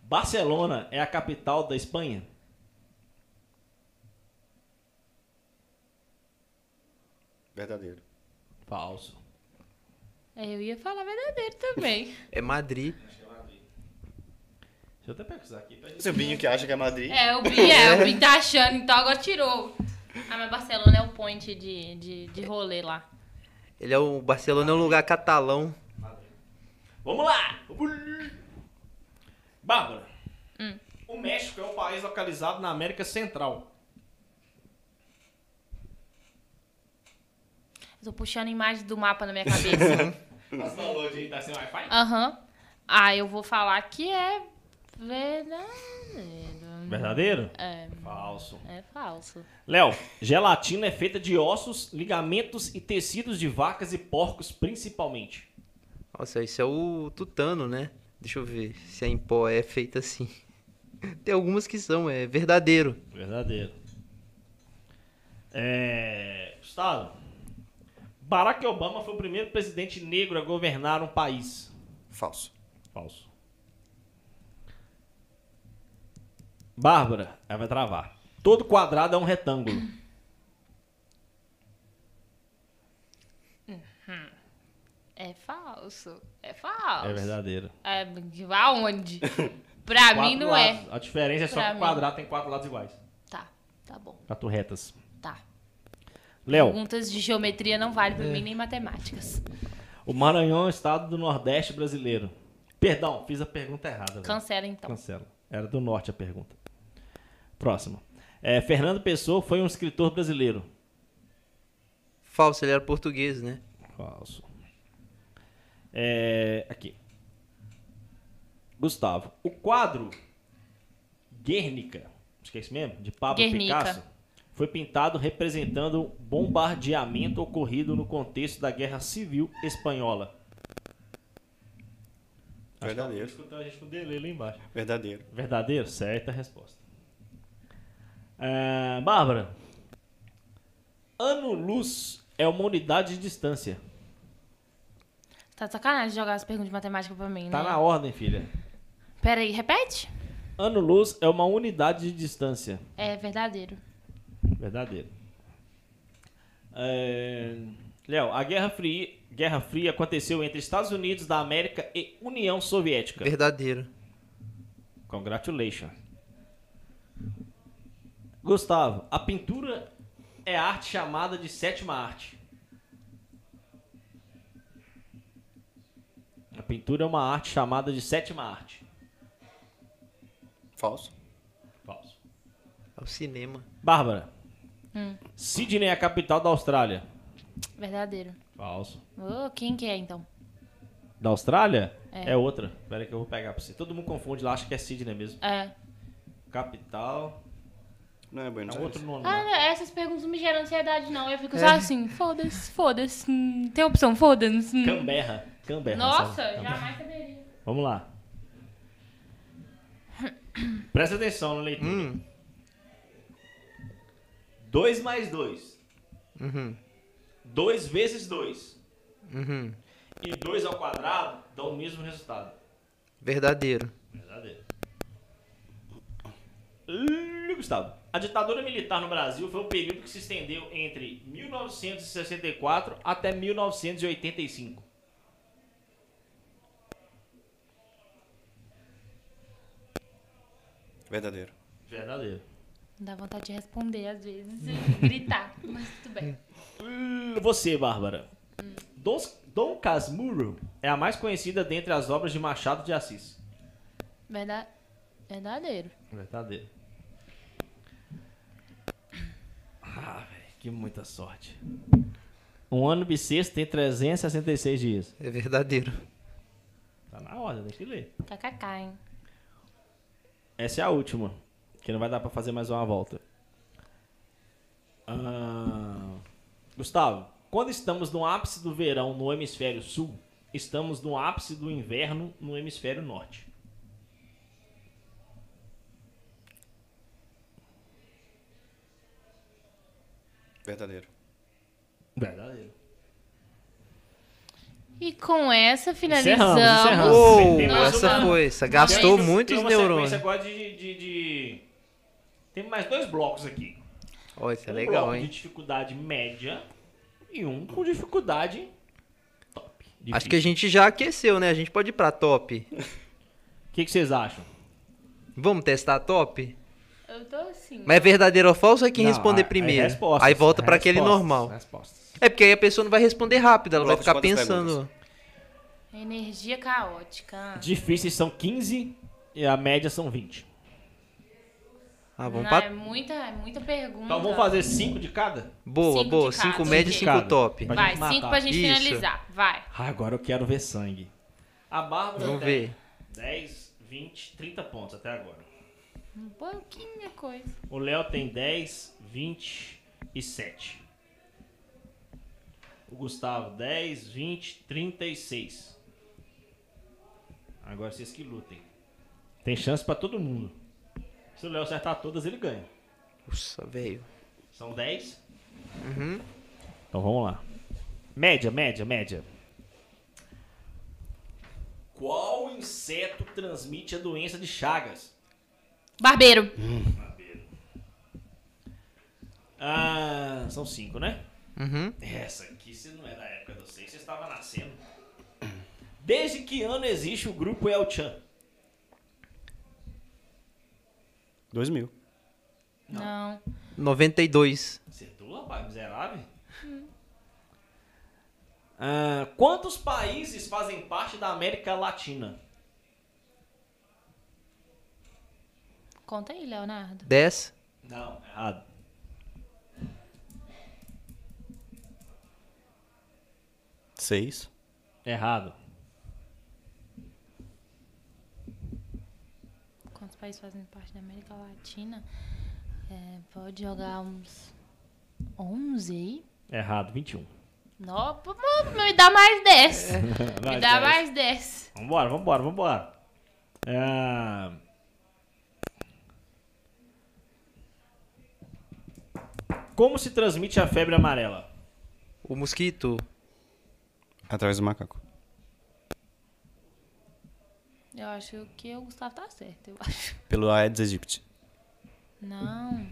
[SPEAKER 3] Barcelona é a capital da Espanha?
[SPEAKER 4] Verdadeiro.
[SPEAKER 3] Falso.
[SPEAKER 1] É, Eu ia falar verdadeiro
[SPEAKER 4] [LAUGHS]
[SPEAKER 1] também.
[SPEAKER 2] É Madrid.
[SPEAKER 3] Deixa eu até pesquisar aqui. pra gente-
[SPEAKER 4] Seu Binho que acha que é Madrid.
[SPEAKER 1] É, o Bi, é, o Bi tá achando, então agora tirou. Ah, mas Barcelona é o point de, de, de rolê lá.
[SPEAKER 2] Ele é o Barcelona é um lugar catalão.
[SPEAKER 3] Vamos lá! Bárbara, o México é um país localizado na América Central.
[SPEAKER 1] Eu tô puxando imagem do mapa na minha
[SPEAKER 4] [LAUGHS]
[SPEAKER 1] cabeça.
[SPEAKER 3] Faz download aí, tá sem Wi-Fi?
[SPEAKER 1] Aham. Ah, eu vou falar que é verdadeiro.
[SPEAKER 3] Verdadeiro?
[SPEAKER 1] É,
[SPEAKER 3] Falso.
[SPEAKER 1] é falso.
[SPEAKER 3] Léo, gelatina é feita de ossos, ligamentos e tecidos de vacas e porcos, principalmente.
[SPEAKER 2] Nossa, isso é o tutano, né? Deixa eu ver se a em pó é feita assim. [LAUGHS] Tem algumas que são, é verdadeiro.
[SPEAKER 3] Verdadeiro. É... Gustavo, Barack Obama foi o primeiro presidente negro a governar um país.
[SPEAKER 4] Falso.
[SPEAKER 3] Falso. Bárbara, ela vai travar. Todo quadrado é um retângulo.
[SPEAKER 1] É falso. É falso.
[SPEAKER 3] É verdadeiro.
[SPEAKER 1] É,
[SPEAKER 4] [LAUGHS]
[SPEAKER 1] aonde? Pra mim não é.
[SPEAKER 3] A diferença é só
[SPEAKER 1] Pra
[SPEAKER 3] que o
[SPEAKER 1] mim.
[SPEAKER 3] quadrado tem quatro lados iguais.
[SPEAKER 1] Tá, tá bom.
[SPEAKER 3] Quatro retas.
[SPEAKER 1] Tá.
[SPEAKER 3] Léo,
[SPEAKER 1] Perguntas de geometria não valem
[SPEAKER 3] É.
[SPEAKER 1] pra mim nem matemáticas.
[SPEAKER 3] o Maranhão é um estado do Nordeste brasileiro. Perdão, fiz a pergunta errada. velho.
[SPEAKER 1] Cancela então.
[SPEAKER 3] Cancela. Era do Norte a pergunta. Próxima. É, Fernando Pessoa foi um escritor brasileiro.
[SPEAKER 2] Falso, ele era português, né?
[SPEAKER 3] Falso. É, aqui. Gustavo, o quadro Guernica, acho que é esse mesmo, de Pablo
[SPEAKER 1] Guernica.
[SPEAKER 3] Picasso, foi pintado representando o bombardeamento ocorrido no contexto da Guerra Civil Espanhola. Acho que ela
[SPEAKER 4] Verdadeiro.
[SPEAKER 3] escutou a gente com delay lá embaixo.
[SPEAKER 4] é. Verdadeiro.
[SPEAKER 3] Verdadeiro? Certa resposta. É, Bárbara, ano-luz é uma unidade de distância.
[SPEAKER 1] Tá de sacanagem de jogar as perguntas de matemática pra mim, né?
[SPEAKER 3] Tá na ordem, filha.
[SPEAKER 1] Pera aí, repete?
[SPEAKER 3] Ano-luz é uma unidade de distância.
[SPEAKER 1] É verdadeiro.
[SPEAKER 3] Verdadeiro. É, Léo, a Guerra Fria, Guerra Fria aconteceu entre Estados Unidos da América e União Soviética.
[SPEAKER 2] Verdadeiro.
[SPEAKER 3] Congratulations. Gustavo, a pintura é a arte chamada de sétima arte. A pintura é uma arte chamada de sétima arte.
[SPEAKER 4] Falso.
[SPEAKER 3] Falso.
[SPEAKER 2] É o cinema.
[SPEAKER 3] Bárbara.
[SPEAKER 1] Hum.
[SPEAKER 3] Sydney é a capital da Austrália.
[SPEAKER 1] Verdadeiro.
[SPEAKER 3] Falso.
[SPEAKER 1] Ô, quem que é então?
[SPEAKER 3] Da Austrália?
[SPEAKER 1] É.
[SPEAKER 3] É, outra. Pera aí que eu vou pegar pra você. Todo mundo confunde lá, acha que é Sydney mesmo.
[SPEAKER 1] É.
[SPEAKER 3] Capital.
[SPEAKER 4] Não é Buenos
[SPEAKER 3] É um
[SPEAKER 4] Aires.
[SPEAKER 3] outro nome.
[SPEAKER 1] Ah,
[SPEAKER 3] lá. É.
[SPEAKER 1] não, essas perguntas não me geram ansiedade, não. Eu fico só assim, foda-se, foda-se. hum, Tem opção, foda-se. hum.
[SPEAKER 3] Canberra. Canberra.
[SPEAKER 1] Nossa,
[SPEAKER 3] sabe? Canberra.
[SPEAKER 1] jamais saberia.
[SPEAKER 3] Vamos lá. Presta atenção na leitura.
[SPEAKER 2] Hum.
[SPEAKER 3] 2 mais 2.
[SPEAKER 2] Uhum.
[SPEAKER 3] 2 vezes 2.
[SPEAKER 2] Uhum.
[SPEAKER 3] E 2 ao quadrado dá o mesmo resultado.
[SPEAKER 2] Verdadeiro.
[SPEAKER 3] Verdadeiro. Lu- Gustavo, a ditadura militar no Brasil foi um período que se estendeu entre 1964 até 1985.
[SPEAKER 4] Verdadeiro.
[SPEAKER 3] Verdadeiro.
[SPEAKER 1] Dá vontade de responder às vezes e
[SPEAKER 3] [LAUGHS]
[SPEAKER 1] gritar, mas tudo bem.
[SPEAKER 3] Hum, Você, Bárbara. Dos- Dom Casmurro é a mais conhecida dentre as obras de Machado de Assis.
[SPEAKER 1] Verda- Verdadeiro.
[SPEAKER 3] Verdadeiro. Ah, velho, que muita sorte. Um ano bissexto tem 366 dias.
[SPEAKER 2] É verdadeiro.
[SPEAKER 3] Tá na ordem, tem que ler.
[SPEAKER 1] KKK, hein?
[SPEAKER 3] Essa é a última, que não vai dar pra fazer mais uma volta. Ah, Gustavo, quando estamos no ápice do verão no hemisfério sul, estamos no ápice do inverno no hemisfério norte.
[SPEAKER 4] Verdadeiro.
[SPEAKER 3] Verdadeiro.
[SPEAKER 1] E com essa finalizamos.
[SPEAKER 3] Encerramos, encerramos.
[SPEAKER 2] Uou,
[SPEAKER 3] Tem mais
[SPEAKER 2] essa
[SPEAKER 1] uma.
[SPEAKER 2] foi. Essa
[SPEAKER 3] Tem
[SPEAKER 2] gastou
[SPEAKER 3] ainda- tem
[SPEAKER 2] muitos
[SPEAKER 3] uma
[SPEAKER 2] neurônios.
[SPEAKER 3] sequência agora de, de- de- Tem mais dois blocos aqui.
[SPEAKER 2] Olha, isso é
[SPEAKER 3] um
[SPEAKER 2] legal,
[SPEAKER 3] bloco de
[SPEAKER 2] hein?
[SPEAKER 3] dificuldade média e um com dificuldade top.
[SPEAKER 2] Acho que a gente já aqueceu, né? A gente pode ir pra top.
[SPEAKER 3] O que, que vocês acham?
[SPEAKER 2] Vamos testar a top?
[SPEAKER 1] Eu tô assim.
[SPEAKER 2] Mas é verdadeiro ou falso é quem
[SPEAKER 3] Não,
[SPEAKER 2] responder
[SPEAKER 3] aí- aí
[SPEAKER 2] primeiro. Aí,
[SPEAKER 3] respostas,
[SPEAKER 2] volta pra aquele
[SPEAKER 3] respostas,
[SPEAKER 2] normal.
[SPEAKER 3] respostas.
[SPEAKER 2] É porque aí a pessoa não vai responder rápido, ela vai
[SPEAKER 4] Bloco de
[SPEAKER 2] ficar
[SPEAKER 4] quantas
[SPEAKER 2] pensando.
[SPEAKER 1] Energia caótica.
[SPEAKER 3] Difíceis são 15 e a média são 20.
[SPEAKER 2] Ah, vamos
[SPEAKER 1] Não,
[SPEAKER 2] pra.
[SPEAKER 1] é, muita, é muita pergunta.
[SPEAKER 3] Então vamos fazer 5 de cada?
[SPEAKER 2] Boa,
[SPEAKER 1] Cinco
[SPEAKER 2] boa.
[SPEAKER 1] de
[SPEAKER 2] Cinco
[SPEAKER 1] cada.
[SPEAKER 2] média
[SPEAKER 1] Cinco
[SPEAKER 2] e
[SPEAKER 1] de
[SPEAKER 2] cinco
[SPEAKER 3] cada.
[SPEAKER 2] top.
[SPEAKER 3] Vai.
[SPEAKER 1] Vai,
[SPEAKER 3] gente matar.
[SPEAKER 1] cinco pra gente
[SPEAKER 2] Isso.
[SPEAKER 1] finalizar. Vai.
[SPEAKER 3] Ah, agora eu quero ver sangue. A Bárbara
[SPEAKER 2] Vamos
[SPEAKER 3] tem
[SPEAKER 2] ver.
[SPEAKER 3] 10, 20, 30 pontos até agora.
[SPEAKER 1] Um pouquinho coisa.
[SPEAKER 3] O Léo tem 10, 20 e 7. O Gustavo 10, 20, 36. Agora vocês que lutem. Tem chance pra todo mundo. Se o Léo acertar todas, ele ganha.
[SPEAKER 2] Nossa, velho.
[SPEAKER 3] São 10?
[SPEAKER 2] Uhum.
[SPEAKER 3] Então vamos lá. Média, média, média. Qual inseto transmite a doença de Chagas?
[SPEAKER 1] Barbeiro.
[SPEAKER 3] Ah, são 5, né?
[SPEAKER 2] Uhum.
[SPEAKER 3] Essa aqui você não é da época de vocês, você estava nascendo. Desde que ano existe o grupo El Chan?
[SPEAKER 4] 2000.
[SPEAKER 1] Não.
[SPEAKER 2] 92.
[SPEAKER 3] Acertou, é rapaz, miserável. Ah, quantos países fazem parte da América Latina?
[SPEAKER 1] Conta aí, Leonardo.
[SPEAKER 2] 10.
[SPEAKER 3] Não, é errado.
[SPEAKER 4] Seis.
[SPEAKER 3] Errado.
[SPEAKER 1] Quantos países fazem parte da América Latina? É, pode jogar uns 11 aí?
[SPEAKER 3] Errado, 21.
[SPEAKER 1] Não, pô, pô, me dá mais 10.
[SPEAKER 3] Vai,
[SPEAKER 1] me dá
[SPEAKER 3] vai.
[SPEAKER 1] mais 10.
[SPEAKER 3] Vambora, vambora, vambora. Ah, Como se transmite a febre amarela?
[SPEAKER 2] O mosquito.
[SPEAKER 4] Através do macaco.
[SPEAKER 1] Eu acho que o Gustavo tá certo, eu acho.
[SPEAKER 4] Pelo Aedes aegypti.
[SPEAKER 1] Não.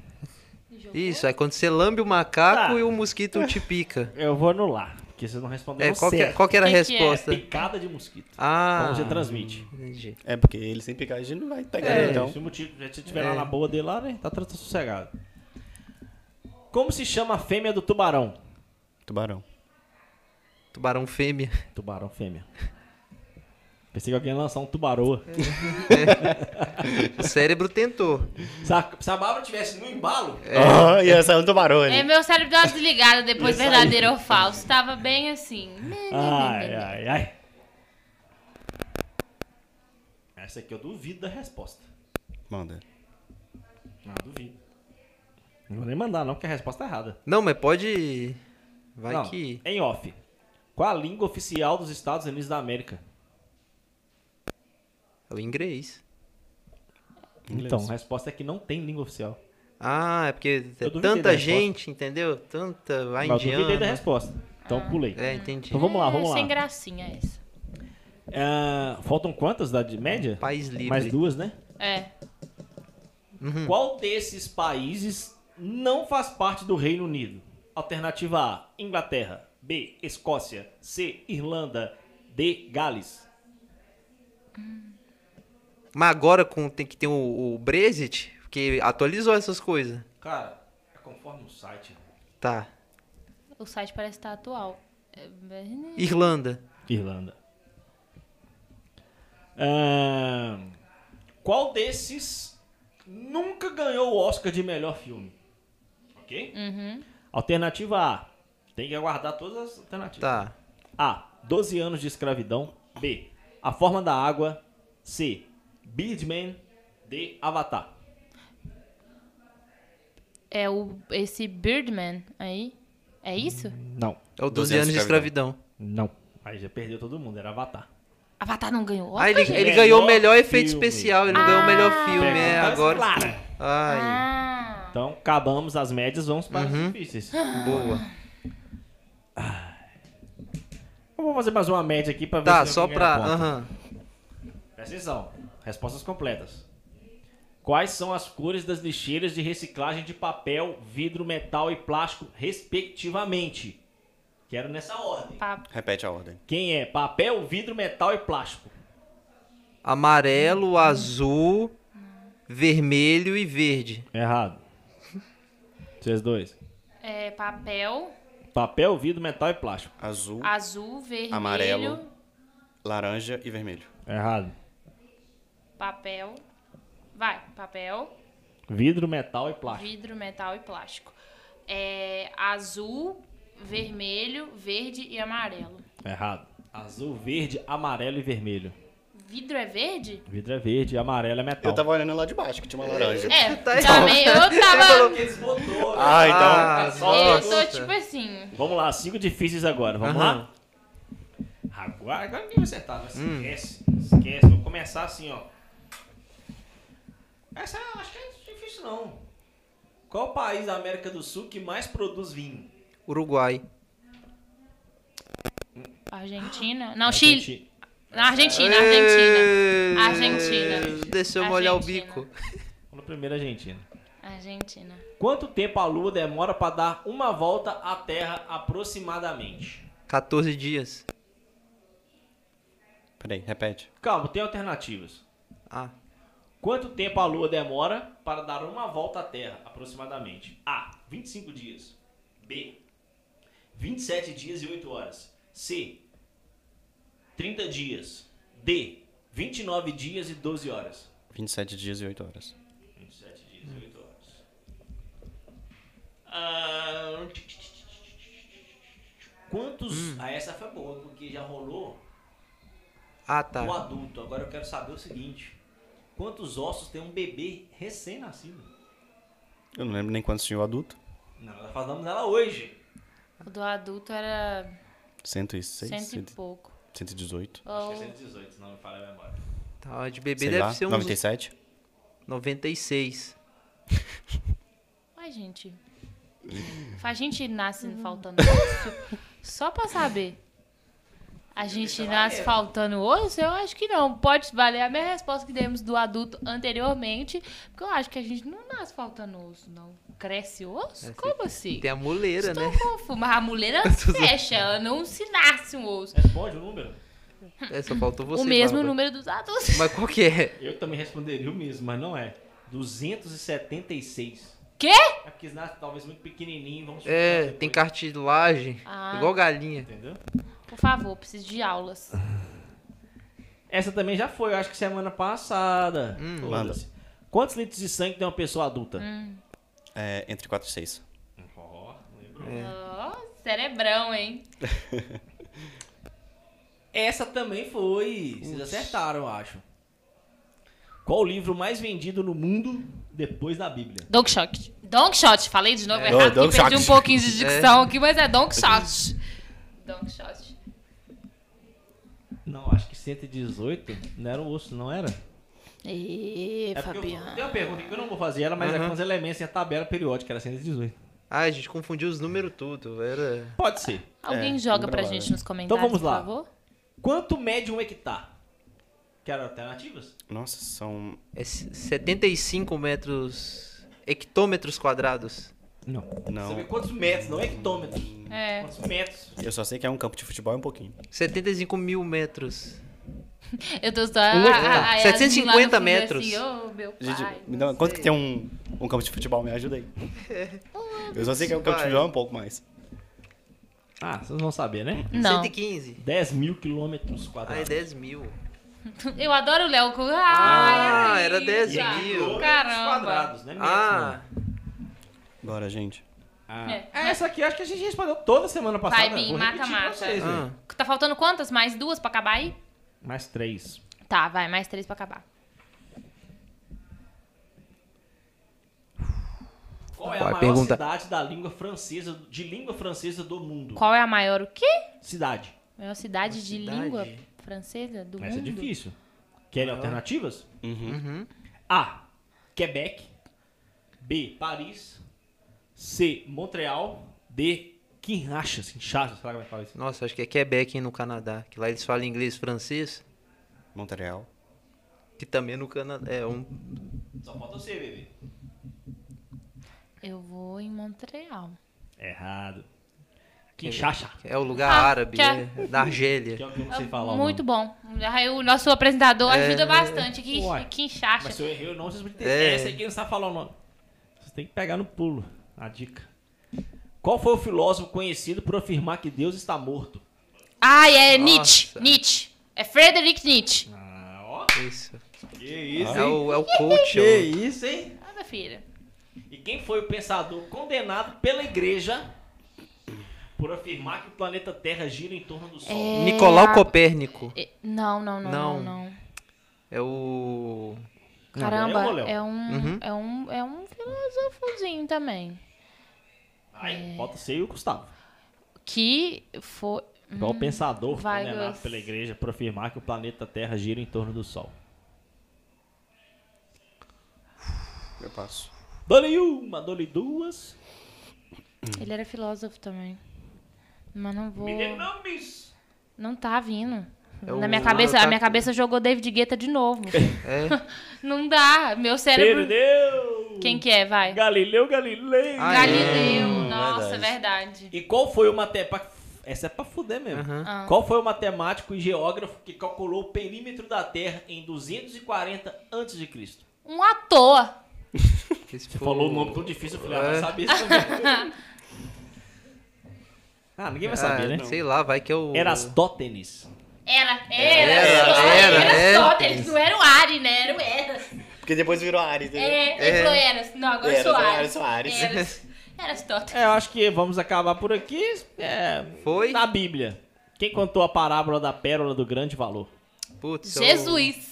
[SPEAKER 1] Jogou?
[SPEAKER 2] Isso, é quando você lambe o macaco
[SPEAKER 3] Tá.
[SPEAKER 2] e o mosquito te pica.
[SPEAKER 3] Eu vou anular, porque vocês não responderam
[SPEAKER 2] É, qual, que,
[SPEAKER 3] certo.
[SPEAKER 2] qual que era a
[SPEAKER 1] Que que é?
[SPEAKER 2] resposta?
[SPEAKER 3] Picada de mosquito.
[SPEAKER 2] Ah.
[SPEAKER 3] Como você transmite.
[SPEAKER 2] Entendi.
[SPEAKER 4] É, porque ele sem picar a gente não vai pegar,
[SPEAKER 2] É,
[SPEAKER 4] né, então.
[SPEAKER 3] se o motivo se tiver lá na boa dele lá, né? Tá, tá, tá sossegado. Como se chama a fêmea do tubarão?
[SPEAKER 4] Tubarão.
[SPEAKER 2] Tubarão fêmea. [LAUGHS]
[SPEAKER 3] Tubarão fêmea. Pensei que alguém ia lançar um tubaroa.
[SPEAKER 2] É. O cérebro tentou.
[SPEAKER 3] Se a, se a Bárbara tivesse no embalo,
[SPEAKER 4] Ah, ia sair um tubarão ali.
[SPEAKER 1] É, meu cérebro deu uma desligada depois,
[SPEAKER 3] Isso aí. Ah,
[SPEAKER 1] verdadeiro ou falso. Tava bem assim.
[SPEAKER 2] É.
[SPEAKER 3] Ai,
[SPEAKER 1] né.
[SPEAKER 3] ai, ai. Essa aqui eu duvido da resposta.
[SPEAKER 4] Manda.
[SPEAKER 3] Não, duvido. Não vou nem mandar, não, porque a resposta é errada.
[SPEAKER 2] Não, mas pode. Vai
[SPEAKER 3] não,
[SPEAKER 2] que.
[SPEAKER 3] Em off. Qual a língua oficial dos Estados Unidos da América?
[SPEAKER 2] É o inglês.
[SPEAKER 3] Então, a resposta é que não tem língua oficial.
[SPEAKER 2] Ah, é porque é
[SPEAKER 3] Eu duvidei da
[SPEAKER 2] tanta
[SPEAKER 3] resposta.
[SPEAKER 2] gente, entendeu? Tanta. Vai
[SPEAKER 3] Mas eu duvidei da
[SPEAKER 2] indiana.
[SPEAKER 3] resposta. Então pulei.
[SPEAKER 2] É, entendi.
[SPEAKER 3] Então vamos lá, vamos lá.
[SPEAKER 1] Sem gracinha essa.
[SPEAKER 3] Ah, faltam quantas da de média?
[SPEAKER 2] País livre. Uhum.
[SPEAKER 3] Mais duas, né?
[SPEAKER 1] É.
[SPEAKER 3] Qual desses países não faz parte do Reino Unido? Alternativa A: Inglaterra. B: Escócia. C: Irlanda. D: Gales.
[SPEAKER 2] Mas agora com, tem que ter o, o Brexit, Porque atualizou essas coisas.
[SPEAKER 3] Cara, é conforme o site.
[SPEAKER 2] Tá.
[SPEAKER 1] O site parece estar atual. É,
[SPEAKER 2] Irlanda.
[SPEAKER 3] Irlanda. Ahn, qual desses nunca ganhou o Oscar de melhor filme? Ok? Alternativa A. Tem que aguardar todas as alternativas.
[SPEAKER 2] Tá.
[SPEAKER 3] A. 12 anos de escravidão. B. A Forma da Água. C. Birdman. D. Avatar.
[SPEAKER 1] é o, esse Birdman aí. É isso?
[SPEAKER 3] Não.
[SPEAKER 2] É o 12 anos de escravidão.
[SPEAKER 3] Não. Aí já perdeu todo mundo, era Avatar.
[SPEAKER 1] Avatar não ganhou.
[SPEAKER 2] Ah, ele,
[SPEAKER 1] Oscar,
[SPEAKER 2] ele
[SPEAKER 1] gente?
[SPEAKER 2] ganhou o
[SPEAKER 3] Melhor
[SPEAKER 2] melhor efeito
[SPEAKER 3] filme.
[SPEAKER 2] especial, ele não ganhou o melhor filme, é,
[SPEAKER 3] Perguntas
[SPEAKER 2] agora...
[SPEAKER 3] claras.
[SPEAKER 2] Ai,
[SPEAKER 1] Ah,
[SPEAKER 3] Então, acabamos as médias, vamos para
[SPEAKER 2] Uhum.
[SPEAKER 3] as difíceis.
[SPEAKER 2] boa.
[SPEAKER 3] Eu vou fazer mais uma média aqui para ver
[SPEAKER 2] Tá,
[SPEAKER 3] se
[SPEAKER 2] só
[SPEAKER 3] alguém
[SPEAKER 2] pra...
[SPEAKER 3] aponta.
[SPEAKER 2] aham.
[SPEAKER 3] Presta atenção. Respostas completas. Quais são as cores das lixeiras de reciclagem de papel, vidro, metal e plástico, respectivamente? Quero nessa ordem.
[SPEAKER 1] pa-
[SPEAKER 4] Repete a ordem.
[SPEAKER 3] Quem é? Papel, vidro, metal e plástico.
[SPEAKER 2] Amarelo, azul, vermelho e verde.
[SPEAKER 3] Errado. Vocês dois.
[SPEAKER 1] é, papel,
[SPEAKER 3] Papel, vidro, metal e plástico.
[SPEAKER 4] Azul,
[SPEAKER 1] Ah. azul, vermelho,
[SPEAKER 4] Amarelo. laranja e vermelho.
[SPEAKER 3] Errado.
[SPEAKER 1] papel. Vai, papel,
[SPEAKER 3] Vidro, metal e plástico.
[SPEAKER 1] vidro, metal e plástico. É, azul, vermelho, verde e amarelo.
[SPEAKER 3] Errado. Azul, verde, amarelo e vermelho.
[SPEAKER 1] Vidro é verde?
[SPEAKER 3] Vidro é verde, amarelo é metal.
[SPEAKER 4] Eu tava olhando lá de baixo, que tinha uma laranja.
[SPEAKER 1] É,
[SPEAKER 2] [LAUGHS] Tá aí.
[SPEAKER 1] também. Eu tava.
[SPEAKER 3] Eles botou, né?
[SPEAKER 4] Ah, então.
[SPEAKER 2] Ah,
[SPEAKER 1] Eu
[SPEAKER 2] nossa.
[SPEAKER 1] tô tipo assim.
[SPEAKER 3] Vamos lá, cinco difíceis agora. Vamos
[SPEAKER 2] Aham.
[SPEAKER 3] lá? Agora, agora ninguém vai acertar, mas esquece. Esquece. Vou começar assim, ó. Essa eu acho que é difícil, não. Qual o país da América do Sul que mais produz vinho?
[SPEAKER 2] Uruguai.
[SPEAKER 1] Argentina? Não, Chile.
[SPEAKER 3] Argenti-
[SPEAKER 1] Na Argentina, Argentina.
[SPEAKER 2] Ê,
[SPEAKER 1] Argentina.
[SPEAKER 2] Deixa eu molhar o
[SPEAKER 1] Argentina.
[SPEAKER 2] bico.
[SPEAKER 3] Vamos na primeira Argentina.
[SPEAKER 1] Argentina.
[SPEAKER 3] Quanto tempo a Lua demora para dar uma volta à Terra aproximadamente?
[SPEAKER 2] 14 dias.
[SPEAKER 4] Peraí, repete.
[SPEAKER 3] Calma, tem alternativas.
[SPEAKER 2] Ah,
[SPEAKER 3] Quanto tempo a Lua demora para dar uma volta à Terra, aproximadamente? A. 25 dias. B. 27 dias e 8 horas. C. 30 dias. D. 29 dias e 12 horas.
[SPEAKER 4] 27 dias e 8 horas.
[SPEAKER 3] 27 dias e 8 horas. Ah, Quantos. Ah, essa foi boa, porque já rolou
[SPEAKER 2] ah
[SPEAKER 3] o
[SPEAKER 2] tá.
[SPEAKER 3] adulto. Agora eu quero saber o seguinte: quantos ossos tem um bebê recém-nascido?
[SPEAKER 4] Eu não lembro nem quantos tinha o adulto.
[SPEAKER 3] Não, nós falamos dela hoje.
[SPEAKER 1] O do adulto era
[SPEAKER 4] 106,
[SPEAKER 1] cento e
[SPEAKER 4] 100,
[SPEAKER 1] pouco.
[SPEAKER 4] 118,
[SPEAKER 1] Ou-
[SPEAKER 3] Acho que é 118, se não me falha a memória.
[SPEAKER 2] Tá, de bebê
[SPEAKER 4] sei
[SPEAKER 2] deve
[SPEAKER 4] lá,
[SPEAKER 2] ser uns
[SPEAKER 4] 97.
[SPEAKER 2] 96.
[SPEAKER 1] Ai, [LAUGHS] gente. A gente nasce faltando osso. Só pra saber. A
[SPEAKER 2] é
[SPEAKER 1] gente nasce faltando osso? Eu acho que não. Pode valer a minha resposta que demos do adulto anteriormente. Porque eu acho que a gente não nasce faltando osso, não. Cresce osso?
[SPEAKER 2] É,
[SPEAKER 1] Como assim?
[SPEAKER 2] Tem a muleira,
[SPEAKER 1] Estou
[SPEAKER 2] né?
[SPEAKER 1] confusa. Mas a mulher ela fecha, ela não se nasce um osso.
[SPEAKER 3] Responde o número?
[SPEAKER 2] É, só faltou você.
[SPEAKER 1] o mesmo
[SPEAKER 2] Bárbara.
[SPEAKER 1] número dos adultos.
[SPEAKER 2] Mas qual que é?
[SPEAKER 3] Eu também responderia o mesmo, mas não é. 276.
[SPEAKER 1] Quê?
[SPEAKER 3] É porque eles nascem talvez muito pequenininho, vamos né?
[SPEAKER 2] É,
[SPEAKER 3] depois,
[SPEAKER 2] tem cartilagem.
[SPEAKER 1] Ah.
[SPEAKER 2] Igual galinha.
[SPEAKER 3] Entendeu?
[SPEAKER 1] Por favor, preciso de aulas.
[SPEAKER 3] Essa também já foi, eu acho que semana passada. Foda-se.
[SPEAKER 4] manda.
[SPEAKER 3] Quantos litros de sangue tem uma pessoa adulta?
[SPEAKER 4] É, entre 4 e 6.
[SPEAKER 3] Ó, lembrou.
[SPEAKER 1] Ó, cerebrão, hein?
[SPEAKER 3] Essa também foi. Vocês acertaram, eu acho. Qual o livro mais vendido no mundo depois da Bíblia?
[SPEAKER 1] Don Quixote. Don Quixote, falei de novo
[SPEAKER 2] É.
[SPEAKER 1] errado,
[SPEAKER 4] Don
[SPEAKER 1] que perdi
[SPEAKER 4] Quixote.
[SPEAKER 1] um pouquinho de dicção aqui, mas é Don Quixote. Don Quixote.
[SPEAKER 3] Não, acho que 118 não era o osso, não era?
[SPEAKER 1] Ê,
[SPEAKER 3] É porque eu- Tem
[SPEAKER 1] Fabiano.
[SPEAKER 3] uma pergunta que eu não vou fazer ela, mas é
[SPEAKER 2] Aham.
[SPEAKER 3] com os elementos e a tabela periódica, era 118.
[SPEAKER 2] Ai, Ah, a gente confundiu os números tudo. Era.
[SPEAKER 3] Pode ser.
[SPEAKER 1] Alguém
[SPEAKER 4] É,
[SPEAKER 1] joga pra
[SPEAKER 4] provável.
[SPEAKER 1] gente nos comentários,
[SPEAKER 3] vamos lá.
[SPEAKER 1] por favor?
[SPEAKER 3] Quanto mede um hectare? Quero alternativas?
[SPEAKER 4] Nossa, são.
[SPEAKER 2] É se- 75 metros. hectômetros quadrados.
[SPEAKER 3] Não.
[SPEAKER 4] Não.
[SPEAKER 3] Saber quantos metros, não hectômetros.
[SPEAKER 1] É.
[SPEAKER 3] Quantos metros?
[SPEAKER 4] Eu só sei que é um campo de futebol e um pouquinho.
[SPEAKER 2] 75 mil metros.
[SPEAKER 1] Eu tô só.
[SPEAKER 3] Vamos lá.
[SPEAKER 1] a- a- a-
[SPEAKER 2] 750
[SPEAKER 1] lá no fundo,
[SPEAKER 2] metros.
[SPEAKER 1] Assim, ô, meu pai.
[SPEAKER 4] Gente, me
[SPEAKER 1] não
[SPEAKER 4] dá uma- quanto que
[SPEAKER 2] sei.
[SPEAKER 4] tem um, um campo de futebol?
[SPEAKER 1] [LAUGHS]
[SPEAKER 4] Me ajuda aí. Eu só sei que é um campo
[SPEAKER 2] Vai.
[SPEAKER 4] de futebol é um pouco mais.
[SPEAKER 3] Ah, vocês vão saber, [LAUGHS] né?
[SPEAKER 1] Não.
[SPEAKER 2] 115.
[SPEAKER 3] 10 mil quilômetros
[SPEAKER 2] Ah, é
[SPEAKER 3] quadrados.
[SPEAKER 2] 10 mil.
[SPEAKER 1] Eu adoro o Léo. Ai,
[SPEAKER 2] Ah,
[SPEAKER 1] a
[SPEAKER 2] era
[SPEAKER 1] Isa.
[SPEAKER 2] 10
[SPEAKER 3] Quilômetros
[SPEAKER 2] mil.
[SPEAKER 1] Caramba.
[SPEAKER 3] quadrados, né? Metros,
[SPEAKER 2] Ah,
[SPEAKER 4] Bora, gente.
[SPEAKER 3] não. Ah.
[SPEAKER 1] É.
[SPEAKER 3] Essa aqui eu acho que a gente respondeu toda semana passada.
[SPEAKER 1] Vai, Bim,
[SPEAKER 3] Vou repetir
[SPEAKER 1] mata,
[SPEAKER 3] pra
[SPEAKER 1] mata.
[SPEAKER 3] vocês,
[SPEAKER 2] Ah.
[SPEAKER 3] velho.
[SPEAKER 1] Tá faltando quantas? Mais duas pra acabar aí?
[SPEAKER 3] Mais três.
[SPEAKER 1] Tá, vai, mais três pra acabar.
[SPEAKER 3] Qual é a
[SPEAKER 2] Vai,
[SPEAKER 3] maior
[SPEAKER 2] pergunta.
[SPEAKER 3] cidade da língua francesa, de língua francesa do mundo?
[SPEAKER 1] Qual é a maior o quê?
[SPEAKER 3] Cidade.
[SPEAKER 1] Maior cidade
[SPEAKER 2] Maior
[SPEAKER 1] de
[SPEAKER 2] cidade?
[SPEAKER 1] língua francesa do
[SPEAKER 3] Essa é
[SPEAKER 1] mundo?
[SPEAKER 3] difícil. Querem
[SPEAKER 2] Maior.
[SPEAKER 3] alternativas?
[SPEAKER 2] uhum.
[SPEAKER 3] A. Quebec. B. Paris. C. Montreal. D. Kinshasa. Kinshasa, será que vai falar isso?
[SPEAKER 2] Nossa, acho que é Quebec hein, no Canadá. Que lá eles falam inglês e francês.
[SPEAKER 4] Montreal.
[SPEAKER 2] Que também no Canadá. É um.
[SPEAKER 3] Só falta você, bebê.
[SPEAKER 1] Eu vou em Montreal.
[SPEAKER 3] Errado. Kinshasa.
[SPEAKER 2] É o lugar
[SPEAKER 1] Ah,
[SPEAKER 2] árabe,
[SPEAKER 1] que é-
[SPEAKER 2] é, da Argélia.
[SPEAKER 3] Que é o que eu não sei falar. o
[SPEAKER 1] Ah, Muito
[SPEAKER 3] nome.
[SPEAKER 1] bom. Aí O nosso apresentador
[SPEAKER 2] É.
[SPEAKER 1] ajuda bastante aqui,
[SPEAKER 3] Uai.
[SPEAKER 1] aqui em
[SPEAKER 3] Mas se
[SPEAKER 1] Chacha.
[SPEAKER 3] eu errei ou não, vocês vão entender.
[SPEAKER 2] É.
[SPEAKER 3] Essa aqui não sabe falar o nome. Vocês têm que pegar no pulo. A dica. Qual foi o filósofo conhecido por afirmar que Deus está morto?
[SPEAKER 1] Ah, é
[SPEAKER 2] Nossa.
[SPEAKER 1] Nietzsche. Nietzsche. É Frederick Nietzsche.
[SPEAKER 3] Ah, ó.
[SPEAKER 2] Isso.
[SPEAKER 3] Que isso,
[SPEAKER 2] É o, é o coach. é o-
[SPEAKER 3] isso, hein?
[SPEAKER 1] Ah, minha filha.
[SPEAKER 3] E quem foi o pensador condenado pela igreja por afirmar que o planeta Terra gira em torno do Sol?
[SPEAKER 1] É
[SPEAKER 2] Nicolau
[SPEAKER 1] a-
[SPEAKER 2] Copérnico.
[SPEAKER 1] É, Não, não, não, não,
[SPEAKER 2] Não.
[SPEAKER 1] não.
[SPEAKER 2] É o.
[SPEAKER 1] Caramba,
[SPEAKER 3] é o Léo.
[SPEAKER 1] é um,
[SPEAKER 2] Uhum.
[SPEAKER 1] é um, é um filósofozinho também.
[SPEAKER 3] Ai, falta você e o Gustavo.
[SPEAKER 1] Que foi... hum,
[SPEAKER 3] Qual pensador
[SPEAKER 1] vai,
[SPEAKER 3] condenado
[SPEAKER 1] Gus.
[SPEAKER 3] pela igreja por afirmar que o planeta Terra gira em torno do Sol?
[SPEAKER 4] Eu passo.
[SPEAKER 3] Dole uma, dole duas.
[SPEAKER 1] Ele era filósofo também. Mas não vou...
[SPEAKER 3] Me dê nomes.
[SPEAKER 1] Não tá vindo.
[SPEAKER 2] É
[SPEAKER 1] Na
[SPEAKER 2] o-
[SPEAKER 1] minha cabeça,
[SPEAKER 2] Ah,
[SPEAKER 1] a
[SPEAKER 2] tá.
[SPEAKER 1] minha cabeça jogou David Guetta de
[SPEAKER 2] [LAUGHS]
[SPEAKER 1] novo.
[SPEAKER 2] É.
[SPEAKER 1] [LAUGHS] não dá. Meu cérebro.
[SPEAKER 3] Perdeu.
[SPEAKER 1] Quem que é? Vai.
[SPEAKER 3] Galileu Galilei.
[SPEAKER 2] Ah,
[SPEAKER 1] Galileu.
[SPEAKER 4] é.
[SPEAKER 1] Nossa,
[SPEAKER 4] Verdade.
[SPEAKER 1] verdade.
[SPEAKER 3] E qual foi o matemático... Essa é pra fuder mesmo.
[SPEAKER 2] Aham.
[SPEAKER 1] Ah.
[SPEAKER 3] Qual foi o matemático e geógrafo que calculou o perímetro da Terra em 240 a.C.?
[SPEAKER 1] Um à toa.
[SPEAKER 2] Esse
[SPEAKER 3] Você
[SPEAKER 2] foi
[SPEAKER 3] falou um nome tão difícil, eu falei, ah, vai
[SPEAKER 2] É.
[SPEAKER 3] saber isso também. [LAUGHS] ah, ninguém vai saber, né?
[SPEAKER 2] Ah, Sei lá, vai que é o.
[SPEAKER 3] Erastótenes.
[SPEAKER 1] Era, era,
[SPEAKER 2] Era,
[SPEAKER 1] era,
[SPEAKER 2] era,
[SPEAKER 1] era
[SPEAKER 2] era.
[SPEAKER 1] só, eles não eram Ari, né? Era o Eras.
[SPEAKER 4] Porque depois virou Ares, entendeu?
[SPEAKER 1] É, ele
[SPEAKER 2] É.
[SPEAKER 1] falou Eras. Não, agora
[SPEAKER 4] Eras,
[SPEAKER 1] eu sou
[SPEAKER 4] era,
[SPEAKER 1] Ares.
[SPEAKER 4] sou Ares.
[SPEAKER 1] Eras, Eras
[SPEAKER 2] [LAUGHS]
[SPEAKER 1] Tóteres.
[SPEAKER 3] É, eu acho que vamos acabar por aqui. É,
[SPEAKER 2] Foi?
[SPEAKER 3] Na Bíblia. Quem contou a parábola da pérola do grande valor?
[SPEAKER 2] Putz, é o-
[SPEAKER 1] Jesus.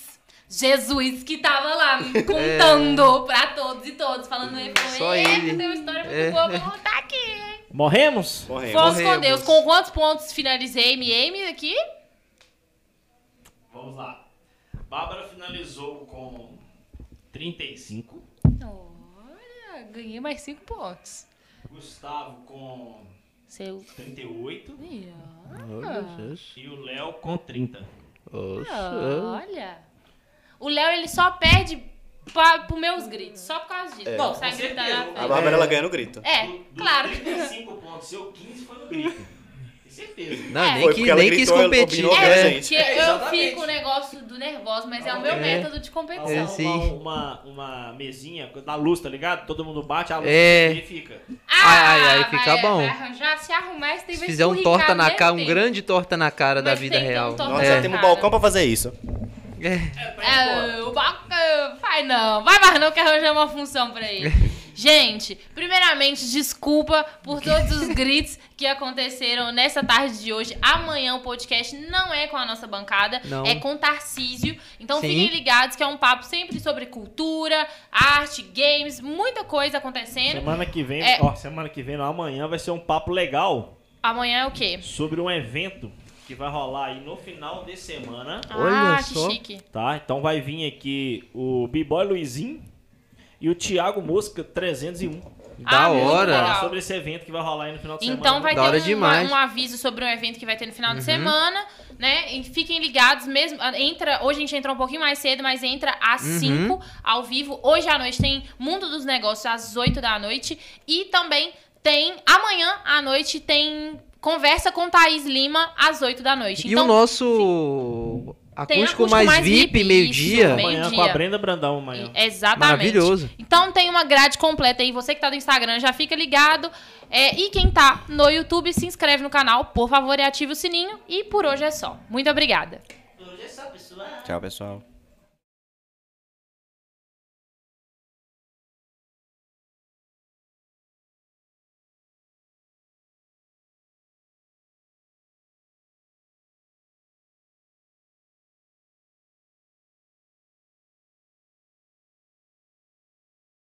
[SPEAKER 1] Jesus que tava
[SPEAKER 2] [LAUGHS]
[SPEAKER 1] lá contando pra todos e todos, falando ele falou,
[SPEAKER 2] Só
[SPEAKER 1] "Eita,
[SPEAKER 2] ele.
[SPEAKER 1] tem uma história muito
[SPEAKER 2] É.
[SPEAKER 1] boa pra contar aqui, hein?
[SPEAKER 3] Morremos?
[SPEAKER 4] Morreu.
[SPEAKER 1] Fomos com
[SPEAKER 2] Morremos.
[SPEAKER 1] Deus. Com quantos pontos finalizei MM aqui?
[SPEAKER 3] Vamos lá. Bárbara finalizou com 35.
[SPEAKER 1] Olha, ganhei mais cinco pontos.
[SPEAKER 3] Gustavo com
[SPEAKER 1] Seu...
[SPEAKER 3] 38.
[SPEAKER 1] Ih,
[SPEAKER 3] E o Léo com 30.
[SPEAKER 1] Olha. O Léo, ele só perde pra, pro meus gritos. Só por causa
[SPEAKER 2] É,
[SPEAKER 1] disso. Não, sai
[SPEAKER 3] Com
[SPEAKER 1] gritando
[SPEAKER 3] certeza.
[SPEAKER 1] na
[SPEAKER 4] A
[SPEAKER 1] frente.
[SPEAKER 4] Bárbara, ela ganha no grito.
[SPEAKER 1] É,
[SPEAKER 2] [LAUGHS]
[SPEAKER 1] claro.
[SPEAKER 3] 35 pontos, seu 15 foi no grito. Tem certeza.
[SPEAKER 2] Não,
[SPEAKER 1] É.
[SPEAKER 2] nem,
[SPEAKER 1] Foi
[SPEAKER 2] que,
[SPEAKER 4] porque ela
[SPEAKER 2] nem quis
[SPEAKER 4] gritou, ela
[SPEAKER 2] competir.
[SPEAKER 4] combinou com a
[SPEAKER 2] É.
[SPEAKER 4] gente.
[SPEAKER 1] Porque
[SPEAKER 3] É,
[SPEAKER 1] eu
[SPEAKER 3] exatamente.
[SPEAKER 1] fico o negócio do nervoso, mas é o meu
[SPEAKER 2] É.
[SPEAKER 1] método de competição.
[SPEAKER 2] É,
[SPEAKER 3] Vamos
[SPEAKER 2] sim.
[SPEAKER 3] arrumar uma, uma mesinha da luz, tá ligado? Todo mundo bate, a luz
[SPEAKER 2] É.
[SPEAKER 3] e fica.
[SPEAKER 2] Ai, ai, ai, fica
[SPEAKER 1] Ah, vai,
[SPEAKER 2] bom.
[SPEAKER 1] Vai arranjar, se arrumar, você tem
[SPEAKER 2] Se
[SPEAKER 1] vez
[SPEAKER 2] fizer
[SPEAKER 1] que
[SPEAKER 2] um
[SPEAKER 1] o
[SPEAKER 2] torta
[SPEAKER 1] Ricardo
[SPEAKER 2] na
[SPEAKER 1] nem
[SPEAKER 2] cara, um
[SPEAKER 1] tem.
[SPEAKER 2] grande torta na cara da
[SPEAKER 1] Mas
[SPEAKER 2] vida
[SPEAKER 1] tem que ter um
[SPEAKER 2] real.
[SPEAKER 1] torta
[SPEAKER 4] Nossa,
[SPEAKER 1] É.
[SPEAKER 4] já temos um balcão pra fazer isso.
[SPEAKER 2] É.
[SPEAKER 3] É, tá indo embora.
[SPEAKER 1] É, o Baca- vai não, vai mais não que arranjar uma função pra
[SPEAKER 2] [LAUGHS]
[SPEAKER 1] ele. Gente, primeiramente, desculpa por todos os gritos que aconteceram nessa tarde de hoje. Amanhã o podcast não é com a nossa bancada,
[SPEAKER 2] Não.
[SPEAKER 1] é com Tarcísio. Então
[SPEAKER 2] Sim.
[SPEAKER 1] fiquem ligados que é um papo sempre sobre cultura, arte, games, muita coisa acontecendo.
[SPEAKER 3] Semana que vem,
[SPEAKER 1] É.
[SPEAKER 3] ó, semana que vem, não, amanhã vai ser um papo legal
[SPEAKER 1] Amanhã é o quê?
[SPEAKER 3] sobre um evento que vai rolar aí no final de semana,
[SPEAKER 2] Olha
[SPEAKER 1] ah,
[SPEAKER 2] só.
[SPEAKER 1] que chique.
[SPEAKER 3] tá? Então vai vir aqui o B-Boy Luizinho e o Thiago Mosca 301
[SPEAKER 2] Da
[SPEAKER 1] Ah, muito
[SPEAKER 2] hora.
[SPEAKER 1] legal.
[SPEAKER 3] sobre esse evento que vai rolar aí no final de
[SPEAKER 1] Então
[SPEAKER 3] semana.
[SPEAKER 1] vai
[SPEAKER 2] Da hora
[SPEAKER 1] ter um,
[SPEAKER 2] demais. Uhum.
[SPEAKER 1] um aviso sobre um evento que vai ter no final de semana, né? E fiquem ligados mesmo. ah, Entra, hoje a gente entrou um pouquinho mais cedo, mas entra às
[SPEAKER 2] Uhum.
[SPEAKER 1] 5 ao vivo. Hoje à noite tem Mundo dos Negócios às 8 da noite e também tem amanhã à noite Então, tem conversa com Thaís Lima às 8 da noite.
[SPEAKER 2] E o nosso
[SPEAKER 1] Tem
[SPEAKER 2] Acústico mais VIP, meio-dia.
[SPEAKER 1] meio
[SPEAKER 3] Amanhã com a Brenda Brandão amanhã.
[SPEAKER 1] Exatamente.
[SPEAKER 2] Maravilhoso.
[SPEAKER 1] Então tem uma grade completa aí. Você que tá no Instagram já fica ligado. É, e quem tá no YouTube, se inscreve no canal, por favor, e ative o sininho. E por hoje é só. Muito obrigada.
[SPEAKER 4] Tchau, pessoal.